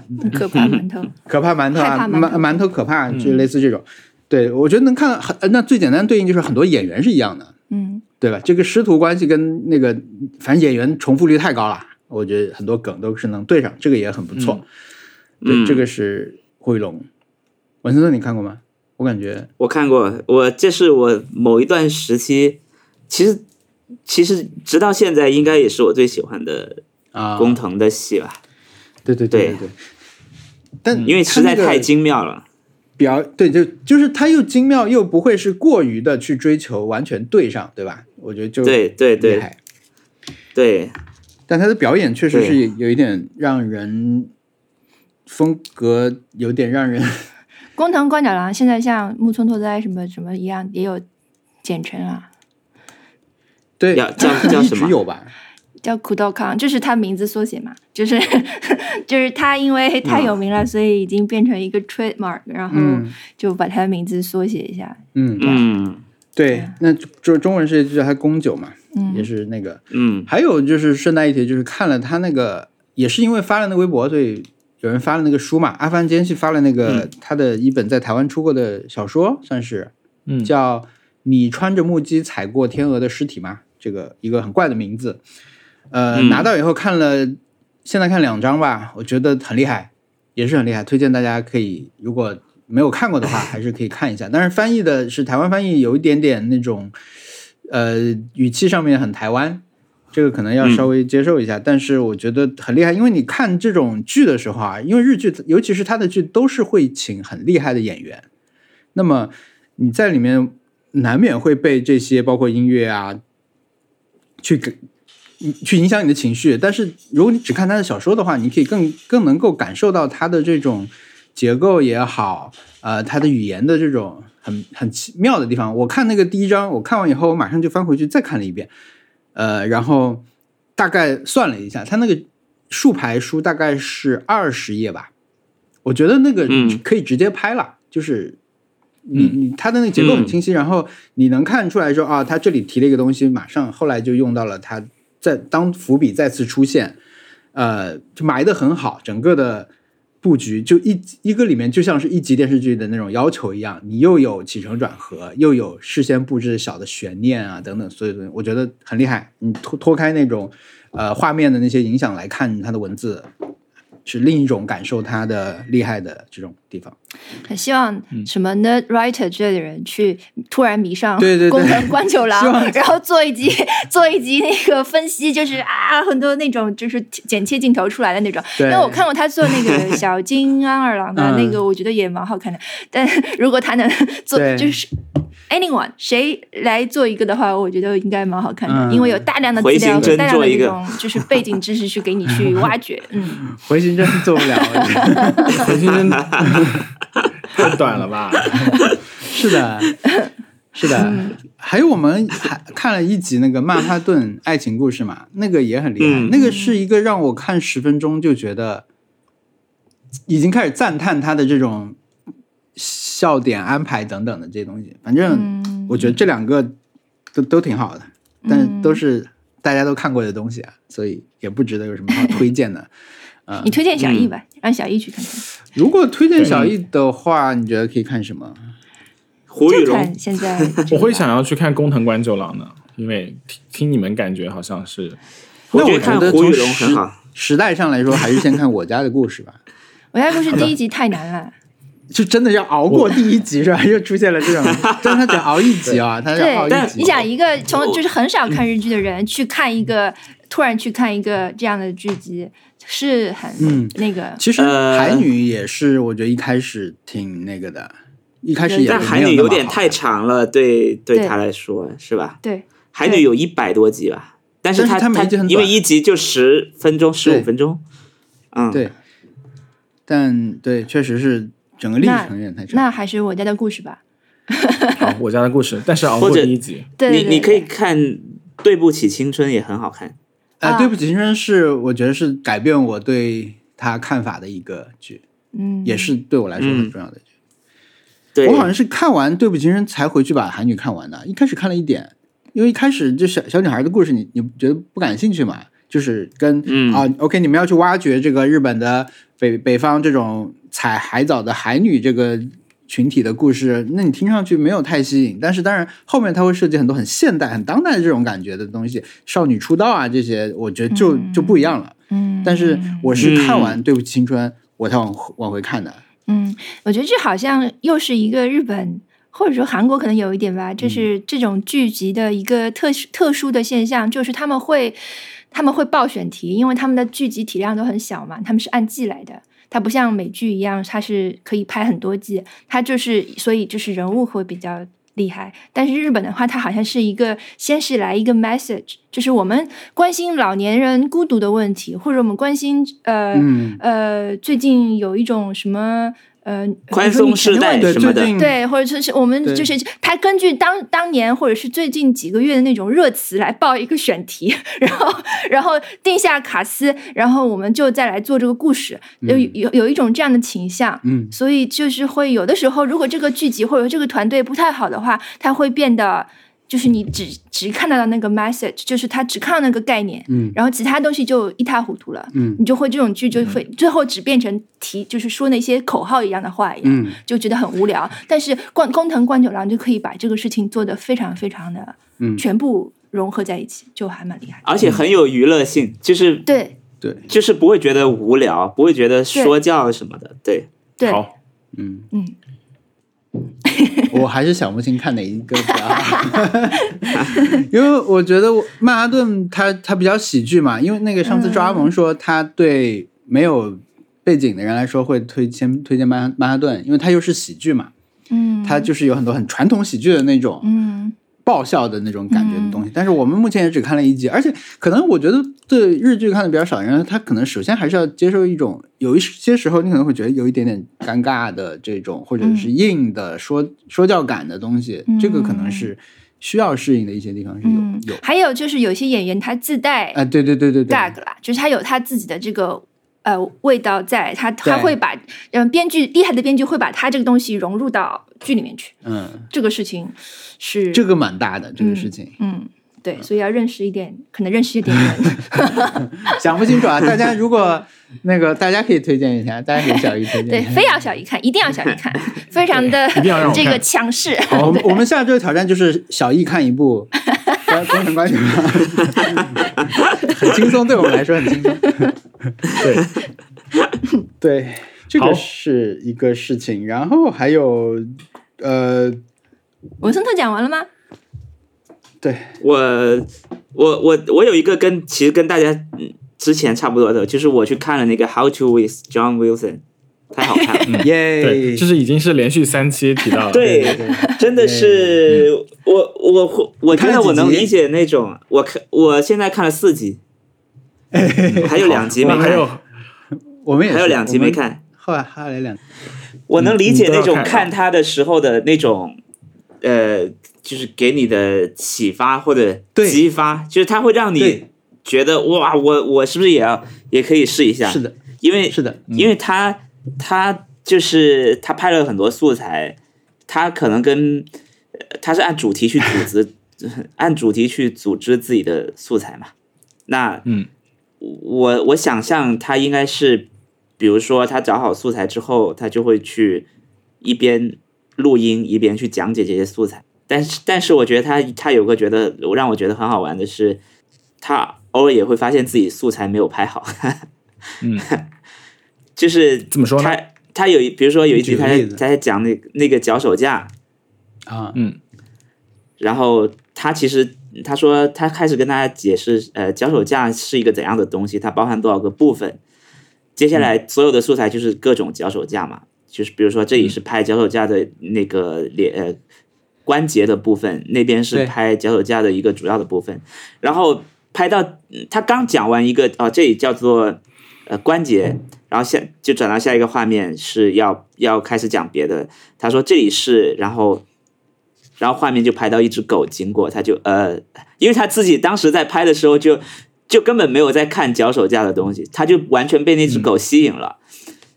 Speaker 4: 嗯可怕馒 头，
Speaker 2: 可怕馒头
Speaker 4: 害
Speaker 2: 啊，
Speaker 4: 怕
Speaker 2: 馒
Speaker 4: 馒头
Speaker 2: 馒头可怕，就类似这种。对我觉得能看到很，呃那最简单的对应就是很多演员是一样的，
Speaker 4: 嗯，
Speaker 2: 对吧？这个师徒关系跟那个反正演员重复率太高了，我觉得很多梗都是能对上，这个也很不错。
Speaker 3: 嗯
Speaker 2: 对，这个是灰龙。文森特，你看过吗？我感觉
Speaker 3: 我看过，我这是我某一段时期，其实其实直到现在应该也是我最喜欢的
Speaker 2: 啊，
Speaker 3: 工藤的戏吧，
Speaker 2: 对对对对对，但
Speaker 3: 嗯因为实在
Speaker 2: 嗯他那个
Speaker 3: 太精妙了。
Speaker 2: 表对，就就是他又精妙又不会是过于的去追求完全对上，对吧？我觉得就
Speaker 3: 对对
Speaker 2: 厉
Speaker 3: 对
Speaker 2: 害，
Speaker 3: 对，
Speaker 2: 但他的表演确实
Speaker 3: 对
Speaker 2: 是有一点让人风格有点让人
Speaker 4: 工藤官九郎现在像木村拓哉什么什么一样，也有简称啊，
Speaker 2: 对
Speaker 3: 要叫
Speaker 2: 他
Speaker 3: 叫
Speaker 2: 一
Speaker 3: 什
Speaker 2: 直
Speaker 3: 么
Speaker 2: 有吧？
Speaker 4: 叫苦豆康，这是他名字缩写嘛，就是 就是他因为太有名了，所以已经变成一个 trademark，然后
Speaker 2: 啊嗯
Speaker 4: 就把他的名字缩写一下，
Speaker 2: 嗯，
Speaker 3: 嗯
Speaker 2: 对，那中中文世界就叫他宫九嘛，也
Speaker 4: 嗯
Speaker 2: 是那个。
Speaker 3: 嗯
Speaker 2: 还有就是顺带一提，就是看了他那个，也是因为发了那个微博，所以有人发了那个书嘛。阿凡间去发了那个、他的一本在台湾出过的小说，算是
Speaker 1: 嗯
Speaker 2: 叫《你穿着木屐踩过天鹅的尸体》嘛，这个一个很怪的名字。呃，
Speaker 3: 嗯
Speaker 2: 拿到以后看了，现在看两章吧，我觉得很厉害，也是很厉害，推荐大家可以如果没有看过的话，还是可以看一下。但是翻译的是台湾翻译，有一点点那种，呃，语气上面很台湾，这个可能要
Speaker 3: 嗯
Speaker 2: 稍微接受一下。但是我觉得很厉害，因为你看这种剧的时候啊，因为日剧，尤其是他的剧，都是会请很厉害的演员，那么你在里面难免会被这些包括音乐啊，去给去影响你的情绪。但是如果你只看他的小说的话，你可以更更能够感受到他的这种结构也好，呃，他的语言的这种很很奇妙的地方。我看那个第一章，我看完以后，我马上就翻回去再看了一遍，呃，然后大概算了一下，他那个竖排书大概是二十页吧，我觉得那个
Speaker 3: 嗯
Speaker 2: 可以直接拍了，就是。你
Speaker 1: 嗯
Speaker 2: 你它的那个结构很清晰，然后你能看出来说啊，他这里提了一个东西，马上后来就用到了它在当伏笔再次出现，呃，就埋得很好，整个的布局就一一个里面就像是一集电视剧的那种要求一样，你又有起承转合，又有事先布置小的悬念啊等等，所以我觉得很厉害。你脱脱开那种呃画面的那些影响来看它的文字，是另一种感受它的厉害的这种地方。
Speaker 4: 很希望
Speaker 2: 嗯
Speaker 4: 什么 nerd writer 之类的人去突然迷上
Speaker 2: 对对对
Speaker 4: 工藤官九
Speaker 2: 希
Speaker 4: 郎
Speaker 2: 望，
Speaker 4: 然后做一集 做一集那个分析，就是啊很多那种就是剪切镜头出来的那种。
Speaker 2: 对，嗯
Speaker 4: 因为我看过他做那个小金安二 郎的那个，我觉得也蛮好看的。但如果他能做，
Speaker 2: 对
Speaker 4: 就是 anyone 谁来做一个的话，我觉得应该蛮好看的，
Speaker 2: 嗯
Speaker 4: 因为有大量的资
Speaker 3: 回
Speaker 4: 料
Speaker 3: 形
Speaker 4: 和
Speaker 3: 针
Speaker 4: 大量
Speaker 3: 做
Speaker 4: 的
Speaker 3: 一
Speaker 4: 这
Speaker 3: 个
Speaker 4: 种就是背景知识去给你去 挖掘。嗯，
Speaker 2: 回形针做不了，啊我觉得
Speaker 1: 回形针 太短了吧？
Speaker 2: 是的，是的。还有我们还看了一集那个《曼哈顿爱情故事》嘛，那个也很厉害，
Speaker 3: 嗯
Speaker 2: 那个是一个让我看十分钟就觉得已经开始赞叹他的这种笑点安排等等的这些东西。反正
Speaker 4: 嗯
Speaker 2: 我觉得这两个都都挺好的，但都是大家都看过的东西啊，所以也不值得有什么好推荐的。嗯
Speaker 4: 你推荐小易吧，让小易去看看。
Speaker 2: 如果推荐小艺的话，你觉得可以看什么？
Speaker 3: 胡玉
Speaker 4: 就
Speaker 3: 龙
Speaker 4: 看现在这个吧，
Speaker 1: 我 会想要去看工藤官九郎的，因为听听你们感觉好像是
Speaker 3: 我
Speaker 2: 那
Speaker 3: 觉
Speaker 2: 我觉
Speaker 3: 得看
Speaker 2: 得
Speaker 3: 胡
Speaker 2: 从
Speaker 3: 宇龙
Speaker 2: 时
Speaker 3: 很好，
Speaker 2: 时代上来说，还是先看我家的故事 吧。
Speaker 4: 我家故事第一集太难了，
Speaker 2: 就真的要熬过第一集是吧？又出现了这 种，但是他得熬一集啊，他要熬一
Speaker 4: 对，但
Speaker 2: 集。
Speaker 4: 你想一个从就是很少看日剧的人去看一个突然去看一个这样的剧集，是很、
Speaker 2: 嗯
Speaker 4: 那个
Speaker 2: 其实
Speaker 3: 呃
Speaker 2: 海女也是，我觉得一开始挺那个的，一开始也
Speaker 3: 但
Speaker 2: 没
Speaker 3: 海
Speaker 2: 那
Speaker 3: 女
Speaker 2: 么
Speaker 3: 有点
Speaker 2: 好
Speaker 3: 太长了，对对
Speaker 4: 对
Speaker 3: 她来说是吧？
Speaker 4: 对
Speaker 3: 海女有一百多集吧，但是
Speaker 2: 但是
Speaker 3: 她
Speaker 2: 她每一集很
Speaker 3: 因为
Speaker 2: 短
Speaker 3: 一集就十分钟十
Speaker 2: 对
Speaker 3: 五分钟，嗯，
Speaker 2: 对，但对，确实是整个历程有点太长。
Speaker 4: 那还是我家的故事吧。
Speaker 1: 好我家的故事，但是熬过
Speaker 3: 或者
Speaker 1: 第一集，
Speaker 4: 对
Speaker 3: 你
Speaker 4: 对对
Speaker 3: 你可以看《对不起青春》也很好看，
Speaker 2: 呃，
Speaker 4: 啊
Speaker 2: 对不起，青春是我觉得是改变我对他看法的一个剧，
Speaker 4: 嗯
Speaker 2: 也是对我来说
Speaker 3: 嗯
Speaker 2: 很重要的剧。
Speaker 3: 对，
Speaker 2: 我好像是看完《对不起，青春》才回去把韩女看完的，一开始看了一点，因为一开始就小小女孩的故事你，你觉得不感兴趣嘛？就是跟
Speaker 3: 嗯
Speaker 2: 啊，OK，你们要去挖掘这个日本的北北方这种采海藻的海女这个群体的故事，那你听上去没有太吸引，但是当然后面它会涉及很多很现代、很当代这种感觉的东西，少女出道啊这些，我觉得就就不一样了。
Speaker 4: 嗯，
Speaker 2: 但是我是看完
Speaker 3: 嗯
Speaker 2: 《对不起青春》，我才往往回看的。
Speaker 4: 嗯，我觉得这好像又是一个日本或者说韩国可能有一点吧，这是这种剧集的一个特殊特殊的现象，就是他们会他们会报选题，因为他们的剧集体量都很小嘛，他们是按季来的。它不像美剧一样，它是可以拍很多季，它就是所以就是人物会比较厉害。但是日本的话，它好像是一个先是来一个 message，就是我们关心老年人孤独的问题，或者我们关心呃、
Speaker 2: 嗯
Speaker 4: 呃最近有一种什么呃
Speaker 3: 宽松世代
Speaker 4: 比
Speaker 2: 对，
Speaker 4: 如说女权的问题
Speaker 3: 什
Speaker 2: 最
Speaker 3: 么的
Speaker 2: 近
Speaker 4: 对，或者就是我们
Speaker 2: 对
Speaker 4: 就是他根据当当年或者是最近几个月的那种热词来报一个选题， 然后然后定下卡司，然后我们就再来做这个故事，有有有一种这样的倾向。
Speaker 2: 嗯，
Speaker 4: 所以就是会有的时候，如果这个剧集或者这个团队不太好的话，它会变得就是你只只看到了那个 message，就是他只看到那个概念，
Speaker 2: 嗯
Speaker 4: 然后其他东西就一塌糊涂了，
Speaker 2: 嗯
Speaker 4: 你就会这种剧就会最后只变成题，就是说那些口号一样的话一样，
Speaker 2: 嗯
Speaker 4: 就觉得很无聊。但是冠工藤官九郎就可以把这个事情做得非常非常的
Speaker 2: 嗯
Speaker 4: 全部融合在一起，就还蛮厉害的。
Speaker 3: 而且很有娱乐性，就是
Speaker 4: 嗯对
Speaker 2: 对，
Speaker 3: 就是不会觉得无聊，不会觉得说教什么的，对，
Speaker 4: 对，
Speaker 1: 好，
Speaker 2: 嗯
Speaker 4: 嗯，
Speaker 2: 我还是想不清看哪一个比较好，因为我觉得我曼哈顿他他比较喜剧嘛，因为那个上次抓萌说他对没有背景的人来说会推荐推荐曼哈曼哈顿，因为他又是喜剧嘛，
Speaker 4: 嗯，
Speaker 2: 他就是有很多很传统喜剧的那种
Speaker 4: 嗯
Speaker 2: 爆笑的那种感觉的东西。但是我们目前也只看了一集，而且可能我觉得对日剧看的比较少，然后他可能首先还是要接受一种，有一些时候你可能会觉得有一点点尴尬的这种，或者是硬的说、说教感的东西，
Speaker 4: 嗯
Speaker 2: 这个可能是需要适应的一些地方是有、
Speaker 4: 嗯
Speaker 2: 有，。
Speaker 4: 还有就是有些演员他自带
Speaker 2: 啊，对对对对对，
Speaker 4: gag 啦，就是他有他自己的这个呃味道在，他他
Speaker 2: 对
Speaker 4: 会把嗯编剧厉害的编剧会把他这个东西融入到剧里面去，
Speaker 2: 嗯，
Speaker 4: 这个事情是
Speaker 2: 这个蛮大的这个事情，
Speaker 4: 嗯。对，所以要认识一点，可能认识一点人。
Speaker 2: 想不清楚啊。大家如果那个，大家可以推荐一下，大家给小姨推荐
Speaker 4: 对，
Speaker 2: 一下。
Speaker 4: 非 要小姨看，一定要小姨看，非常的
Speaker 1: 定要让我
Speaker 4: 这个
Speaker 1: 看
Speaker 4: 强势。
Speaker 3: 哦
Speaker 2: 好，我们我们下周的挑战就是小易看一部《工程 关系》，很轻松，对我们来说很 轻松。
Speaker 1: 对，
Speaker 2: 对，这
Speaker 1: 好
Speaker 2: 个是一个事情，然后还有呃，
Speaker 1: 嗯
Speaker 4: 文森特讲完了吗？
Speaker 2: 对，
Speaker 3: 我我我我有一个跟其实跟大家嗯之前差不多的，就是我去看了那个《How to with John Wilson》，太好看了。
Speaker 2: 耶，
Speaker 1: 对，就是已经是连续三期提到了，
Speaker 3: 对嗯真的是我我我我
Speaker 2: 嗯
Speaker 3: 觉
Speaker 2: 看了
Speaker 3: 得
Speaker 2: 几
Speaker 3: 我能
Speaker 2: 集
Speaker 3: 理解那种，我看我现在看了 四集，还有两集没
Speaker 1: 那
Speaker 2: 哦
Speaker 3: 看，
Speaker 1: 还有
Speaker 2: 我们也是
Speaker 3: 还有两集没，看，
Speaker 2: 我们后来还有两集，
Speaker 3: 我
Speaker 2: 嗯
Speaker 3: 能理解
Speaker 1: 你
Speaker 3: 那
Speaker 1: 都
Speaker 3: 种
Speaker 1: 要看
Speaker 3: 看他的时候的那种，呃，就是给你的启发或者
Speaker 2: 对
Speaker 3: 激发，就是他会让你
Speaker 2: 对，
Speaker 3: 觉得哇，我我是不是也要也可以试一下？
Speaker 2: 是，的，
Speaker 3: 因为
Speaker 2: 是的，嗯
Speaker 3: 因为他他就是他拍了很多素材，他可能跟呃他是按主题去组织， 按主题去组织自己的素材嘛。那
Speaker 1: 嗯，
Speaker 3: 我我想象他应该是，比如说他找好素材之后，他就会去一边录音一边去讲解这些素材，但是但是我觉得他他有个觉得让我觉得很好玩的是，他偶尔也会发现自己素材没有拍好，
Speaker 1: 嗯，
Speaker 3: 就是
Speaker 1: 怎么说呢
Speaker 3: 他他有一比如说有一集
Speaker 2: 举个
Speaker 3: 他在
Speaker 2: 例子
Speaker 3: 他在讲那那个脚手架，
Speaker 2: 啊，
Speaker 3: 然后他其实他说他开始跟大家解释，呃，脚手架是一个怎样的东西，它包含多少个部分。接下来所有的素材就是各种脚手架嘛，就是比如说这里是拍脚手架的那个脸、呃关节的部分，那边是
Speaker 2: 对
Speaker 3: 拍脚手架的一个主要的部分。然后拍到嗯他刚讲完一个哦，这里叫做呃关节，然后下就转到下一个画面是要要开始讲别的。他说这里是，然后然后画面就拍到一只狗经过，他就呃，因为他自己当时在拍的时候就就根本没有在看脚手架的东西，他就完全被那只狗吸引了，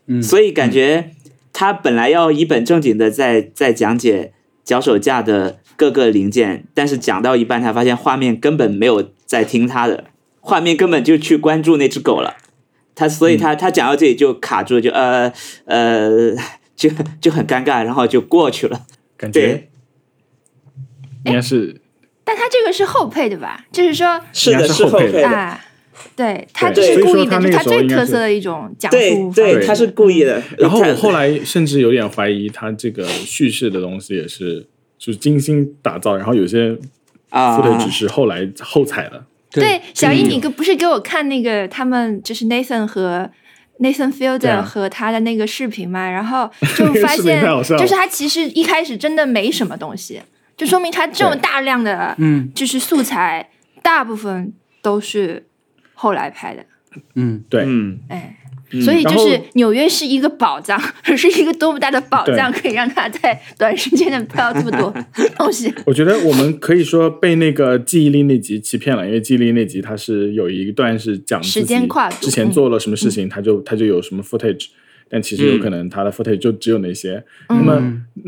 Speaker 2: 嗯，
Speaker 3: 所以感觉他本来要一本正经的在在讲解脚手架的各个零件，但是讲到一半，他发现画面根本没有在听他的，画面根本就去关注那只狗了。他所以
Speaker 1: 嗯
Speaker 3: 他他讲到这里就卡住，就呃呃，就就很尴尬，然后就过去了。
Speaker 1: 感觉
Speaker 3: 对哎
Speaker 1: 应该是
Speaker 4: 但他这个是后配的吧？就是说
Speaker 3: 是的，
Speaker 1: 应该是
Speaker 3: 是
Speaker 1: 后
Speaker 3: 后
Speaker 1: 配的
Speaker 3: 配的。
Speaker 4: 啊，对，他
Speaker 1: 对
Speaker 4: 这是
Speaker 1: 所以
Speaker 4: 故
Speaker 1: 说
Speaker 4: 意的，
Speaker 1: 他
Speaker 4: 这
Speaker 1: 那
Speaker 4: 是
Speaker 1: 个
Speaker 4: 他
Speaker 1: 时候
Speaker 4: 最
Speaker 1: 应该
Speaker 4: 特
Speaker 1: 是
Speaker 4: 色的一种讲
Speaker 3: 对
Speaker 4: 述方
Speaker 3: 对，
Speaker 4: 式
Speaker 3: 他是故意的。
Speaker 1: 嗯然后
Speaker 3: 他
Speaker 1: 我后来甚至有点怀疑他这个叙事的东西也是就是精心打造，然后有些
Speaker 3: 啊
Speaker 1: footage 是后来后采的。
Speaker 4: 对，小英，你不是给我看那个他们就是 Nathan 和 Nathan
Speaker 1: 对
Speaker 4: Fielder
Speaker 1: 啊
Speaker 4: 和他的那个视频嘛？然 后就
Speaker 1: 那个
Speaker 4: 发
Speaker 1: 视频
Speaker 4: 现
Speaker 1: 太好笑，了
Speaker 4: 就是他其实一开始真的没什么东西，就说明他这么
Speaker 1: 对
Speaker 4: 大量的
Speaker 2: 嗯
Speaker 4: 就是素材，大部分都是后来拍的。
Speaker 2: 嗯，
Speaker 1: 对，
Speaker 3: 嗯，
Speaker 4: 哎，
Speaker 3: 嗯
Speaker 4: 所以
Speaker 1: 然
Speaker 4: 就
Speaker 1: 后
Speaker 4: 是纽约是一个宝藏， 是一个多么大的宝藏，可以让他在短时间内拍到这么 多东西。
Speaker 1: 我觉得我们可以说被那个记忆力那集欺骗了，因为记忆力那集它是有一段是讲自己
Speaker 4: 时间跨度嗯
Speaker 1: 之前做了什么事情，它就它就有什么 footage，但其实有
Speaker 3: 嗯
Speaker 1: 可能它的 footage 就只有那些。那
Speaker 4: 嗯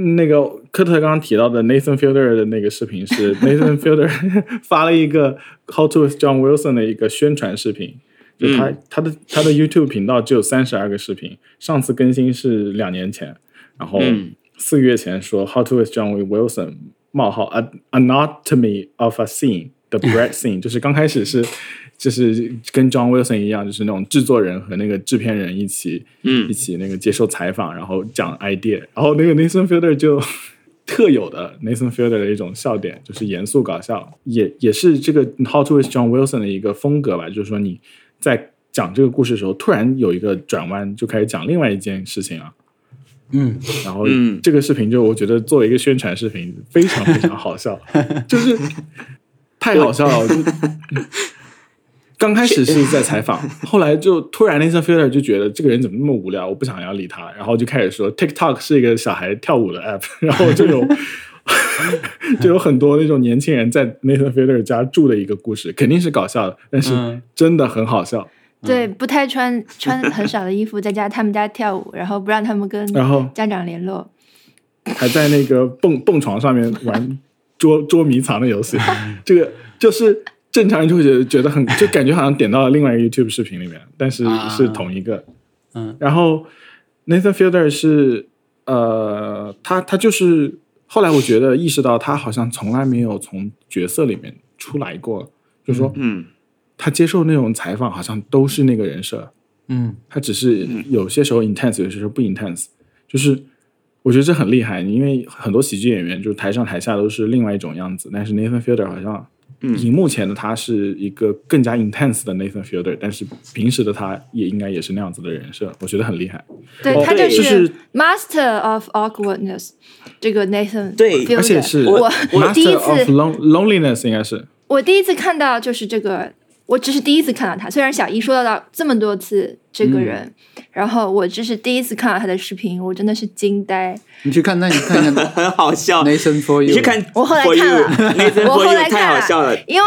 Speaker 1: 么那个科特刚刚提到的 Nathan Fielder 的那个视频是 Nathan Fielder 发了一个 How to with John Wilson 的一个宣传视频。就他、他的他的 YouTube 频道只有三十二个视频，上次更新是两年前，然后
Speaker 3: 嗯
Speaker 1: 四个月前说 How to with John Wilson 冒号 An- Anatomy of a Scene the Bread Scene，就是刚开始是就是跟 John Wilson 一样，就是那种制作人和那个制片人一起
Speaker 3: 嗯
Speaker 1: 一起那个接受采访，然后讲 idea，然后那个 Nathan Fielder 就 特有的 Nathan Fielder 的一种笑点，就是严肃搞笑，也也是这个 How to with John Wilson 的一个风格吧，就是说你在讲这个故事的时候，突然有一个转弯，就开始讲另外一件事情啊。
Speaker 2: 嗯，
Speaker 1: 然后
Speaker 3: 嗯
Speaker 1: 这个视频就我觉得作为一个宣传视频，非常非常好笑，就是太好笑了。我就刚开始是在采访，后来就突然 Nathan Fielder 就觉得这个人怎么那么无聊，我不想要理他，然后就开始说 TikTok 是一个小孩跳舞的 app，然后就有 就有很多那种年轻人在 Nathan Fielder 家住的一个故事，肯定是搞笑的，但是
Speaker 2: 嗯
Speaker 1: 真的很好笑。
Speaker 4: 对，不太穿穿很少的衣服，在家他们家跳舞，然后不让他们跟
Speaker 1: 然后
Speaker 4: 家长联络。
Speaker 1: 还在那个蹦蹦床上面 玩捉捉迷藏的游戏，这个就是正常人就会觉得觉得很，就感觉好像点到了另外一个 YouTube 视频里面，但是
Speaker 2: 啊
Speaker 1: 是同一个。
Speaker 2: 嗯，
Speaker 1: 然后 Nathan Fielder 是呃，他他就是后来我觉得意识到他好像从来没有从角色里面出来过，就是说
Speaker 3: 嗯
Speaker 1: 他接受那种采访好像都是那个人设，
Speaker 2: 嗯，
Speaker 1: 它只是有些时候 intense，有些时候不 intense，就是我觉得这很厉害，因为很多喜剧演员就是台上台下都是另外一种样子，但是 Nathan Fielder 好像，
Speaker 3: 嗯
Speaker 1: 荧幕前的他是一个更加 intense 的 Nathan Fielder，但是平时的他也应该也是那样子的人设，我觉得很厉害。
Speaker 4: 对、
Speaker 1: 哦
Speaker 4: 他就
Speaker 3: 对
Speaker 1: 就是是
Speaker 4: Master of Awkwardness，这个 Nathan
Speaker 3: 对
Speaker 4: Fielder
Speaker 1: 而且是
Speaker 4: 我我第一
Speaker 1: Master of
Speaker 4: 次
Speaker 1: Lon Loneliness 应该是
Speaker 4: 我第一次看到就是这个，我只是第一次看到他。虽然小姨说到到这么多次这
Speaker 1: 嗯
Speaker 4: 个人，然后我这是第一次看到他的视频，我真的是惊呆。
Speaker 2: 你去看，那你看一 看
Speaker 3: 很好笑。
Speaker 2: Nathan for
Speaker 3: 你
Speaker 2: You，
Speaker 3: 去看，
Speaker 4: 我后来看了
Speaker 3: Nathan
Speaker 4: 我
Speaker 3: for
Speaker 4: 后来
Speaker 3: You 太
Speaker 4: 看
Speaker 3: 好笑
Speaker 4: 了
Speaker 3: 了。，
Speaker 4: 因为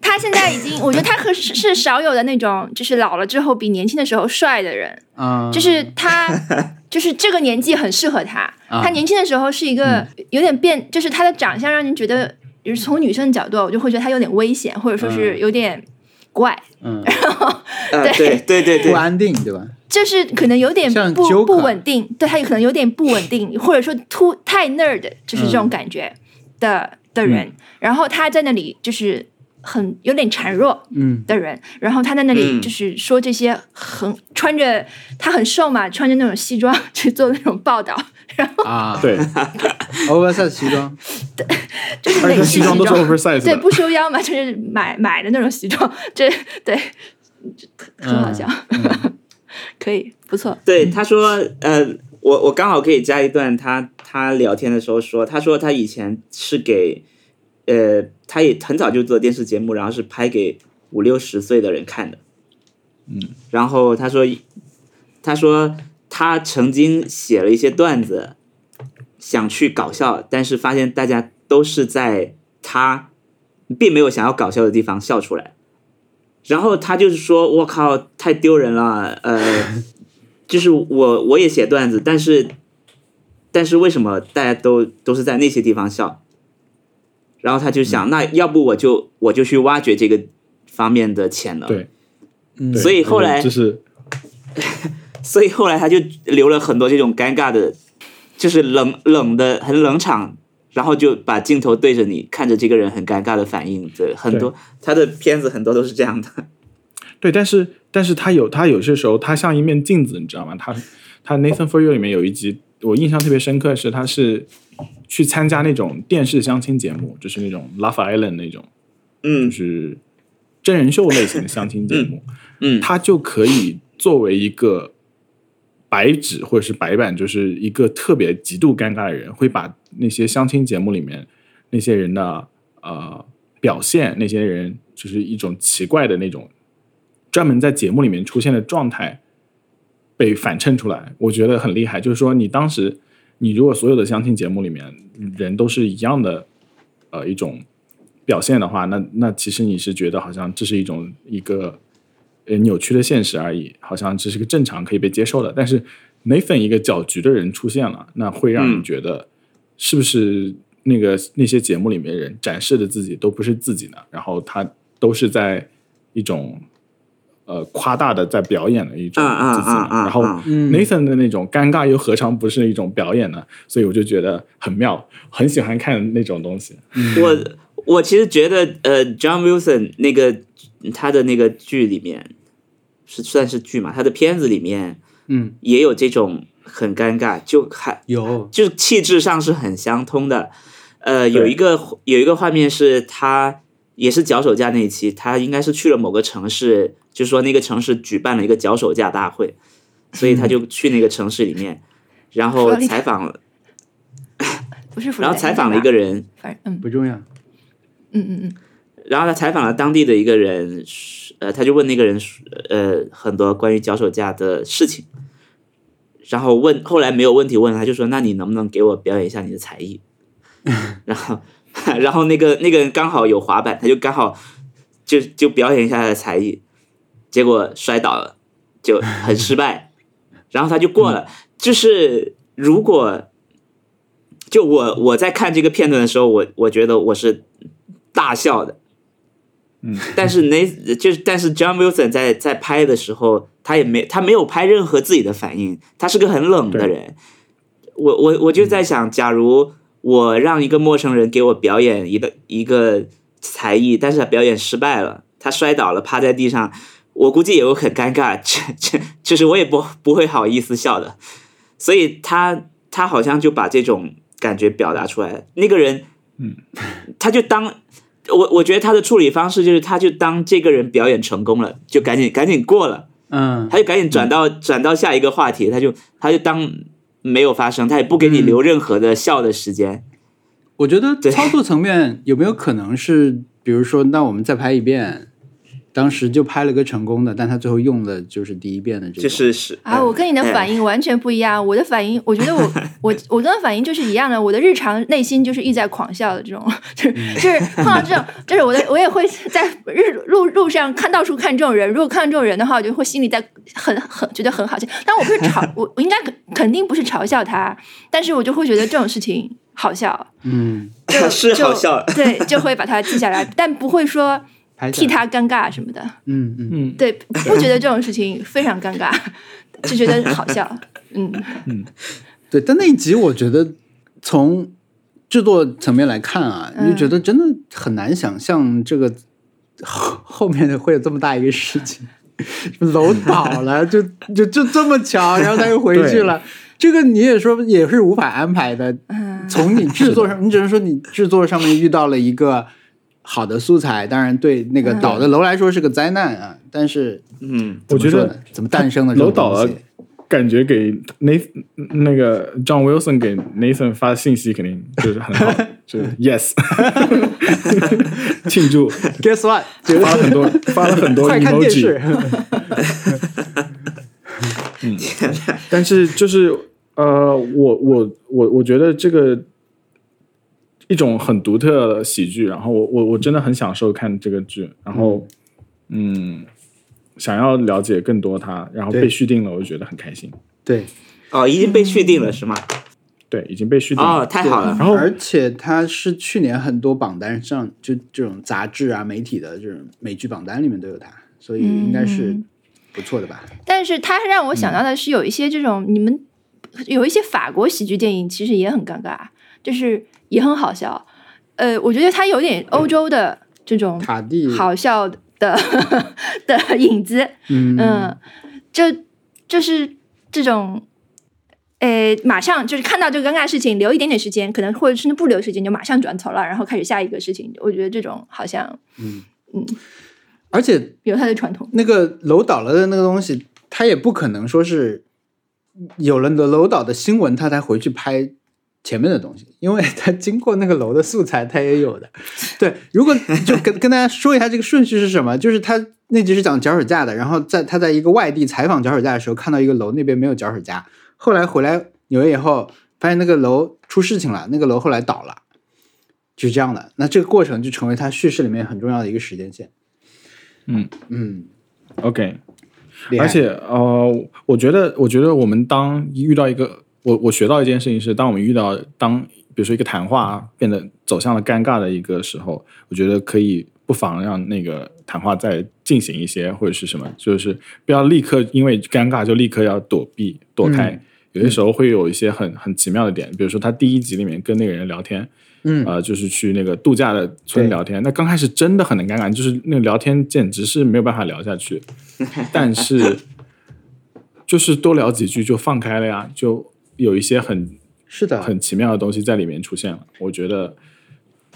Speaker 4: 他现在已经，我觉得他和是是少有的那种，就是老了之后比年轻的时候帅的人。
Speaker 2: 啊，
Speaker 4: 就是他，就是这个年纪很适合他。
Speaker 2: 啊嗯
Speaker 4: 他年轻的时候是一个有点变，就是他的长相让人觉得，就是从女生的角度，我就会觉得他有点危险，或者说是有点怪，
Speaker 2: 嗯，
Speaker 3: 呃，对对
Speaker 4: 对
Speaker 3: 对
Speaker 2: 不
Speaker 3: 对，
Speaker 2: 安定，对吧？
Speaker 4: 就是可能有点
Speaker 2: 像
Speaker 4: 不
Speaker 2: Joker 嗯
Speaker 4: 不稳定，对他有可能有点不稳定，或者说突太 nerd，就是这种感觉。的的人，然后他在那里就是很有点孱弱
Speaker 2: 嗯
Speaker 4: 的人，然后他在那里
Speaker 3: 嗯
Speaker 4: 就是说这些很穿着他很瘦嘛，穿着那种西装去做那种报道，
Speaker 2: 啊，
Speaker 1: 对，
Speaker 2: ，oversize 西装，
Speaker 4: 就是
Speaker 1: 而
Speaker 4: 类
Speaker 1: 且
Speaker 4: 似
Speaker 1: 西装都是 oversize
Speaker 4: 对
Speaker 1: 的，
Speaker 4: 不收腰嘛，就是买买的那种西装， 这对很
Speaker 2: 嗯
Speaker 4: 好笑，
Speaker 3: 嗯
Speaker 4: 可以不错，
Speaker 3: 对，他说，呃，我我刚好可以加一段他他聊天的时候说，他说他以前是给，呃，他也很早就做电视节目，然后是拍给五六十岁的人看的，嗯，然后他说，他说他曾经写了一些段子，想去搞笑，但是发现大家都是在他并没有想要搞笑的地方笑出来。然后他就是说：“我靠，太丢人了，呃，就是我我也写段子，但是但是为什么大家都都是在那些地方笑？然后他就想，那要不我就我就去挖掘这个方面的潜能。
Speaker 1: 对，
Speaker 2: 嗯
Speaker 1: 对
Speaker 3: 所以后来
Speaker 1: 就是
Speaker 3: 所以后来他就留了很多这种尴尬的，就是冷冷的很冷场，然后就把镜头对着你，看着这个人很尴尬的反应。对，很多他的片子很多都是这样的。
Speaker 1: 对，但是但是他有他有些时候他像一面镜子，你知道吗？他
Speaker 3: 哦
Speaker 1: 他 Nathan for You 里面有一集我印象特别深刻是他是去参加那种电视相亲节目，就是那种 Love Island 那种，就
Speaker 3: 嗯
Speaker 1: 是真人秀类型的相亲节目，
Speaker 3: 嗯
Speaker 1: 他就可以作为一个白纸或者是白板，就是一个特别极度尴尬的人，会把那些相亲节目里面那些人的呃表现，那些人就是一种奇怪的那种专门在节目里面出现的状态被反衬出来，我觉得很厉害。就是说，你当时你如果所有的相亲节目里面人都是一样的，呃，一种表现的话，那那其实你是觉得好像这是一种一个呃扭曲的现实而已，好像这是个正常可以被接受的。但是 Nathan 一个搅局的人出现了，那会让你
Speaker 3: 嗯
Speaker 1: 觉得是不是那个那些节目里面人展示的自己都不是自己呢？然后他都是在一种呃夸大的在表演的一种
Speaker 3: 啊啊
Speaker 1: 自己呢，
Speaker 3: 啊啊！
Speaker 1: 然后。
Speaker 3: 啊
Speaker 2: 嗯
Speaker 1: Nathan 的那种尴尬又何尝不是一种表演呢？所以我就觉得很妙，很喜欢看那种东西。
Speaker 3: 我我其实觉得，呃，John Wilson 那个他的那个剧里面是算是剧嘛，他的片子里面
Speaker 2: 嗯，
Speaker 3: 也有这种很尴尬，就还
Speaker 2: 有，
Speaker 3: 就气质上是很相通的。呃，有
Speaker 1: 对
Speaker 3: 一个有一个画面是他也是脚手架那一期，他应该是去了某个城市，就说那个城市举办了一个脚手架大会，所以他就去那个城市里面，然后
Speaker 4: 佛罗里达
Speaker 3: 采访了，
Speaker 4: 不是弗
Speaker 3: 然后
Speaker 4: 莱
Speaker 3: 采
Speaker 4: 恩
Speaker 3: 访了一
Speaker 4: 吧
Speaker 3: 个，人，
Speaker 4: 反正嗯
Speaker 2: 不重要，
Speaker 4: 嗯嗯嗯，
Speaker 3: 然后他采访了当地的一个人，呃，他就问那个人，呃，很多关于脚手架的事情，然后问，后来没有问题问，他就说，那你能不能给我表演一下你的才艺？ 然后，然后那个那个人刚好有滑板，他就刚好就就表演一下他的才艺，结果摔倒了，就很失败， 然后他就过了。就是如果就我我在看这个片段的时候，我我觉得我是大笑的，
Speaker 1: 嗯，
Speaker 3: 但是那就是但是 John Wilson 在在拍的时候，他也没他没有拍任何自己的反应，他是个很冷的人。我我我就在想，假如我让一个陌生人给我表演一个一个才艺，但是他表演失败了，他摔倒了，趴在地上，我估计也会很尴尬， 这这就是我也不不会好意思笑的。所以他他好像就把这种感觉表达出来了。那个人，
Speaker 1: 嗯，
Speaker 3: 他就当我我觉得他的处理方式就是，他就当这个人表演成功了，就赶紧赶紧过了，
Speaker 2: 嗯
Speaker 3: 他就赶紧转到、转到下一个话题，他就他就当没有发生，他也不给你留任何的笑的时间。
Speaker 2: 我觉得
Speaker 3: 对
Speaker 2: 操作层面有没有可能是，比如说，那我们再拍一遍，当时就拍了个成功的，但他最后用的就是第一遍的这种，
Speaker 3: 就是是
Speaker 4: 啊，我跟你的反
Speaker 3: 应，
Speaker 4: 应完全不一样，我的反应，我觉得我我我跟他反应就是一样的，我的日常内心就是一直在狂笑的这种， 就是就是碰到这种，就是我的我也会在日路路上看到处看这种人，如果看到这种人的话，我就会心里在很很觉得很好笑，但我不是嘲，我我应该肯肯定不是嘲笑他，但是我就会觉得这种事情好笑，
Speaker 2: 嗯，
Speaker 4: 就
Speaker 3: 哎是
Speaker 4: 就
Speaker 3: 好笑
Speaker 4: 对，就会把它记下来，但不会说
Speaker 2: 拍下
Speaker 4: 替
Speaker 2: 来，
Speaker 4: 他尴尬什么的。
Speaker 2: 嗯嗯，
Speaker 1: 嗯，
Speaker 4: 对，不觉得这种事情非常尴尬， 就觉得好笑。嗯，
Speaker 2: 对。但那一集我觉得从制作层面来看啊，你就觉得真的很难想象这个 后后面会有这么大一个事情， 楼倒了，就就就这么巧，然后他又回去了。这个你也说也是无法安排的，
Speaker 4: 嗯，
Speaker 2: 从你 制作上，你只能说你制作上面遇到了一个好的素材，当然对那个倒的楼来说是个灾难啊，但是
Speaker 3: 嗯，
Speaker 1: 我觉
Speaker 2: 怎么说
Speaker 1: 得
Speaker 2: 呢怎么诞生的这
Speaker 1: 楼
Speaker 2: 种
Speaker 1: 倒
Speaker 2: 东
Speaker 1: 了
Speaker 2: 西，，
Speaker 1: 感觉给 Nathan 那个 John Wilson 给 Nathan 发信息，肯定就是很好，就是 Yes，庆祝，
Speaker 2: Guess what？
Speaker 1: 发了很 多发了很多
Speaker 2: 快看电
Speaker 1: emoji，
Speaker 2: 视，
Speaker 1: 但是就是呃，我我我我觉得这个一种很独特的喜剧，然后我我我真的很享受看这个剧，然后嗯，想要了解更多它，然后
Speaker 2: 对
Speaker 1: 被续订了，我就觉得很开心。
Speaker 2: 对，
Speaker 3: 哦，已经被续订了是吗？
Speaker 1: 对，已经被续订了。
Speaker 2: 啊
Speaker 3: 哦，太好了，
Speaker 1: 然后
Speaker 2: 而且它是去年很多榜单上，就这种杂志啊、媒体的这种美剧榜单里面都有它，所以应该是
Speaker 4: 嗯
Speaker 2: 不错的吧？
Speaker 4: 但是它让我想到的是，有一些这种、你们有一些法国喜剧电影，其实也很尴尬，就是也很好笑。呃，我觉得它有点欧洲的这种
Speaker 2: 卡地，
Speaker 4: 好笑的的 影子，
Speaker 2: 嗯
Speaker 4: 嗯，就就是这种。呃，马上就是看到这个尴尬事情，留一点点时间，可能或者甚至不留时间，就马上转头了，然后开始下一个事情。我觉得这种好像
Speaker 2: 而且
Speaker 4: 有它的传统。
Speaker 2: 那个楼倒了的那个东西，它也不可能说是有了楼倒的新闻，他才回去拍前面的东西，因为他经过那个楼的素材，他也有的。对，如果就跟跟大家说一下这个顺序是什么，就是他那集是讲脚手架的，然后在他在一个外地采访脚手架的时候，看到一个楼那边没有脚手架，后来回来纽约以后，发现那个楼出事情了，那个楼后来倒了。就是这样的，那这个过程就成为他叙事里面很重要的一个时间线。
Speaker 1: 嗯
Speaker 2: 嗯，
Speaker 1: OK，
Speaker 2: 厉害
Speaker 1: 而且呃，我觉得，我觉得我们当遇到一个，我我学到一件事情是，当我们遇到当比如说一个谈话啊变得走向了尴尬的一个时候，我觉得可以不妨让那个谈话再进行一些或者是什么，就是不要立刻因为尴尬就立刻要躲避躲开。
Speaker 2: 嗯
Speaker 1: 有些时候会有一些很很奇妙的点，比如说他第一集里面跟那个人聊天，
Speaker 2: 嗯
Speaker 1: 呃，就是去那个度假的村
Speaker 2: 对
Speaker 1: 聊天。那刚开始真的很难尴尬，就是那个聊天简直是没有办法聊下 去。但是就是多聊几句就放开了呀，就有一些很
Speaker 2: 是的，
Speaker 1: 很奇妙的东西在里面出现了，我觉得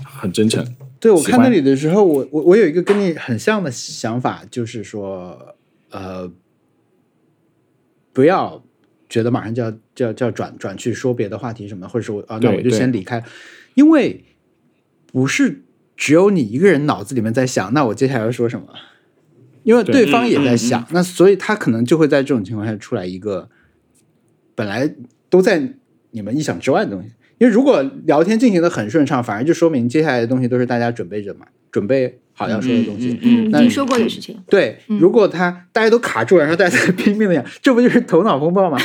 Speaker 1: 很真诚。
Speaker 2: 对我
Speaker 1: 喜
Speaker 2: 看那
Speaker 1: 欢
Speaker 2: 里的时候，我我我有一个跟你很像的想法，就是说，呃，不要觉得马上就要就要就要转转去说别的话题什么的，或者说我啊，那
Speaker 1: 对
Speaker 2: 我就
Speaker 1: 对
Speaker 2: 先离开，因为不是只有你一个人脑子里面在想，那我接下来要说什么，因为
Speaker 1: 对
Speaker 2: 对方也
Speaker 3: 嗯
Speaker 2: 在
Speaker 3: 嗯
Speaker 2: 想，那所以他可能就会在这种情况下出来一个本来都在你们意想之外的东西。因为如果聊天进行的很顺畅，反而就说明接下来的东西都是大家准备着嘛，准备好要说的东西。
Speaker 4: 嗯，
Speaker 2: 那
Speaker 4: 你说过的事情，
Speaker 2: 对，如果他大家都卡住了，然后大家在拼命的想，这不就是头脑风暴吗？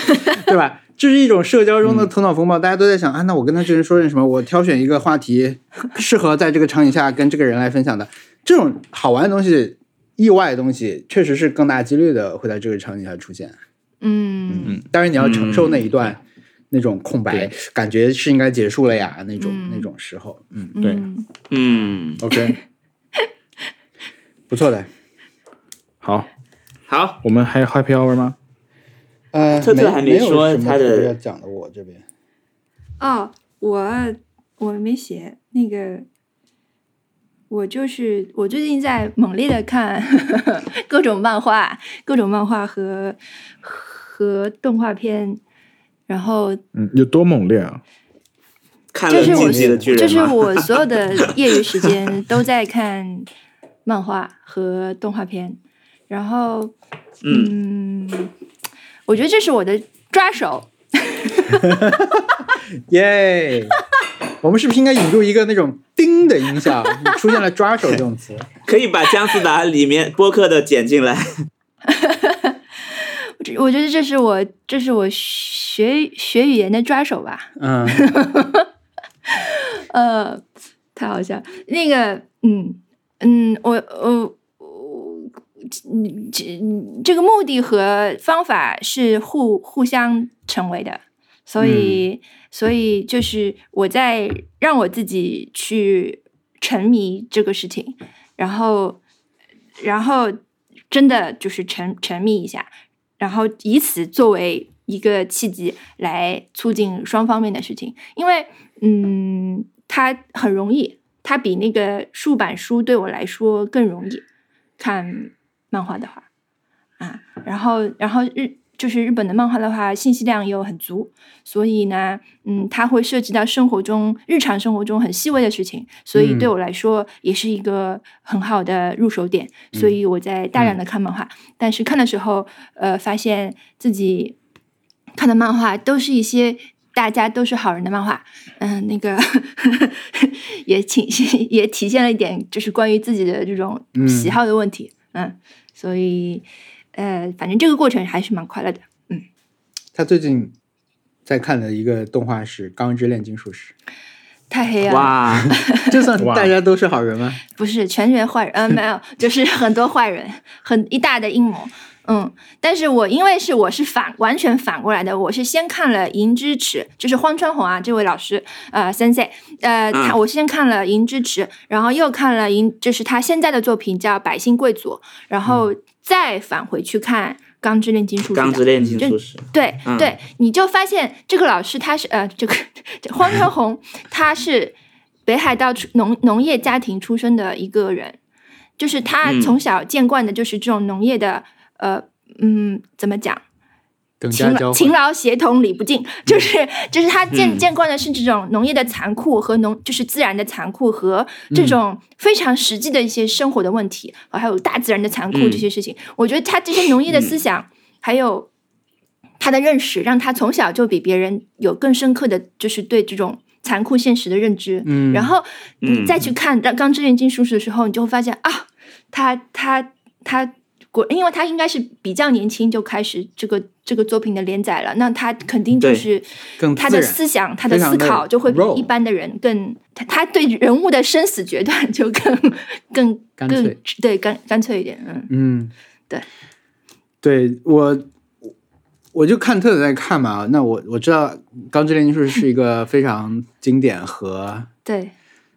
Speaker 2: 对吧？ 这是一种社交中的头脑风暴，大家都在想啊，那我跟他这人说点什么？我挑选一个话题，适合在这个场景下跟这个人来分享的。这种好玩的东西、意外的东西，确实是更大几率的会在这个场景下出现。
Speaker 4: 嗯
Speaker 2: 当然，你要承受那一段、那种空白，感觉是应该结束了呀，那种、那种时候，嗯，
Speaker 1: 对
Speaker 4: 嗯
Speaker 3: 嗯，
Speaker 1: OK，
Speaker 2: 不错的。
Speaker 1: 好，
Speaker 3: 好，
Speaker 1: 我们还有 Happy Hour 吗？
Speaker 2: 呃，
Speaker 3: 特特还
Speaker 2: 没
Speaker 3: 没说
Speaker 2: 有什么
Speaker 3: 他的
Speaker 2: 特别要讲的，我这边
Speaker 4: 哦，我我没写那个，我就是我最近在猛烈的看 各种漫画、各种漫画和和动画片，然后
Speaker 1: 嗯，有多猛烈啊？
Speaker 3: 看
Speaker 4: 就
Speaker 3: 了
Speaker 4: 是我
Speaker 3: 进击的巨
Speaker 4: 就
Speaker 3: 人
Speaker 4: 是
Speaker 3: 吗？
Speaker 4: 我所有的业余时间都在看漫画和动画片，然后
Speaker 3: 嗯，
Speaker 4: 嗯，我觉得这是我的抓手，
Speaker 2: 耶。 我们是不是应该引入一个那种“叮”的音效？ 出现了“抓手”这种词，
Speaker 3: 可以把姜思达里面播客的剪进来。
Speaker 4: 我这我觉得这是我这是我学学语言的抓手吧。
Speaker 2: 嗯，
Speaker 4: 呃，太好笑了。那个，嗯嗯，我我我，嗯这这个目的和方法是互互相成为的，所以，所以就是我在让我自己去沉迷这个事情，然后，然后真的就是沉沉迷一下，然后以此作为一个契机来促进双方面的事情，因为，嗯，它很容易，它比那个竖版书对我来说更容易看漫画的话。啊，然后然后日就是日本的漫画的话，信息量又很足，所以呢，嗯，它会涉及到生活中日常生活中很细微的事情，所以对我来说也是一个很好的入手点。所以我在大量的看漫画，但是看的时候，呃，发现自己看的漫画都是一些。大家都是好人的漫画，嗯、那个 也体 也体现了一点，就是关于自己的这种喜好的问题，嗯，所以呃，反正这个过程还是蛮快乐的。
Speaker 2: 他最近在看的一个动画是《钢之炼金术师
Speaker 4: 太黑啊暗了，
Speaker 3: 哇，》，
Speaker 2: 这算
Speaker 1: 哇
Speaker 2: 大家都是好人吗？
Speaker 4: 不是全员坏人，嗯、没有，就是很多坏人， 很一大的阴谋。嗯，但是我因为是我是反完全反过来的，我是先看了《银之匙》，就是荒川弘啊这位老师，呃，sensei，呃，他
Speaker 3: 嗯
Speaker 4: 我先看了《银之匙》，然后又看了银，就是他现在的作品叫《百姓贵族》，然后再返回去看《钢之炼金术师》的。
Speaker 3: 钢之炼金术师，
Speaker 4: 对、
Speaker 3: 嗯
Speaker 4: 对，你就发现这个老师他是呃，这个这荒川弘他是北海道出农农业家庭出身的一个人，就是他
Speaker 3: 嗯
Speaker 4: 从小见惯的就是这种农业的、呃嗯怎么讲
Speaker 2: 等
Speaker 4: 勤
Speaker 2: 价交
Speaker 4: 劳
Speaker 2: 换
Speaker 4: 勤。劳协同理不尽，就是就是他见
Speaker 3: 嗯
Speaker 4: 见惯的是这种农业的残酷和农就是自然的残酷和这种非常实际的一些生活的问题，还有大自然的残酷
Speaker 3: 嗯
Speaker 4: 这些事情。我觉得他这些农业的思想还有他的认识，让他从小就比别人有更深刻的就是对这种残酷现实的认知。
Speaker 2: 嗯，
Speaker 4: 然后你
Speaker 3: 嗯
Speaker 4: 再去看《让钢之炼金术士》的时候，你就会发现啊，他他他果，因为他应该是比较年轻就开始这个这个作品的连载了，那他肯定就
Speaker 3: 对
Speaker 4: 是
Speaker 2: 更
Speaker 4: 他
Speaker 2: 自
Speaker 4: 的
Speaker 2: 然
Speaker 4: 思想、他的
Speaker 2: 非常
Speaker 4: 思
Speaker 2: 地
Speaker 4: 考就会比
Speaker 2: raw
Speaker 4: 一般的人更，他他对人物的生死决断就更 更
Speaker 2: 干
Speaker 4: 更
Speaker 2: 脆
Speaker 4: 对干干脆一点，嗯
Speaker 2: 嗯，
Speaker 4: 对，
Speaker 2: 对我，我就看特的在看嘛。那我我知道《钢之炼金术师》是一个非常经典和
Speaker 4: 对，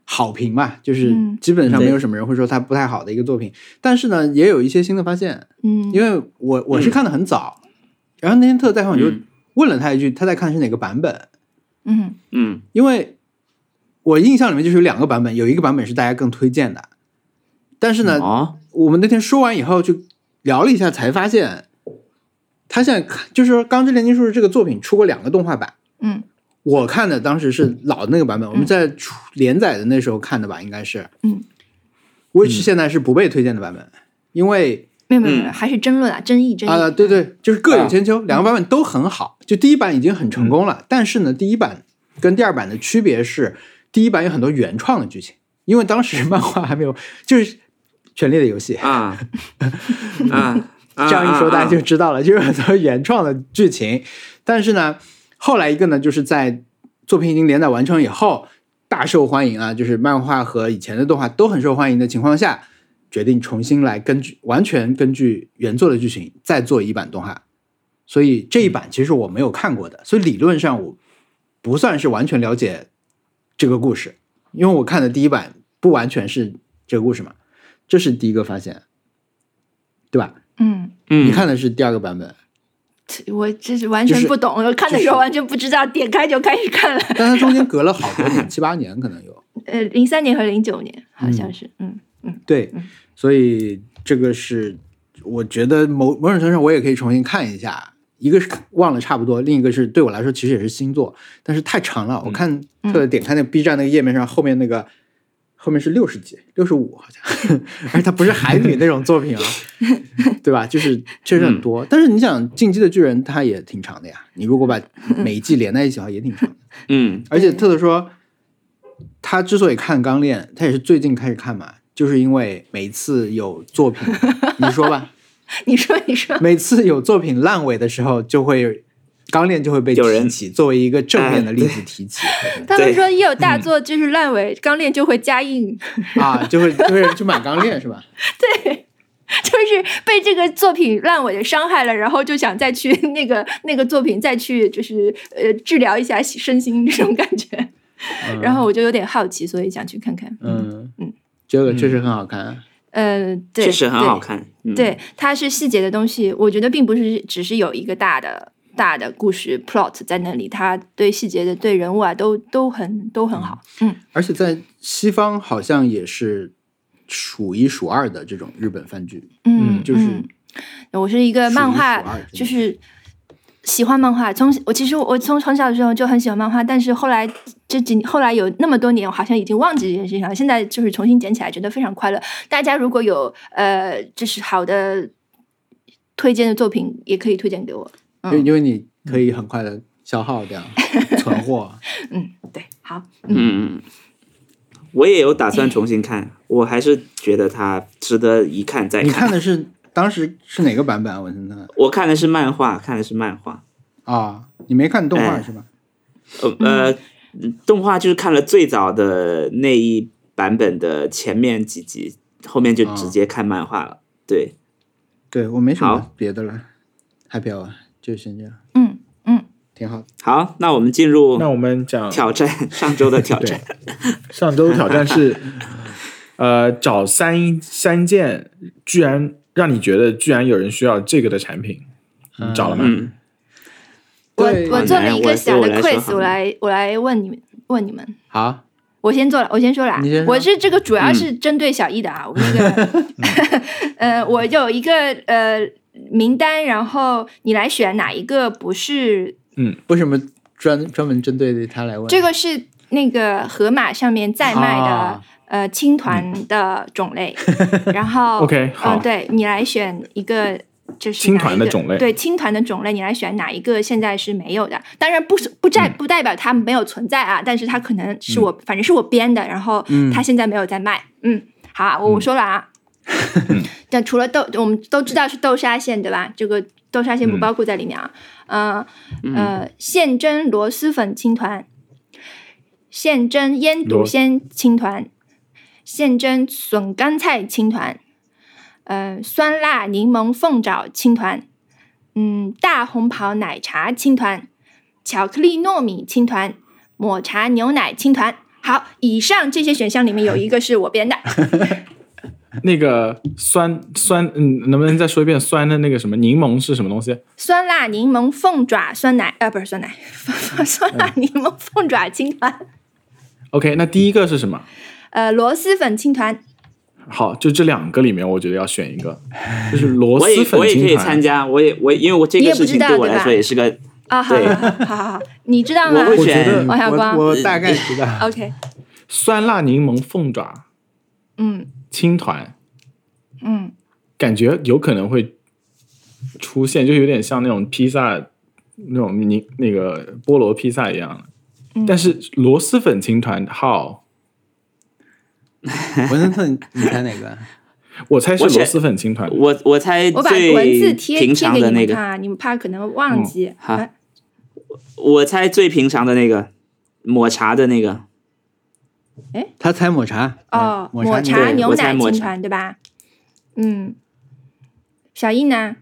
Speaker 2: 好评吧，就是
Speaker 4: 嗯
Speaker 2: 基本上
Speaker 3: 对
Speaker 2: 没有什么人会说它不太好的一个作品。但是呢，也有一些新的发现，
Speaker 4: 嗯，
Speaker 2: 因为我我是看的很早，然后那天特在看，我就问了他一句，他在看是哪个版本，
Speaker 4: 嗯
Speaker 3: 嗯
Speaker 2: 因为我印象里面就是有两个版本，有一个版本是大家更推荐的，但是呢，
Speaker 3: 哦，
Speaker 2: 我们那天说完以后就聊了一下，才发现他现在看就是说《钢之炼金术士》这个作品出过两个动画版。
Speaker 4: 嗯
Speaker 2: 我看的当时是老的那个版本，我们在出连载的那时候看的吧，应该是。
Speaker 4: 嗯。
Speaker 2: which 现在是不被推荐的版本，因为
Speaker 4: 没有没有没有，
Speaker 3: 嗯
Speaker 4: 还是争论啊，争议争议，
Speaker 2: 啊、对对，就是各有千秋，两个版本都很好。就第一版已经很成功了，但是呢，第一版跟第二版的区别是，第一版有很多原创的剧情，因为当时漫画还没有，就是《权力的游戏》
Speaker 3: 啊啊，啊
Speaker 2: 这样一说，大家就
Speaker 3: 啊
Speaker 2: 知道了， 就是很多原创的剧情。但是呢，后来一个呢，就是在作品已经连载完成以后，大受欢迎啊，就是漫画和以前的动画都很受欢迎的情况下，决定重新来根据完全根据原作的剧情再做一版动画。所以这一版其实我没有看过的，所以理论上我不算是完全了解这个故事，因为我看的第一版不完全是这个故事嘛，这是第一个发现，对吧？
Speaker 4: 嗯。
Speaker 3: 嗯
Speaker 2: 你看的是第二个版本，
Speaker 4: 我这是完
Speaker 2: 就
Speaker 4: 全
Speaker 2: 是
Speaker 4: 不懂，我看的
Speaker 2: 就是
Speaker 4: 时候完全不知道，点开就开始看了。
Speaker 2: 但它中间隔了好多年，七八年可能有。
Speaker 4: 呃，零三年和零九年好像是，嗯
Speaker 2: 对，所以这个是我觉得某某种程度上我也可以重新看一下。一个是忘了差不多，另一个是对我来说其实也是新作，但是太长了。我看特别点开那个 B 站那个页面上后面那个后面是六十集，六十五好像， 而且它不是海女那种作品啊，对吧？就是确实很多。但是你想，《进击的巨人》它也挺长的呀，你如果把每一季连在一起的话，也挺长的。
Speaker 3: 嗯
Speaker 2: 而且特特说，他之所以看《钢炼》，他也是最近开始看嘛，就是因为每次有作品，你说吧，
Speaker 4: 你说你说，
Speaker 2: 每次有作品烂尾的时候，就会《钢炼》就会被
Speaker 3: 有人
Speaker 2: 提起，作为一个正面的例子提起、
Speaker 4: 他们说一有大作
Speaker 3: 嗯
Speaker 4: 就是烂尾，钢炼就会加印，
Speaker 2: 啊，就会就会去买《钢炼》是吧？
Speaker 4: 就是被这个作品烂尾的伤害了，然后就想再去那个那个作品再去就是呃治疗一下身心这种感觉。
Speaker 2: 嗯
Speaker 4: 然后我就有点好奇，所以想去看看。
Speaker 2: 嗯
Speaker 4: 嗯
Speaker 2: 这个确实很好看。
Speaker 4: 呃，对，
Speaker 3: 确实很
Speaker 4: 对
Speaker 3: 好看。嗯、
Speaker 4: 对，它是细节的东西，我觉得并不是只是有一个大的大的故事 plot 在那里，它对细节的、对人物啊，都都很都很好。嗯，
Speaker 2: 而且在西方好像也是数一数二的这种日本番剧，
Speaker 4: 嗯，
Speaker 2: 就是
Speaker 4: 嗯我是一个漫画
Speaker 2: 数一数二，
Speaker 4: 就
Speaker 2: 真的
Speaker 4: 是喜欢漫画。从我其实我从从小的时候就很喜欢漫画，但是后来这几后来有那么多年，我好像已经忘记这件事情了。现在就是重新捡起来，觉得非常快乐。大家如果有呃，就是好的推荐的作品，也可以推荐给我。
Speaker 2: 因为因为你可以很快的消耗掉、存货。
Speaker 4: 嗯，对，好，
Speaker 3: 嗯，我也有打算重新看，我还是觉得它值得一看再
Speaker 2: 你看的是当时是哪个版本啊？我现在
Speaker 3: 我看的是漫画，看的是漫画。
Speaker 2: 啊，你没看动画
Speaker 3: 哎
Speaker 2: 是吧？嗯
Speaker 3: 呃呃，动画就是看了最早的那一版本的前面几集，后面就
Speaker 2: 哦
Speaker 3: 直接看漫画了。对，
Speaker 2: 对我没什么
Speaker 3: 好
Speaker 2: 别的了，Happy Hour 就先这样，
Speaker 4: 嗯嗯，
Speaker 2: 挺好的。
Speaker 3: 好，那我们进入
Speaker 1: 那我们讲
Speaker 3: 挑 战上周的挑战。
Speaker 1: 上周挑战是，呃，找三三件居然让你觉得居然有人需要这个的产品，你找了吗？
Speaker 3: 嗯，
Speaker 4: 我
Speaker 2: 对
Speaker 4: 我做了一个小
Speaker 3: 我
Speaker 4: 的
Speaker 3: 来我来说
Speaker 4: quiz，
Speaker 3: 好
Speaker 4: 我
Speaker 3: 了
Speaker 4: 来我来问你们问你们，
Speaker 2: 好，
Speaker 4: 我先做了，我先说了啊
Speaker 2: 你先，说嗯
Speaker 4: 我是这个主要是针对小易 的啊，我那个 呃，我有一个呃名单，然后你来选哪一个不是？
Speaker 2: 为什么专专门针对他来问？
Speaker 4: 这个是那个盒马上面在卖的、
Speaker 2: 啊
Speaker 4: 呃青团的种类， 然后
Speaker 1: OK，
Speaker 4: 嗯
Speaker 1: 好
Speaker 4: 对你来选一个。就是
Speaker 1: 青
Speaker 4: 哪一
Speaker 1: 团的
Speaker 4: 个
Speaker 1: 种类
Speaker 4: 对青团的种类，你来选哪一个？现在是没有的，当然不是不代
Speaker 1: 嗯
Speaker 4: 不代表它没有存在啊，但是它可能是我，反正是我编的，然后它现在没有在卖。嗯，好啊，我我说了啊，
Speaker 1: 嗯
Speaker 4: 但除了豆，我们都知道是豆沙馅对吧？这个豆沙
Speaker 1: 嗯
Speaker 4: 馅不包括在里面啊。呃
Speaker 3: 嗯
Speaker 4: 呃，现蒸螺蛳粉青团，现蒸腌笃
Speaker 1: 螺
Speaker 4: 鲜青团，现蒸笋干菜青团，呃，酸辣柠檬凤爪青团，嗯，大红袍奶茶青团，巧克力糯米青团，抹茶牛奶青团。好，以上这些选项里面有一个是我编的，
Speaker 1: 那个酸酸，嗯，能不能再说一遍酸的那个什么柠檬是什么东西？
Speaker 4: 酸辣柠檬凤爪酸奶，呃，不是酸奶， 酸辣柠檬凤爪青团，
Speaker 1: OK，那第一个是什么？
Speaker 4: 呃，螺蛳粉青团，
Speaker 1: 好，就这两个里面，我觉得要选一个，就是螺
Speaker 3: 我也
Speaker 1: 蛳粉
Speaker 3: 我也可
Speaker 1: 青
Speaker 3: 以参
Speaker 1: 团。
Speaker 3: 加，我也我因为我这
Speaker 4: 你
Speaker 3: 个
Speaker 4: 也不
Speaker 3: 事情
Speaker 4: 知道
Speaker 3: 对我来
Speaker 4: 对吧
Speaker 3: 说也是个
Speaker 4: 啊，好
Speaker 3: 对
Speaker 4: 好好好好好，你知道吗
Speaker 3: 我会
Speaker 2: 我觉得
Speaker 3: 选
Speaker 4: 王小光
Speaker 2: 我我大概知道。
Speaker 4: ？OK，
Speaker 1: 酸辣柠檬凤爪
Speaker 4: 嗯
Speaker 1: 青团，
Speaker 4: 嗯，
Speaker 1: 感觉有可能会出现，就有点像那种披萨那种柠那个菠萝披萨一样。
Speaker 4: 嗯
Speaker 1: 但是螺蛳粉青团好，
Speaker 2: 文森特，你你猜哪个？
Speaker 1: 我猜是
Speaker 3: 我
Speaker 1: 螺
Speaker 3: 选
Speaker 1: 蛳粉青团。
Speaker 3: 我我猜
Speaker 4: 我把文字
Speaker 3: 最
Speaker 4: 贴
Speaker 3: 平
Speaker 4: 贴
Speaker 3: 常
Speaker 4: 给
Speaker 3: 的
Speaker 4: 你
Speaker 3: 那
Speaker 4: 们
Speaker 3: 个嗯
Speaker 4: 看，啊，你们怕可能忘记。
Speaker 3: 好
Speaker 4: 啊
Speaker 3: 我猜最平常的那个抹茶的那个，
Speaker 2: 他猜抹茶
Speaker 4: 哦，
Speaker 2: 嗯茶
Speaker 4: 抹茶
Speaker 2: 牛
Speaker 3: 牛
Speaker 4: 牛
Speaker 3: 我猜
Speaker 4: 奶
Speaker 3: 抹
Speaker 4: 青
Speaker 3: 茶
Speaker 4: 团对吧？嗯，小易呢？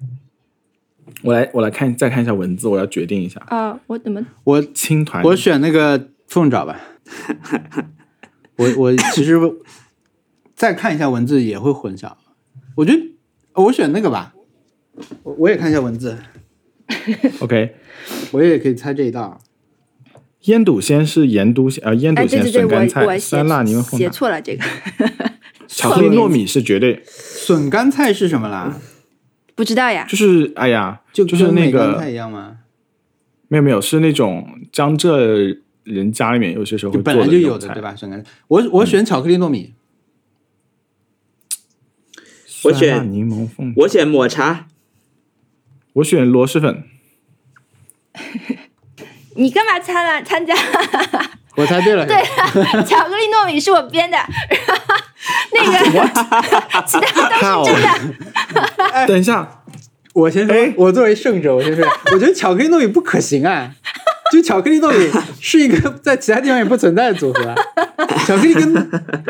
Speaker 1: 我来我来看再看一下文字，我要决定一下
Speaker 4: 哦，我怎么？
Speaker 2: 我
Speaker 1: 青团。
Speaker 2: 我选那个凤爪 吧。我我其实再看一下文字也会混淆，我觉得我选那个吧。我我也看一下文字，
Speaker 1: OK，
Speaker 2: 我也可以猜这一道。
Speaker 1: 腌笃鲜是盐都鲜，呃，腌
Speaker 4: 哎，
Speaker 1: 笃
Speaker 4: 对
Speaker 1: 鲜
Speaker 4: 对对，
Speaker 1: 笋干
Speaker 4: 我我
Speaker 1: 菜、
Speaker 4: 写
Speaker 1: 酸辣柠檬凤
Speaker 4: 写
Speaker 1: 爪、
Speaker 4: 错了这个，
Speaker 1: 巧克力糯米是绝对，
Speaker 2: 笋干菜是什么啦？
Speaker 4: 不知道呀。
Speaker 1: 就是哎呀，
Speaker 2: 就
Speaker 1: 就是
Speaker 2: 跟
Speaker 1: 那
Speaker 2: 梅干
Speaker 1: 个
Speaker 2: 菜一样吗？
Speaker 1: 没有没有，是那种江浙人家里面有些时候
Speaker 2: 就
Speaker 1: 会
Speaker 2: 本
Speaker 1: 做
Speaker 2: 来就
Speaker 1: 那
Speaker 2: 有
Speaker 1: 种
Speaker 2: 的
Speaker 1: 菜，
Speaker 2: 对？吧？笋干菜，我我选巧克力糯米。
Speaker 3: 我
Speaker 1: 酸辣
Speaker 3: 选
Speaker 1: 柠檬凤，
Speaker 3: 我选抹茶，
Speaker 1: 我选螺蛳粉。
Speaker 4: 你干嘛参了参加？
Speaker 2: 我 猜对了，对，
Speaker 4: 巧克力糯米是我编的， 那
Speaker 2: 啊
Speaker 4: 个其他都是真的。
Speaker 1: 哎等一下，
Speaker 2: 我先说，
Speaker 4: 哎
Speaker 2: 我作为胜者，我 先说，我觉得巧克力糯米不可行啊。就巧克力糯米 是一个在其他地方啊 也不存在的组合，巧克力跟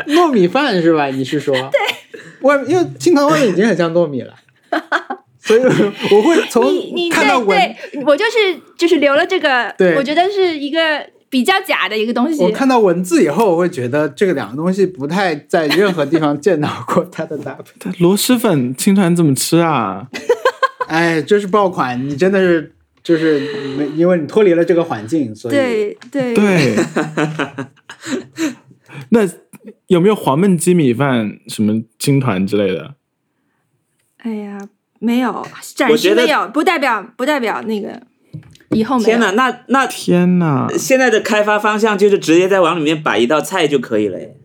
Speaker 2: 糯米饭是吧？你是说？对，外因为青藤外面已经很像糯米 了，所以我会从
Speaker 4: 你你
Speaker 2: 看到
Speaker 4: 对
Speaker 2: 文
Speaker 4: 对，我就是就是留了这个，
Speaker 2: 对
Speaker 4: 我觉得是一个比较假的一个东西
Speaker 2: 我。看到文字以后，我会觉得这个两个东西不太在任何地方见到过它的搭配。
Speaker 1: 但螺蛳粉青团怎么吃啊？
Speaker 2: 哎，这是爆款，你真的是就是没，因为你脱离了这个环境，所以
Speaker 4: 对对，
Speaker 1: 对，那有没有黄焖鸡米饭、什么青团之类的？
Speaker 4: 哎呀，没有，暂
Speaker 3: 我
Speaker 4: 时
Speaker 3: 觉得
Speaker 4: 没有，不代表不代表那个以后没
Speaker 3: 天
Speaker 4: 有
Speaker 3: 哪，。那那
Speaker 1: 天哪！
Speaker 3: 现在的开发方向就是直接在往里面摆一道菜就可以了耶。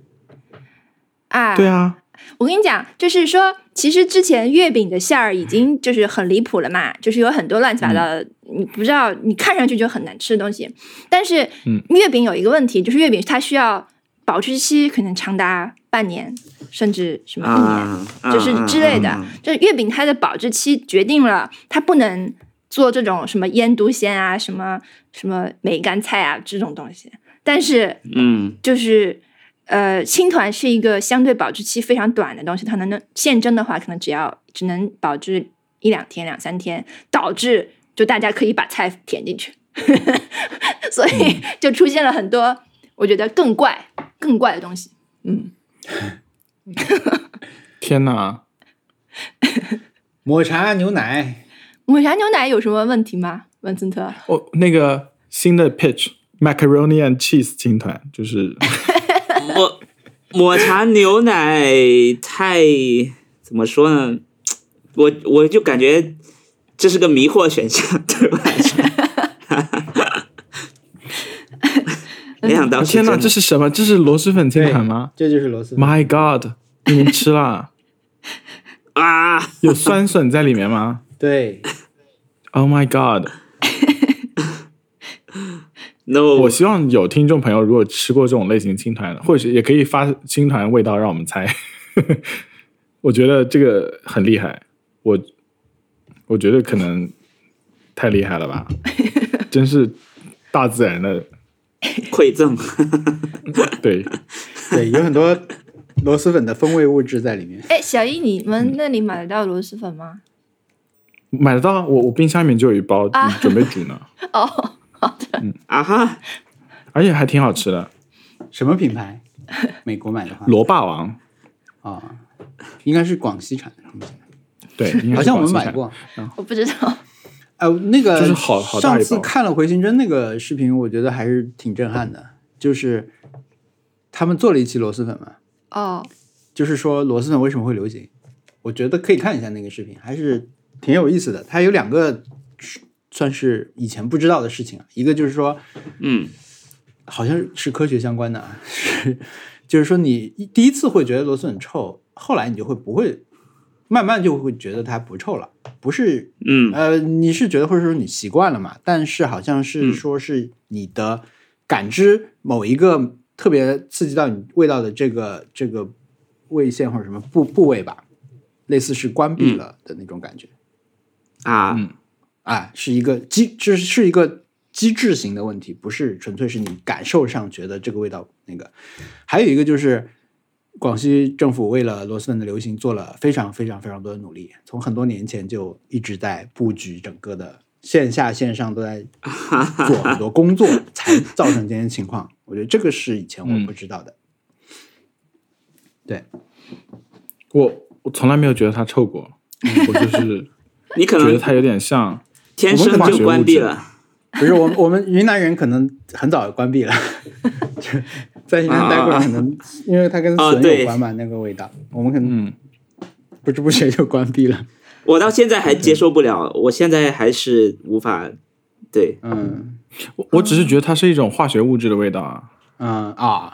Speaker 4: 啊，
Speaker 1: 对啊，
Speaker 4: 我跟你讲，就是说，其实之前月饼的馅儿已经就是很离谱了嘛，就是有很多乱七八糟
Speaker 3: 嗯
Speaker 4: 的，你不知道，你看上去就很难吃的东西。但是
Speaker 1: 嗯
Speaker 4: 月饼有一个问题，就是月饼它需要保质期可能长达半年，甚至什么一年。
Speaker 3: 啊，
Speaker 4: 嗯就是
Speaker 3: 啊
Speaker 4: 之类的。
Speaker 3: 啊啊
Speaker 4: 这月饼它的保质期决定了它不能做这种什么腌笃鲜啊、什么什么梅干菜啊这种东西。但是
Speaker 3: 嗯，
Speaker 4: 就是呃，青团是一个相对保质期非常短的东西，它能能现蒸的话，可能只要只能保质一两天、两三天，导致就大家可以把菜填进去， 所以就出现了很多我觉得更怪、更怪的东西。
Speaker 1: 天哪！
Speaker 2: 抹茶牛奶
Speaker 4: 抹茶牛奶有什么问题吗，文森特？
Speaker 1: 哦，那个新的 pitch macaroni and cheese 青团，就是
Speaker 3: 抹抹茶牛奶太怎么说呢？我我就感觉这是个迷惑选项，对吧？ 没想到是
Speaker 1: 哦 天哪，
Speaker 3: 真的
Speaker 1: 这是什么？这是螺蛳粉青
Speaker 2: 对
Speaker 1: 团吗
Speaker 2: 这就是螺蛳粉。
Speaker 1: ？My God！你们吃 啦？
Speaker 3: 啊！
Speaker 1: 有酸笋在里面吗
Speaker 2: 对，
Speaker 1: ？Oh my God！
Speaker 3: no，
Speaker 1: 呃我希望有听众朋友如果吃过这种类型青团，或者是也可以发青团味道让我们猜。 我觉得这个很厉害，我我觉得可能太厉害了吧，真是大自然的
Speaker 3: 馈赠。
Speaker 1: 对。
Speaker 2: 对，有很多螺蛳粉的风味物质在里面。
Speaker 4: 哎，小一，你们那里买得到螺蛳粉吗？
Speaker 1: 买得到，我我冰箱里面就有一包，
Speaker 4: 啊
Speaker 1: 准备煮呢，
Speaker 4: 哦，
Speaker 3: 啊哈，
Speaker 1: 而且还挺好吃的。
Speaker 2: 什么品牌？美国买 的话
Speaker 1: 螺霸王，
Speaker 2: 啊、应该是广西产的东西，
Speaker 1: 对，应该是
Speaker 2: 好像我
Speaker 1: 广
Speaker 2: 们
Speaker 1: 西
Speaker 2: 买
Speaker 1: 产。
Speaker 2: 过。
Speaker 4: 我不知道。
Speaker 2: 呃，那个
Speaker 1: 就是好好大一
Speaker 2: 上
Speaker 1: 包
Speaker 2: 次看了回形针那个视频，我觉得还是挺震撼的。就是他们做了一期螺蛳粉嘛，
Speaker 4: 哦，
Speaker 2: 就是说螺蛳粉为什么会流行，我觉得可以看一下那个视频，还是挺有意思的。它有两个是算是以前不知道的事情啊，一个就是说
Speaker 3: 嗯，
Speaker 2: 好像是科学相关的，啊， 是就是说你一第一次会觉得螺蛳粉臭，后来你就会不会，慢慢就会觉得它不臭了，不是
Speaker 3: 嗯
Speaker 2: 呃，你是觉得或者说你习惯了嘛？但是好像是
Speaker 3: 嗯
Speaker 2: 说是你的感知某一个特别刺激到你味道的这个这个胃腺或者什么部部位吧，类似是关
Speaker 3: 嗯
Speaker 2: 闭了的那种感觉、
Speaker 3: 啊，
Speaker 1: 嗯
Speaker 2: 啊，是一个机这是一个机制型的问题，不是纯粹是你感受上觉得这个味道那个。还有一个就是。广西政府为了螺蛳粉的流行做了非常非常非常多的努力，从很多年前就一直在布局整个的线下线上都在做很多工作，才造成今天的情况。我觉得这个是以前我不知道的。
Speaker 1: 我我从来没有觉得它臭过，我 就是
Speaker 3: 你可
Speaker 1: 觉得
Speaker 3: 能
Speaker 1: 它有点像
Speaker 3: 天生
Speaker 1: 我们
Speaker 3: 就关闭了。
Speaker 2: 不是我们我们云南人可能很早关闭了， 就在云南待过，可能因为它跟
Speaker 3: 啊
Speaker 2: 笋有
Speaker 3: 对
Speaker 2: 关嘛，那个味道，我们可能
Speaker 1: 哦嗯
Speaker 2: 不知不觉就关闭了。
Speaker 3: 我到现在还接受不了，我现在还是无法。对，
Speaker 2: 嗯
Speaker 1: 我我只是觉得它是一种化学物质的味道啊，
Speaker 2: 嗯啊，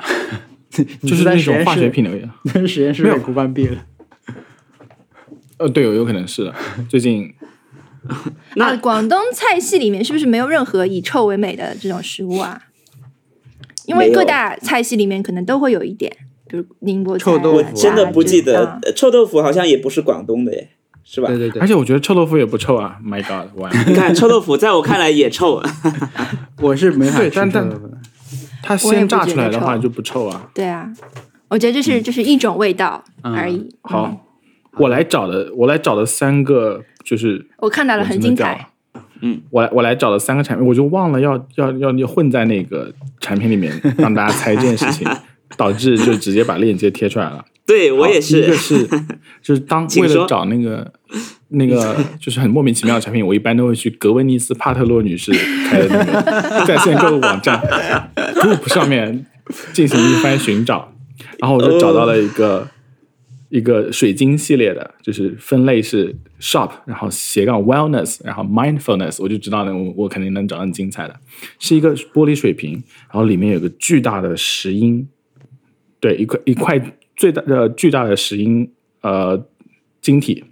Speaker 2: 你
Speaker 1: 就是
Speaker 2: 在
Speaker 1: 那
Speaker 2: 实验
Speaker 1: 种
Speaker 2: 室
Speaker 1: 化学，品的味道。
Speaker 2: 但实验室
Speaker 1: 没有啊
Speaker 2: 被关闭了。
Speaker 1: 呃，对，有有可能是的。最近
Speaker 3: 那
Speaker 4: 啊，广东菜系里面是不是没有任何以臭为美的这种食物啊？因为
Speaker 3: 没有
Speaker 4: 各大菜系里面可能都会有一点，比如宁波菜啊、
Speaker 2: 臭豆腐
Speaker 3: 我
Speaker 2: 啊
Speaker 3: 真的不记
Speaker 4: 啊
Speaker 3: 得，呃臭豆腐好像也不是广东的耶，是吧
Speaker 2: 对？对对
Speaker 1: 而，且我觉得臭豆腐也不臭啊，My God，完 了，
Speaker 3: 你看臭豆腐，在我看来也臭。
Speaker 2: 我是没法
Speaker 1: 对
Speaker 2: 吃
Speaker 1: 但
Speaker 2: 臭
Speaker 1: 但
Speaker 2: 豆腐的。
Speaker 1: 它
Speaker 4: 我也
Speaker 1: 先
Speaker 4: 不
Speaker 1: 炸
Speaker 4: 觉
Speaker 1: 出来
Speaker 4: 得
Speaker 1: 的话
Speaker 4: 臭嗯
Speaker 1: 就不臭啊。
Speaker 4: 对啊，我觉得这是就是一种味道而
Speaker 2: 嗯
Speaker 4: 已。嗯，
Speaker 1: 好，我来找的，我来找的三个就是
Speaker 4: 我看到了，很精彩。
Speaker 3: 嗯，
Speaker 1: 啊我来我来找了三个产品，我就忘了要要要要混在那个产品里面让大家猜这件事情，导致就直接把链接贴出来了。
Speaker 3: 对我也
Speaker 1: 第一个
Speaker 3: 是，
Speaker 1: 是就是当
Speaker 3: 请
Speaker 1: 为
Speaker 3: 说
Speaker 1: 了找那个那 个就是很莫名其妙的产品，我一般都会去格温妮斯帕特洛女士开的那个在线购物网站 Group 上面进行一番寻找，然后我就找到了一个、一个水晶系列的，就是分类是 shop，然后斜杠 wellness，然后 mindfulness，我就知道呢，我我肯定能找到很精彩的，是一个玻璃水瓶，然后里面有个巨大的石英，对，一块一块最大的巨大的石英呃晶体，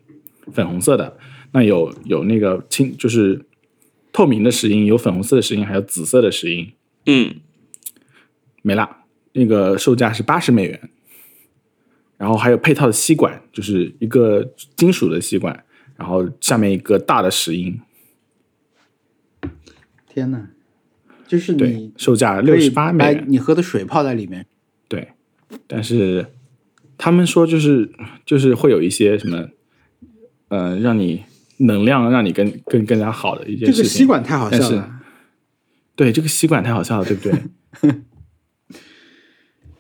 Speaker 1: 粉红色的，那有有那个青就是透明的石英，有粉红色的石英，还有紫色的石英，
Speaker 3: 嗯，
Speaker 1: 没啦，那个售价是八十美元，然后还有配套的吸管，就是一个金属的吸管，然后下面一个大的石英，
Speaker 5: 天哪，就是
Speaker 1: 对
Speaker 5: 你，
Speaker 1: 售价
Speaker 5: 嗯可
Speaker 1: 六
Speaker 5: 以
Speaker 1: 十八美
Speaker 5: 把
Speaker 1: 元，
Speaker 5: 你喝的水泡在里面，
Speaker 1: 对，但是他们说就是就是会有一些什么，呃，让你能量让你更更更加好的一些
Speaker 5: 这个
Speaker 1: 事
Speaker 5: 吸
Speaker 1: 情，
Speaker 5: 管太好笑
Speaker 1: 但是
Speaker 5: 了。
Speaker 1: 对，这个吸管太好笑了，对不 对？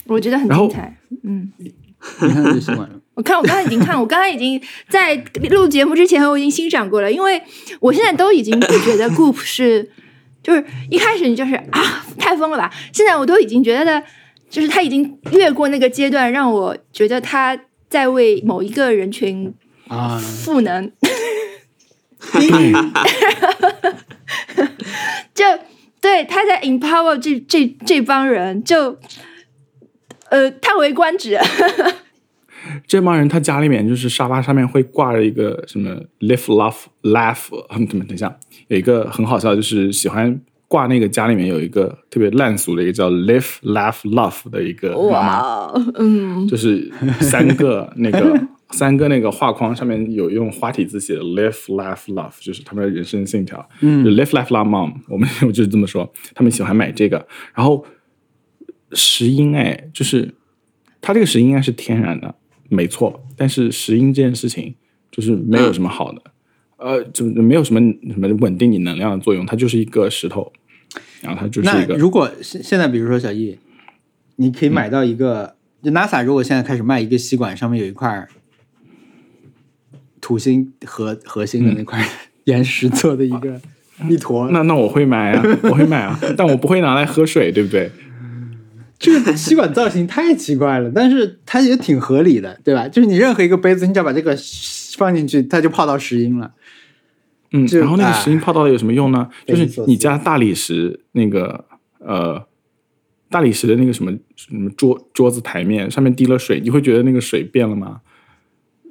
Speaker 4: 我觉得很
Speaker 1: 然后
Speaker 4: 精彩。嗯，
Speaker 5: 你看这 吸管，
Speaker 4: 我看我刚才已经看，我刚才已经在录节目之前我已经欣赏过了，因为我现在都已经不觉得 Goop 是，就是一开始你就是啊太疯了吧，现在我都已经觉得，就是他已经越过那个阶段，让我觉得他在为某一个人群
Speaker 5: 啊，
Speaker 4: 赋能。就对他在 empower 这这这帮人，就呃叹为观止。
Speaker 1: 这帮人他家里面就是沙发上面会挂着一个什么 live laugh laugh，嗯怎么等一下，有一个很好笑，就是喜欢挂那个家里面有一个特别烂俗的一个叫 live laugh love 的一个妈妈，
Speaker 4: 哇哦，嗯，
Speaker 1: 就是三个 那个三个那个画框上面有用花体字写的 live laugh love，就是他们的人生信条，嗯，就 live laugh love mom，我们 我就这么说，他们喜欢买这个，然后石英哎，就是它这个石英应该是天然的，没错，但是石英这件事情就是没
Speaker 5: 嗯
Speaker 1: 有什么好的。呃，就没有什么什么稳定你能量的作用，它就是一个石头，然后它就是
Speaker 5: 那
Speaker 1: 一个嗯
Speaker 5: 如果现现在，比如说小易，你可以买到一个，就 NASA 如果现在开始卖一个吸管，上面有一块土星核核心的那块岩石做的一个一坨，
Speaker 1: 嗯啊那那我会买啊，我会买啊，但我不会拿来喝水，对不对？
Speaker 5: 这个吸管造型太奇怪了，但是它也挺合理的，对吧？就是你任何一个杯子，你只要把这个放进去，它就泡到石英了。
Speaker 1: 嗯，
Speaker 5: 就
Speaker 1: 然后那个
Speaker 5: 哎
Speaker 1: 石英泡到了有什么用 呢？
Speaker 5: 匪
Speaker 1: 就
Speaker 5: 夷
Speaker 1: 是
Speaker 5: 所
Speaker 1: 你
Speaker 5: 思
Speaker 1: 加大理石那个呃大理石的那个什么什么桌桌子台面上面滴了水，你会觉得那个水变了吗？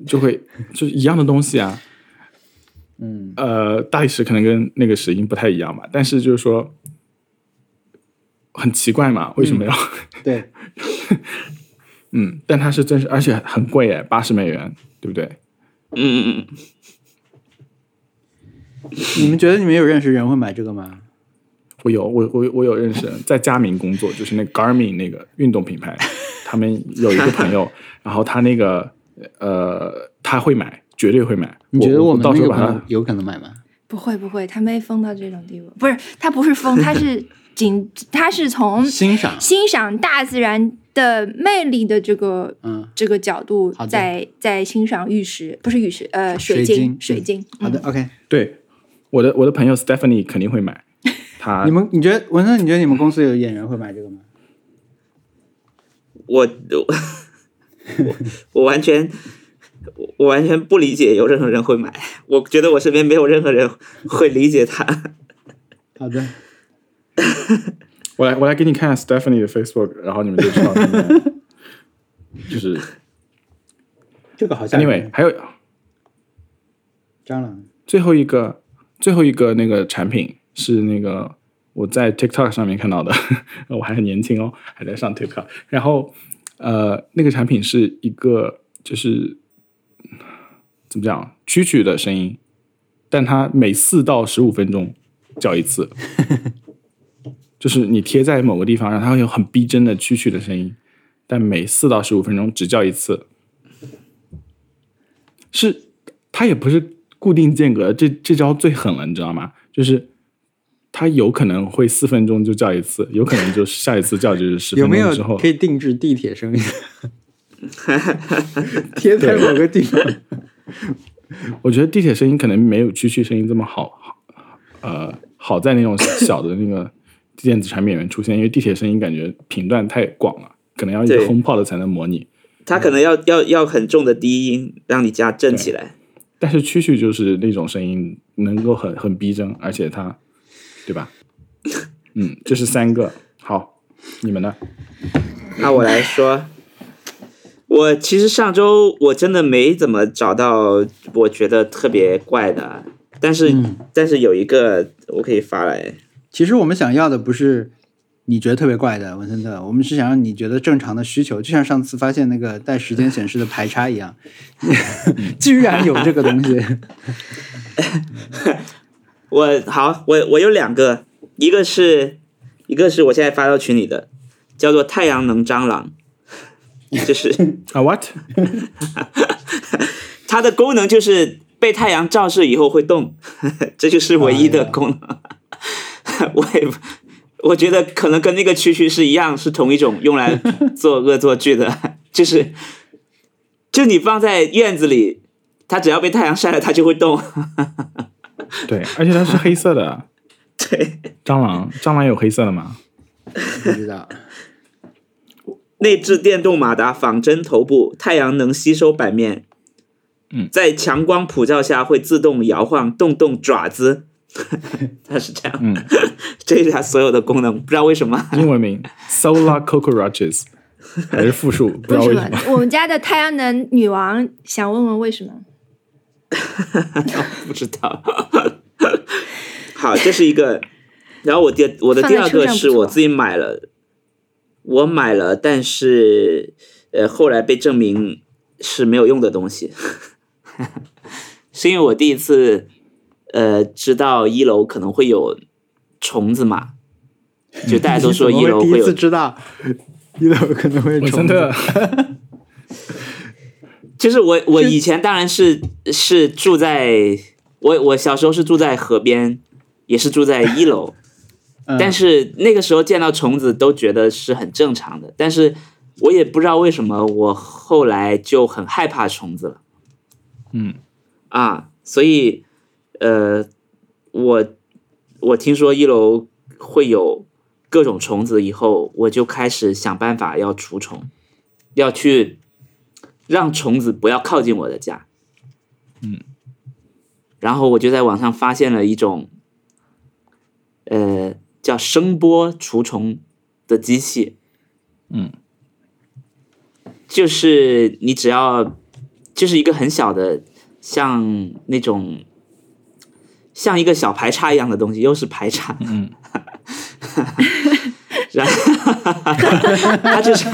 Speaker 1: 就会就是一样的东西啊。
Speaker 5: 嗯，
Speaker 1: 呃，大理石可能跟那个石英不太一样吧，但是就是说很奇怪嘛，为什么要？
Speaker 5: 对，
Speaker 1: 嗯，但它是真实，而且很贵哎，八十美元，对不对？
Speaker 3: 嗯嗯嗯，
Speaker 5: 你们觉得你们有认识人会买这个吗？
Speaker 1: 我有，我我我有认识人在佳明工作，就是那 Garmin 那个运动品牌，他们有一个朋友，然后他那个呃，他会买，绝对会买。
Speaker 5: 你觉得
Speaker 1: 我
Speaker 5: 们
Speaker 1: 到
Speaker 5: 那
Speaker 1: 时候
Speaker 5: 个
Speaker 1: 把
Speaker 5: 朋友
Speaker 1: 它
Speaker 5: 有可能买吗？
Speaker 4: 不会不会，他没疯到这种地步，不是他不是疯，他是仅他是从
Speaker 5: 欣 赏，
Speaker 4: 欣赏大自然的魅力的这个
Speaker 5: 嗯，
Speaker 4: 这个角度
Speaker 5: 好的
Speaker 4: 在在欣赏玉石，不是玉石，呃，
Speaker 5: 水
Speaker 4: 晶
Speaker 5: 晶
Speaker 4: 水
Speaker 5: 嗯
Speaker 4: 晶。
Speaker 5: 好的
Speaker 4: 嗯，
Speaker 5: ，OK。
Speaker 1: 对我的我的朋友 Stephanie 肯定 会买，他
Speaker 5: 你们你觉得文森，你觉得你们公司有演员会买这个吗？
Speaker 3: 我我我完全我我完全不理解有任何人会买，我觉得我身边没有任何人会理解它。
Speaker 5: 好的，
Speaker 1: 我来我来给你看 Stephanie 的 Facebook，然后你们就知道 他们就是
Speaker 5: 这个好像
Speaker 1: anyway 还有
Speaker 5: 蟑螂
Speaker 1: 最后一个最后一个那个产品是那个我在 TikTok 上面看到的， 我还很年轻哦，还在上 TikTok。然后呃，那个产品是一个就是怎么讲蛐蛐的声音，但它每四到十五分钟叫一 次，就是你贴在某个地方，让它会有很逼真的蛐蛐的声音，但每四到十五分钟只叫一次。是它也不是固定间隔，这这招最狠了，你知道吗？就是它有可能会四分钟就叫一次，有可能就是下一次叫就是十
Speaker 5: 有
Speaker 1: 分
Speaker 5: 没有
Speaker 1: 钟之后。
Speaker 5: 可以定制地铁声音？ 贴在某个地方，
Speaker 1: 我觉得地铁声音可能没有区区声音这么好，好呃，好在那种小 的那个电子产品里面出现，因为地铁声音感觉频段太广了，可能要一个
Speaker 3: 对
Speaker 1: 轰炮的才能模拟。
Speaker 3: 它可能要要要很重的低音，让你加震起来。
Speaker 1: 但是蛐蛐就是那种声音能够很很逼真，而且它，对吧？嗯，这是三个。好，你们呢？
Speaker 3: 那我来说，我其实上周我真的没怎么找到我觉得特别怪的，但是、
Speaker 1: 嗯
Speaker 3: 但是有一个我可以发来，
Speaker 5: 其实我们想要的不是你觉得特别怪的文森特，我们是想让你觉得正常的需求，就像上次发现那个带时间显示的排插一 样，居然有这个东 西。
Speaker 3: 我好，我我有两个，一个是一个是我现在发到群里的，叫做太阳能蟑螂， 就是。
Speaker 1: 啊，what？
Speaker 3: 它的功能就是被太阳照射以后会动， 这就是唯一的功能。 我也不我觉得可能跟那个蛐蛐是一样，是同一种用来做恶作剧的， 就是就你放在院子里，它只要被太阳晒了，它就会动。
Speaker 1: 对，而且它是黑色的。
Speaker 3: 对，
Speaker 1: 蟑螂，蟑螂有黑色的 吗？
Speaker 5: 不知道，
Speaker 3: 内置电动马达仿真头部，太阳能吸收版面。
Speaker 1: 嗯
Speaker 3: 在强光普照下会自动摇晃，动动爪子， 它是这样。
Speaker 1: 嗯，
Speaker 3: 这是它所有的功能，不知道为什么。
Speaker 1: 英文名 Solar Cockroaches，还是复数，不知
Speaker 4: 为
Speaker 1: 道
Speaker 4: 什
Speaker 1: 为什么。
Speaker 4: 么？我们家的太阳能女王想问问为什么？
Speaker 3: 不知道。好，这是一个。然后我第我的
Speaker 4: 放
Speaker 3: 第
Speaker 4: 在
Speaker 3: 二
Speaker 4: 车
Speaker 3: 个
Speaker 4: 上不
Speaker 3: 是
Speaker 4: 错
Speaker 3: 我自己买了，我买了，但是呃后来被证明是没有用的东西， 是因为我第一次呃知道一楼可能会有虫子嘛，就大家都 说一
Speaker 5: 我
Speaker 3: 楼
Speaker 5: 第
Speaker 3: 会
Speaker 5: 一
Speaker 3: 有
Speaker 5: 次知道，一楼可能会
Speaker 1: 文
Speaker 5: 重
Speaker 1: 森特
Speaker 5: 的。
Speaker 3: 就是我我以前当然是是住在我我小时候是住在河边，也是住在一楼，但是那个时候见到虫子都觉得是很正常的，但是我也不知道为什么我后来就很害怕虫子了
Speaker 1: 嗯
Speaker 3: 啊，所以呃，我我听说一楼会有各种虫子以后，我就开始想办法要除虫，要去让虫子不要靠近我的家。
Speaker 1: 嗯，
Speaker 3: 然后我就在网上发现了一种，呃，叫声波除虫的机器。
Speaker 1: 嗯，
Speaker 3: 就是你只要就是一个很小的，像那种像一个小排插一样的东西，又是排插，
Speaker 1: 嗯，
Speaker 3: 然后 它就是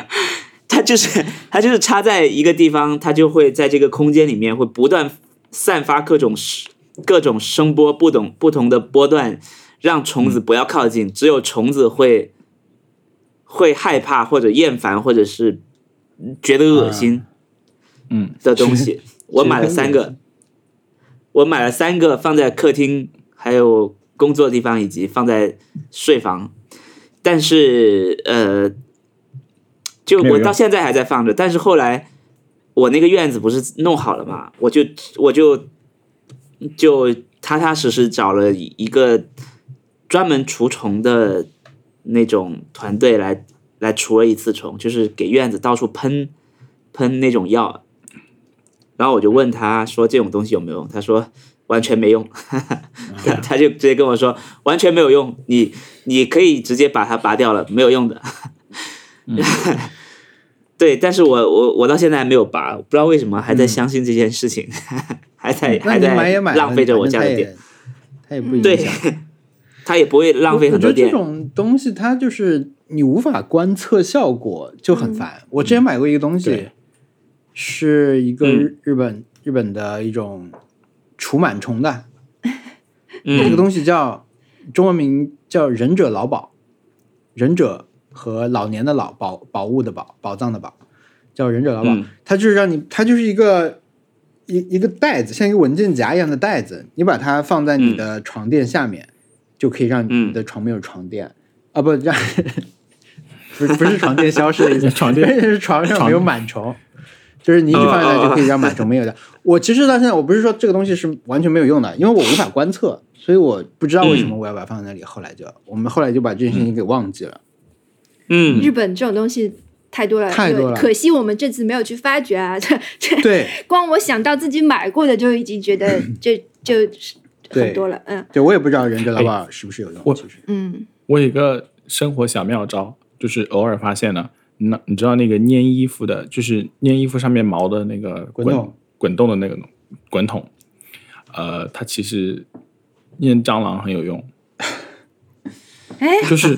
Speaker 3: 它就是它就是插在一个地方，它就会在这个空间里面会不断散发各种声各种声波，不同不同的波段，让虫子不要靠近，只有虫子会会害怕或者厌烦，或者是觉得恶心
Speaker 1: 嗯
Speaker 3: 的东西。我买了三个，我买了三个放在客厅，还有工作地方以及放在睡房，但是呃，就
Speaker 1: 没有
Speaker 3: 我
Speaker 1: 用
Speaker 3: 到现在还在放着，但是后来我那个院子不是弄好了嘛，我就我就就踏踏实实找了一个专门除虫的那种团队来来除了一次虫，就是给院子到处喷喷那种药。然后我就问他说这种东西有没有用？他说完全没用，他
Speaker 5: 嗯
Speaker 3: 他就直接跟我说完全没有用，你你可以直接把它拔掉了，没有用的。
Speaker 5: 嗯
Speaker 3: 对，但是我我我到现在还没有拔，不知道为什么还在相信这件事情， 还在
Speaker 5: 嗯那
Speaker 3: 还
Speaker 5: 你
Speaker 3: 在
Speaker 5: 买也买了，
Speaker 3: 浪费着我家的电。
Speaker 5: 反正它也，它也不影
Speaker 3: 对
Speaker 5: 响。，
Speaker 3: 它也不会浪费
Speaker 5: 我
Speaker 3: 很多
Speaker 5: 我觉得这
Speaker 3: 电。
Speaker 5: 种东西它就是你无法观测效果，就很烦。我之前买过一个东西，
Speaker 1: 对
Speaker 5: 是一个
Speaker 3: 嗯
Speaker 5: 日日本、日本的一种除螨虫的，这个
Speaker 3: 嗯
Speaker 5: 东西叫中文名叫忍者老保，忍者和老年的老保宝物的宝宝藏的宝，叫忍者老保。
Speaker 3: 嗯
Speaker 5: 它就是让你，它就是一个
Speaker 2: 一一个袋子，像一个文件夹一样的袋子，你把它放在
Speaker 1: 嗯
Speaker 2: 你的床垫下面，就可以让你的床没有床垫、啊，不让， 不是不是床垫消失的意 思，
Speaker 1: 床垫嗯
Speaker 2: 是 床上没有螨虫，就是你一放下来就可以让螨虫没有的。我其实到现在我不是说这个东西是完全没有用的，因为我无法观测，所以我不知道为什么我要把它放在那里。后来就我们后来就把这件事情给忘记 了。
Speaker 3: 嗯，
Speaker 4: 日本这种东西太多了，
Speaker 2: 太多
Speaker 4: 有
Speaker 2: 了
Speaker 4: 可惜我们这次没有去发掘啊。 这这，
Speaker 2: 对
Speaker 4: 光我想到自己买过的就已经觉得这就是很多了。嗯
Speaker 2: 对，我也不知道忍者老鸨是不是有用。
Speaker 1: 哎我
Speaker 2: 其实
Speaker 4: 嗯，
Speaker 1: 我有一个生活小妙招，就是偶尔发现的。那你知道那个粘衣服的，就是粘衣服上面毛的那个
Speaker 2: 滚
Speaker 1: 滚
Speaker 2: 筒
Speaker 1: 滚动的那个滚筒，呃，它其实粘蟑螂很有用。
Speaker 4: 哎，
Speaker 1: 就是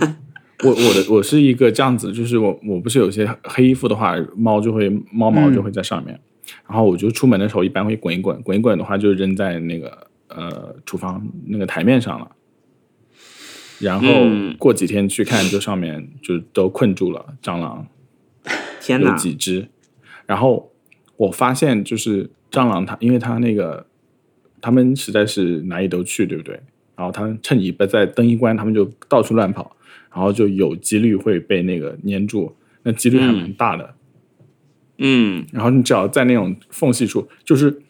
Speaker 1: 我我的我是一个这样子，就是我我不是有些黑衣服的话，猫就会猫毛就会在上面，然后我就出门的时候一般会滚一滚，滚一滚的话就扔在那个呃厨房那个台面上了，然后
Speaker 3: 嗯
Speaker 1: 过几天去看，就上面就都困住了蟑螂，
Speaker 3: 天
Speaker 1: 有
Speaker 3: 哪，
Speaker 1: 几只，然后我发现就是蟑螂它，因为它那个它们实在是哪里都去，对不对？然后它们趁你不在灯一关，它们就到处乱跑，然后就有几率会被那个粘住，那几率还蛮大的。
Speaker 3: 嗯
Speaker 1: 然后你只要在那种缝隙处，就是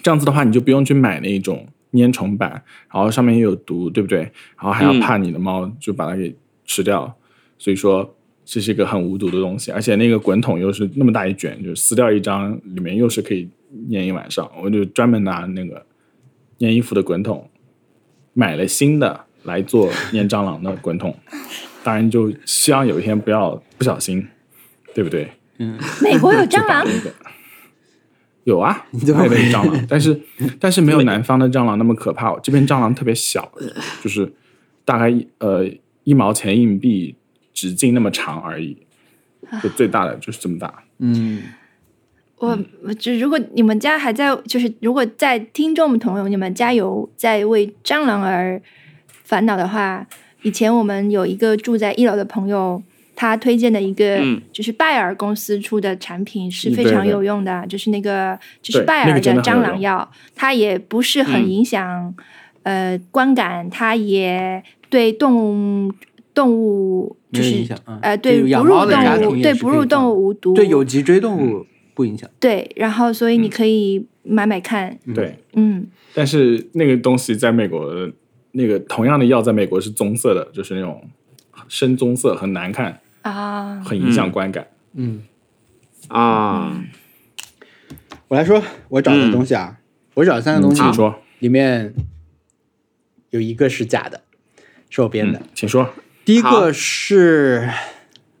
Speaker 1: 这样子的话，你就不用去买那种粘虫板，然后上面也有毒，对不对？然后还要怕你的猫就把它给吃掉，所以说这是一个很无毒的东西，而且那个滚筒又是那么大一卷，就是撕掉一张，里面又是可以粘一晚上。我就专门拿那个粘衣服的滚筒买了新的来做粘蟑螂的滚筒，当然就希望有一天不要不小心，对不对？
Speaker 4: 美国有蟑螂，
Speaker 1: 那个有 啊，你
Speaker 2: 怎么
Speaker 1: 有蟑螂？但是但是没有南方的蟑螂那么可怕。这边蟑螂特别 小，就是大概一呃一毛钱硬币直径那么长而已，
Speaker 2: 啊
Speaker 1: 就最大的就是这么大。
Speaker 2: 嗯，
Speaker 4: 我我就如果你们家还在，就是如果在听众朋友你们家有在为蟑螂而烦恼的话，以前我们有一个住在一楼的朋友，他推荐的一个
Speaker 3: 嗯
Speaker 4: 就是拜耳公司出的产品是
Speaker 1: 嗯
Speaker 4: 非
Speaker 1: 对
Speaker 4: 常
Speaker 1: 对
Speaker 4: 有用的，就是那个就是
Speaker 1: 对
Speaker 4: 拜
Speaker 1: 那个
Speaker 4: 耳
Speaker 1: 真的很
Speaker 4: 蟑
Speaker 1: 有
Speaker 4: 螂
Speaker 1: 用
Speaker 4: 药，它也不是很
Speaker 3: 嗯
Speaker 4: 影响、呃观感，它也对动物动物就
Speaker 2: 没有
Speaker 4: 是
Speaker 2: 影响啊
Speaker 4: 呃
Speaker 2: 对
Speaker 4: 对
Speaker 2: 于养
Speaker 4: 哺
Speaker 2: 猫
Speaker 4: 乳
Speaker 2: 的家
Speaker 4: 动
Speaker 2: 庭
Speaker 4: 物
Speaker 2: 也
Speaker 4: 对
Speaker 2: 是
Speaker 4: 哺
Speaker 2: 可以
Speaker 4: 乳动
Speaker 2: 放
Speaker 4: 物无毒
Speaker 2: 对有脊椎动物不影响。
Speaker 4: 对，然后所以
Speaker 1: 嗯
Speaker 4: 你可以买买看，
Speaker 1: 对，
Speaker 4: 嗯，
Speaker 1: 但是那个东西在美国，那个同样的药在美国是棕色的，就是那种深棕色，很难看，
Speaker 4: 啊，
Speaker 1: 很影
Speaker 2: 嗯
Speaker 1: 响观感。
Speaker 3: 啊，
Speaker 2: 我来说我找的东西啊，我找的三个东西，
Speaker 1: 请说，
Speaker 2: 里面有一个是假的，是我编的。
Speaker 1: 嗯请说。
Speaker 2: 第一个是，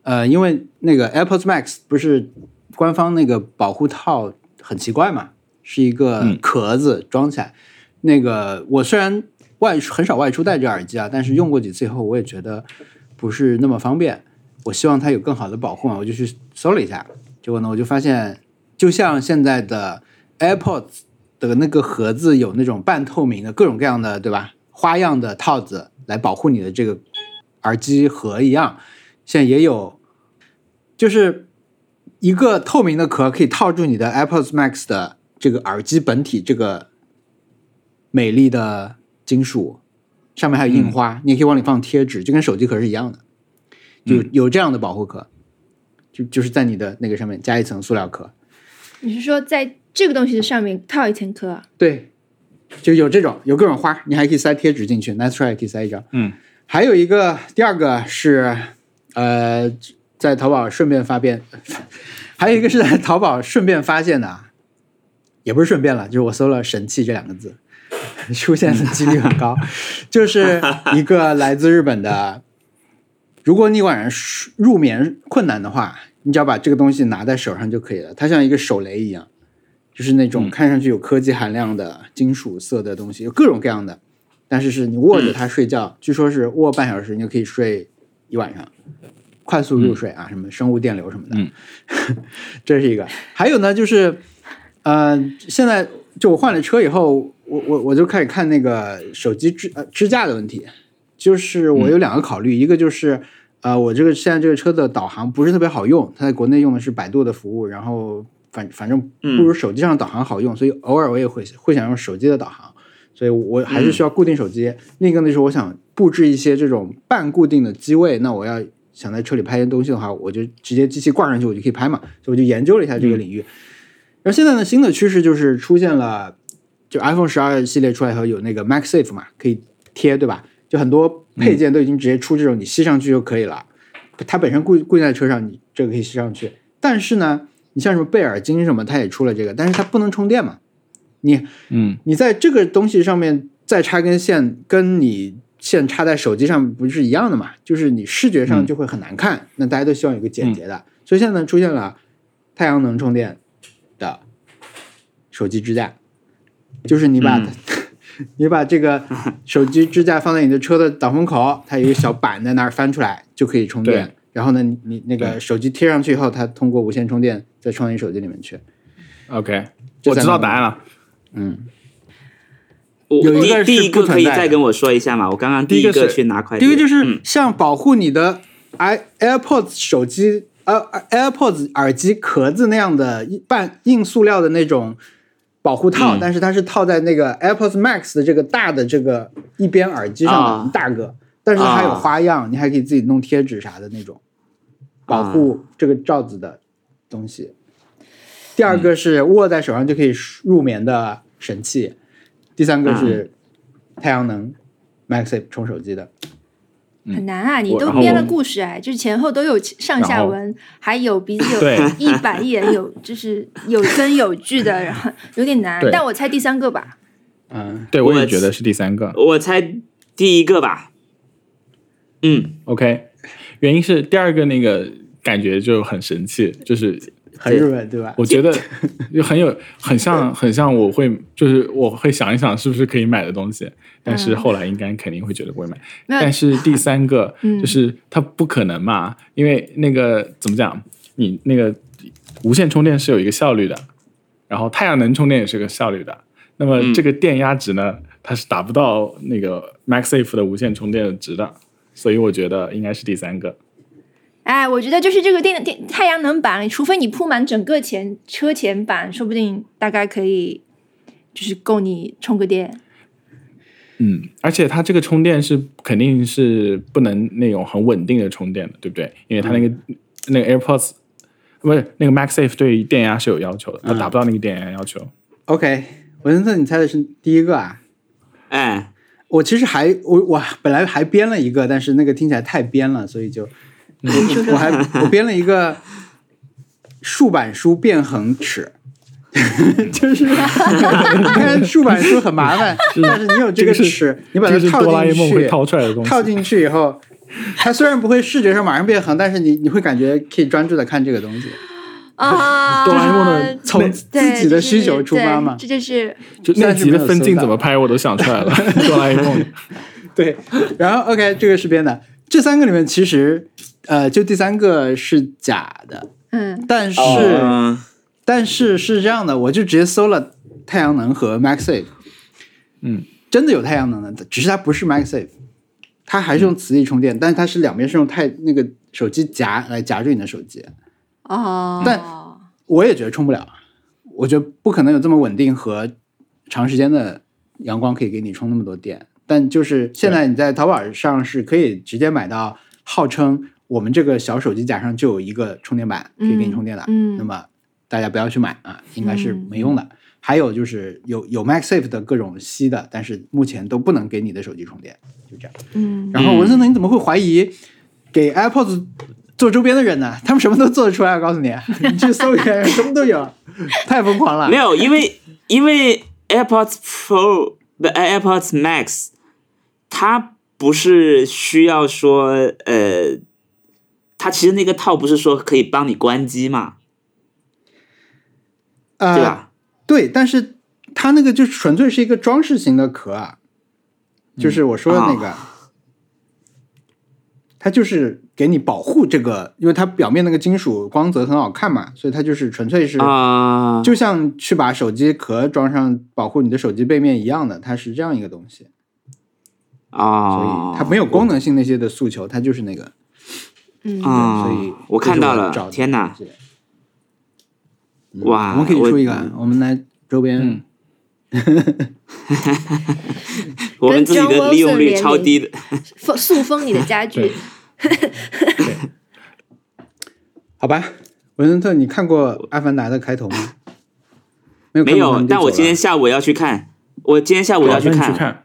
Speaker 2: 呃，因为那个 AirPods Max 不是官方那个保护套很奇怪嘛，是一个
Speaker 1: 嗯
Speaker 2: 壳子装起来。那个我虽然外出很少外出戴着耳机啊，但是用过几次以后，我也觉得不是那么方便。我希望它有更好的保护嘛，我就去搜了一下，结果呢，我就发现，就像现在的 AirPods 的那个盒子有那种半透明的各种各样的，对吧？花样的套子来保护你的这个耳机盒一样，现在也有，就是一个透明的壳可以套住你的 AirPods Max 的这个耳机本体，这个美丽的金属，上面还有印花，你也可以往里放贴纸，就跟手机壳是一样的，就有有这样的保护壳，就就是在你的那个上面加一层塑料壳，
Speaker 4: 你是说在这个东西的上面套一层壳？
Speaker 2: 对，就有这种有各种花，你还可以塞贴纸进去，Nice try 也可以塞一张。
Speaker 1: 嗯，
Speaker 2: 还有一个第二个是，呃，在淘宝顺便发 现，还有一个是在淘宝顺便发现的，啊，也不是顺便了，就是我搜了“神器”这两个字， 出现的几率很高，就是一个来自日本的，如果你晚上睡入眠困难的话，你只要把这个东西拿在手上就可以了，它像一个手雷一样。就是那种看上去有科技含量的金属色的东西，有各种各样的，但是是你握着它睡觉，据说是握半小时你就可以睡一晚上，快速入睡啊，什么生物电流什么的，
Speaker 1: 嗯
Speaker 2: 这是一个。还有呢，就是呃，现在就我换了车以后，我我我就开始看那个手机支呃支架的问题，就是我有两个考虑，一个就是。呃，我这个现在这个车的导航不是特别好用，它在国内用的是百度的服务，然后反反正不如手机上导航好用，所以偶尔我也会会想用手机的导航，所以我还是需要固定手机。另一个呢，就是我想布置一些这种半固定的机位，那我要想在车里拍一些东西的话，我就直接机器挂上去，我就可以拍嘛。所以我就研究了一下这个领域。然后现在呢，新的趋势就是出现了，就 iPhone 十二系列出来以后有那个 MagSafe 嘛，可以贴，对吧？就很多配件都已经直接出这种，你吸上去就可以了。它本身固固定在车上，你这个可以吸上去。但是呢，你像什么贝尔金什么，它也出了这个，但是它不能充电嘛。你
Speaker 1: 嗯，
Speaker 2: 你在这个东西上面再插根线，跟你线插在手机上不是一样的嘛？就是你视觉
Speaker 1: 嗯
Speaker 2: 上就会很难看。那大家都希望有个简洁的，所以现在呢出现了太阳能充电的手机支架，就是你
Speaker 1: 嗯
Speaker 2: 把、 你把这个手机支架放在你的车的挡风口，它有一个小板在那儿翻出来就可以充电
Speaker 1: 对。
Speaker 2: 然后呢，你你那个
Speaker 1: 对
Speaker 2: 手机贴上去以后，它通过无线充电再充到你手机里面去。
Speaker 1: OK，
Speaker 2: 这
Speaker 1: 我
Speaker 2: 三
Speaker 1: 知道
Speaker 2: 个
Speaker 1: 答案了。
Speaker 3: 我
Speaker 2: 有一
Speaker 3: 第
Speaker 2: 个
Speaker 3: 第
Speaker 2: 是
Speaker 3: 一
Speaker 2: 不
Speaker 3: 个可
Speaker 2: 存
Speaker 3: 以
Speaker 2: 在的
Speaker 3: 再跟我说一下嘛？我刚刚
Speaker 1: 第一个
Speaker 3: 个
Speaker 1: 是
Speaker 3: 去拿快递，
Speaker 2: 第一个就是
Speaker 3: 嗯
Speaker 2: 像保护你的 i AirPods 手机呃 AirPods 耳机壳子那样的一半硬塑料的那种保护套，
Speaker 3: 嗯
Speaker 2: 但是它是套在那个 AirPods Max 的这个大的这个一边耳机上的
Speaker 3: 啊
Speaker 2: 一大个，但是它还有花样，你还可以自己弄贴纸啥的那种
Speaker 3: 啊
Speaker 2: 保护这个罩子的东西。第二个是握在手上就可以入眠的神器，第三个
Speaker 3: 嗯
Speaker 2: 是太阳能 MagSafe 充手机的。
Speaker 4: 很难啊！你
Speaker 1: 嗯我
Speaker 4: 都
Speaker 1: 然后
Speaker 4: 编
Speaker 1: 我
Speaker 4: 了故事哎，就是前后都有上
Speaker 1: 然
Speaker 4: 下
Speaker 1: 后
Speaker 4: 文，还有鼻子有
Speaker 1: 对
Speaker 4: 一板一眼有，就是有根有据的，然后有点难
Speaker 1: 对。
Speaker 4: 但我猜第三个吧，
Speaker 2: 嗯，
Speaker 1: 对，我
Speaker 3: 我
Speaker 1: 也觉得是第三个。
Speaker 3: 我猜第一个吧。嗯，
Speaker 1: OK，原因是第二个那个感觉就很神奇，就是
Speaker 2: 很日本对吧？
Speaker 1: 我觉得就很有很 像很像我会就是我会想一想是不是可以买的东西，但是后来应该肯定会觉得不会买。
Speaker 4: 嗯那
Speaker 1: 但是第三个
Speaker 4: 嗯
Speaker 1: 就是它不可能嘛，因为那个怎么讲，你那个无线充电是有一个效率的，然后太阳能充电也是有个效率的。那么这个电压值呢，它是达不到那个 MaxSafe 的无线充电的值的，所以我觉得应该是第三个。
Speaker 4: 哎，我觉得就是这个电电太阳能板，除非你铺满整个前车前板，说不定大概可以就是够你充个电。
Speaker 1: 嗯，而且它这个充电是肯定是不能那种很稳定的充电的，对不对？因为它那个、
Speaker 2: 嗯
Speaker 1: 那个 AirPods 不是那个 MaxSafe 对电压是有要求的，
Speaker 2: 嗯
Speaker 1: 它达不到那个电压要求。
Speaker 2: OK，文森特，你猜的是第一个啊？
Speaker 3: 哎，
Speaker 2: 我其实还我我本来还编了一个，但是那个听起来太编了，所以就
Speaker 1: 嗯
Speaker 2: 我我还 我编了一个竖板书变衡尺， 就是看竖板书很麻烦，但是你有这
Speaker 1: 这
Speaker 2: 个
Speaker 1: 个 是
Speaker 2: 尺，你把它
Speaker 1: 这是
Speaker 2: 套
Speaker 1: 哆啦 A
Speaker 2: 进
Speaker 1: 梦会
Speaker 2: 去，
Speaker 1: 掏出来的东西。
Speaker 2: 套进去以后，它虽然不会视觉上马上变衡，但是你你会感觉可以专注的看这个东西。
Speaker 4: 啊，
Speaker 1: 哆啦 A 梦的
Speaker 2: 从
Speaker 4: 对
Speaker 2: 自己的需求出发嘛
Speaker 4: 对这就是
Speaker 1: 就那集的分镜怎么拍我都想出 来了。哆啦 A 梦，
Speaker 2: 对，然后 OK，这个是编的。这三个里面其实，呃，就第三个是假的，
Speaker 4: 嗯，
Speaker 2: 但是、
Speaker 3: 嗯
Speaker 2: 但是是这样的，我就直接搜了太阳能和 MagSafe，
Speaker 1: 嗯，
Speaker 2: 真的有太阳能的，只是它不是 MagSafe，它还是用磁力充电，但是它是两边是用太那个手机夹来夹住你的手机，
Speaker 4: 哦，
Speaker 2: 但我也觉得充不了，我觉得不可能有这么稳定和长时间的阳光可以给你充那么多电。但就是现在你在淘宝上是可以直接买到，号称我们这个小手机架上就有一个充电板可以给你充电的，
Speaker 4: 嗯嗯嗯
Speaker 2: 那么大家不要去买啊，应该是没用的。还有就是有有 MagSafe 的各种吸的，但是目前都不能给你的手机充电，就这样。
Speaker 4: 嗯，
Speaker 2: 然后文森特，你怎么会怀疑给 AirPods 做周边的人呢？他们什么都做得出来，我告诉你， 你去搜一下，什么都有， 太疯狂了。
Speaker 3: 没有，因为因为 AirPods Pro 不呃 AirPods Max，它不是需要说呃，它其实那个套不是说可以帮你关机嘛，
Speaker 2: 呃，
Speaker 3: 对吧？
Speaker 2: 对，但是它那个就是纯粹是一个装饰型的壳啊，就是我说的那个，
Speaker 3: 嗯
Speaker 2: 啊它就是给你保护这个，因为它表面那个金属光泽很好看嘛，所以它就是纯粹是
Speaker 3: 啊、
Speaker 2: 就像去把手机壳装上保护你的手机背面一样的，它是这样一个东西。
Speaker 3: 啊哦
Speaker 2: 所以，它没有功能性那些的诉求，它就是那个。
Speaker 4: 嗯
Speaker 2: 对
Speaker 3: 啊、
Speaker 2: 所以
Speaker 3: 我看
Speaker 2: 这
Speaker 3: 到
Speaker 2: 是我找
Speaker 3: 了，
Speaker 2: 的
Speaker 3: 天哪！哇，
Speaker 2: 我们可以
Speaker 3: 我
Speaker 2: 出一个，我们来周
Speaker 1: 嗯
Speaker 2: 边
Speaker 3: 我们自己
Speaker 4: 跟 John
Speaker 3: 的利用
Speaker 4: Wilson
Speaker 3: 率
Speaker 4: 联
Speaker 3: 超
Speaker 4: 名
Speaker 3: 低的，
Speaker 4: 封塑封你的家具
Speaker 1: 对，
Speaker 2: 好吧？文森特，你看过《阿凡达》的开头 吗？没有看
Speaker 3: 嗯没
Speaker 2: 过，那
Speaker 3: 有
Speaker 2: 你。就
Speaker 3: 但我
Speaker 2: 走
Speaker 3: 今天
Speaker 2: 了
Speaker 3: 下午要去看，我今天下午要
Speaker 1: 去
Speaker 3: 看，
Speaker 1: 看。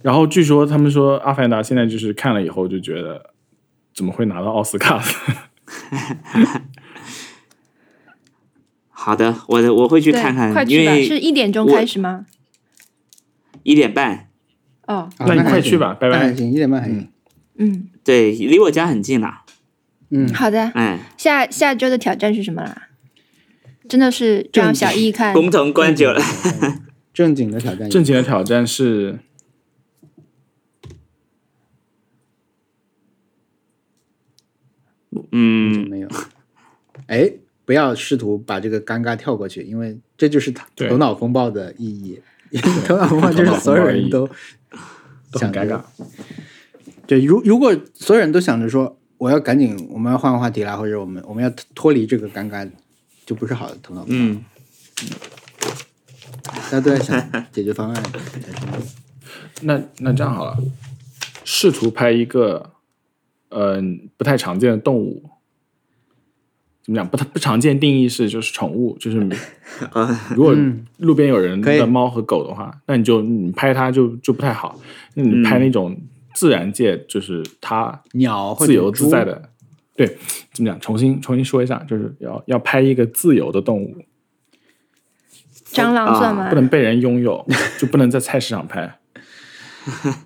Speaker 1: 然后据说他们说《阿凡达》现在就是看了以后就觉得怎么会拿到奥斯卡？
Speaker 3: 哎 好的，我的我会去
Speaker 4: 对
Speaker 3: 看看
Speaker 4: 快，
Speaker 3: 因
Speaker 4: 去吧！是
Speaker 3: 为
Speaker 4: 一点钟
Speaker 3: 我
Speaker 4: 开始吗？
Speaker 3: 一点半，
Speaker 4: 哦，
Speaker 2: 啊
Speaker 1: 那你
Speaker 2: 还
Speaker 1: 快
Speaker 2: 行
Speaker 1: 去吧拜
Speaker 2: 那
Speaker 1: 拜
Speaker 2: 还行，一点半还行。
Speaker 4: 嗯，
Speaker 3: 对，离我家很近啦。
Speaker 2: 嗯，
Speaker 4: 好的。
Speaker 3: 哎，
Speaker 4: 下下周的挑战是什么啦？真的是让小易看
Speaker 3: 共同关久了，
Speaker 2: 嗯 正经的挑战，
Speaker 1: 正经的挑战是
Speaker 3: 嗯，
Speaker 2: 没有。哎，不要试图把这个尴尬跳过去，因为这就是头
Speaker 1: 对
Speaker 2: 头脑风暴的意义。 头脑风暴就是所有人都
Speaker 1: 都很尴尬。
Speaker 2: 对，如如果所有人都想着说我要赶紧，我们要换个话题啦，或者我们我们要脱离这个尴尬，就不是好的头脑风暴。
Speaker 3: 嗯，
Speaker 2: 大家都在想解决方案。
Speaker 1: 那那这样好了，试图拍一个嗯、不太常见的动物，怎么讲？不太不常见定义是就是宠物， 就是如果路边有人
Speaker 2: 啊可以
Speaker 1: 的猫和狗的话，那你就你拍它就就不太好。那你拍那种自然界，就是它
Speaker 2: 鸟或者
Speaker 1: 自由自在
Speaker 2: 猪，
Speaker 1: 的，对，怎么讲？重新重新说一下，就是要要拍一个自由的动物，
Speaker 4: 蟑螂算吗
Speaker 3: 啊
Speaker 1: 不？能被人拥有，就不能在菜市场拍。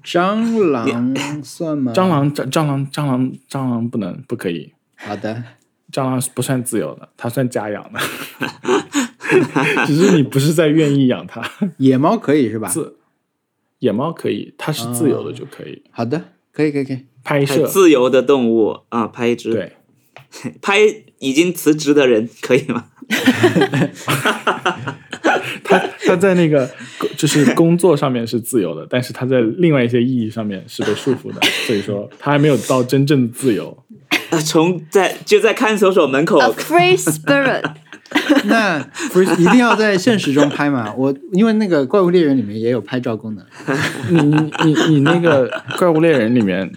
Speaker 2: 蟑螂算吗？
Speaker 1: 蟑螂蟑蟑螂蟑螂蟑螂不能不可以，
Speaker 2: 好的，
Speaker 1: 蟑螂是不算自由的，它算家养的， 只是你不是在愿意养它。
Speaker 2: 野猫可以是吧？
Speaker 1: 自野猫可以，它是自由的就可以、
Speaker 2: 好的，可以可以可以。
Speaker 1: 拍
Speaker 3: 拍
Speaker 1: 摄。
Speaker 3: 自由的动物啊，拍一只，
Speaker 1: 对，
Speaker 3: 拍已经辞职的人可以吗？
Speaker 1: 它它在那个 就是工作上面是自由的，但是它在另外一些意义上面是被束缚 的，所以说它还没有到真正的自由。
Speaker 3: 啊，从在就在看守所门口
Speaker 4: A free spirit，
Speaker 2: 那不是一定要在现实中拍嘛？我因为那个《怪物猎人》里面也有拍照功能。
Speaker 1: 你你你你那个《怪物猎人》里面，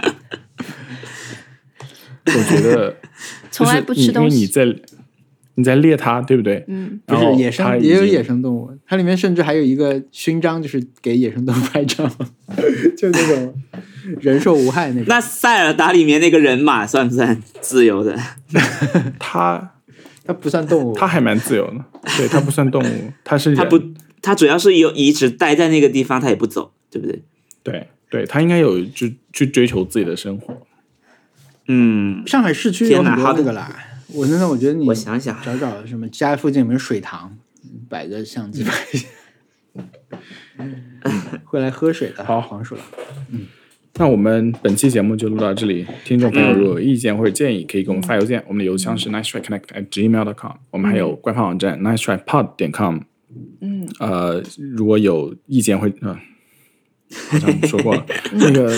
Speaker 1: 我觉得
Speaker 4: 从来不
Speaker 1: 就是
Speaker 4: 吃
Speaker 1: 你
Speaker 4: 东
Speaker 1: 因为你
Speaker 4: 西。
Speaker 1: 在你在猎它，对不对？
Speaker 4: 嗯，
Speaker 2: 不
Speaker 1: 然
Speaker 2: 是
Speaker 1: 后
Speaker 2: 野
Speaker 1: 它
Speaker 2: 生，
Speaker 1: 已
Speaker 2: 也有
Speaker 1: 经
Speaker 2: 野生动物，它里面甚至还有一个勋章，就是给野生动物拍照， 就那种人兽无害那种。
Speaker 3: 那塞尔达里面那个人马算不算自由的？
Speaker 1: 它
Speaker 2: 它不算动物，
Speaker 1: 它还蛮自由的，对，它不算动物，它是人
Speaker 3: 他不，他主要是有一直待在那个地方，他也不走，对不对？
Speaker 1: 对对，它应该有就去追求自己的生活。
Speaker 3: 嗯，
Speaker 2: 上海市区有
Speaker 3: 天哪
Speaker 2: 很多
Speaker 3: 好的
Speaker 2: 那个啦。我真的我觉得你
Speaker 3: 我想想
Speaker 2: 找找什么家附近有没有水塘，摆个相 机拍一下。会来喝水的，
Speaker 1: 好
Speaker 2: 黄鼠狼。
Speaker 1: 那我们本期节目就录到这里，听众
Speaker 3: 嗯
Speaker 1: 朋友如果有意见或者建议，可以给我们发邮件，我们的邮箱是 nice try connect at gmail com，我们还有
Speaker 3: 嗯
Speaker 1: 官方网站 nice try pod 点 com。嗯，呃，如果有意见会，嗯、好像说 过了，那个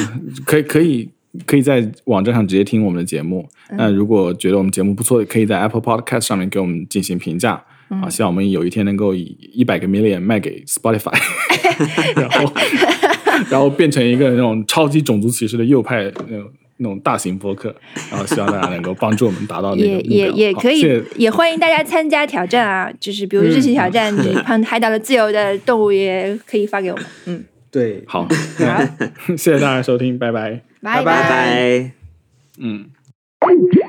Speaker 1: 可以可以可以在网站上直接听我们的节目。
Speaker 4: 嗯
Speaker 1: 那如果觉得我们节目不错，可以在 Apple Podcast 上面给我们进行评价。
Speaker 4: 嗯
Speaker 1: 啊，希望我们有一天能够以一百个 million 卖给 Spotify，然后然后变成一个那种超级种族歧视的右派那种那种大型播客，然后希望大家能够帮助我们达到那个
Speaker 4: 也
Speaker 1: 目标。
Speaker 4: 也也
Speaker 1: 好
Speaker 4: 可
Speaker 1: 谢谢
Speaker 4: 以，也欢迎大家参加挑战啊！就是比如这
Speaker 2: 嗯
Speaker 4: 些 挑战，你碰拍到了自由的动物，也可以发给我们。嗯，
Speaker 2: 对，
Speaker 1: 好，
Speaker 4: 啊
Speaker 1: 那谢谢大家收听，拜拜。
Speaker 4: 拜
Speaker 3: 拜拜。
Speaker 1: 嗯。
Speaker 6: Thank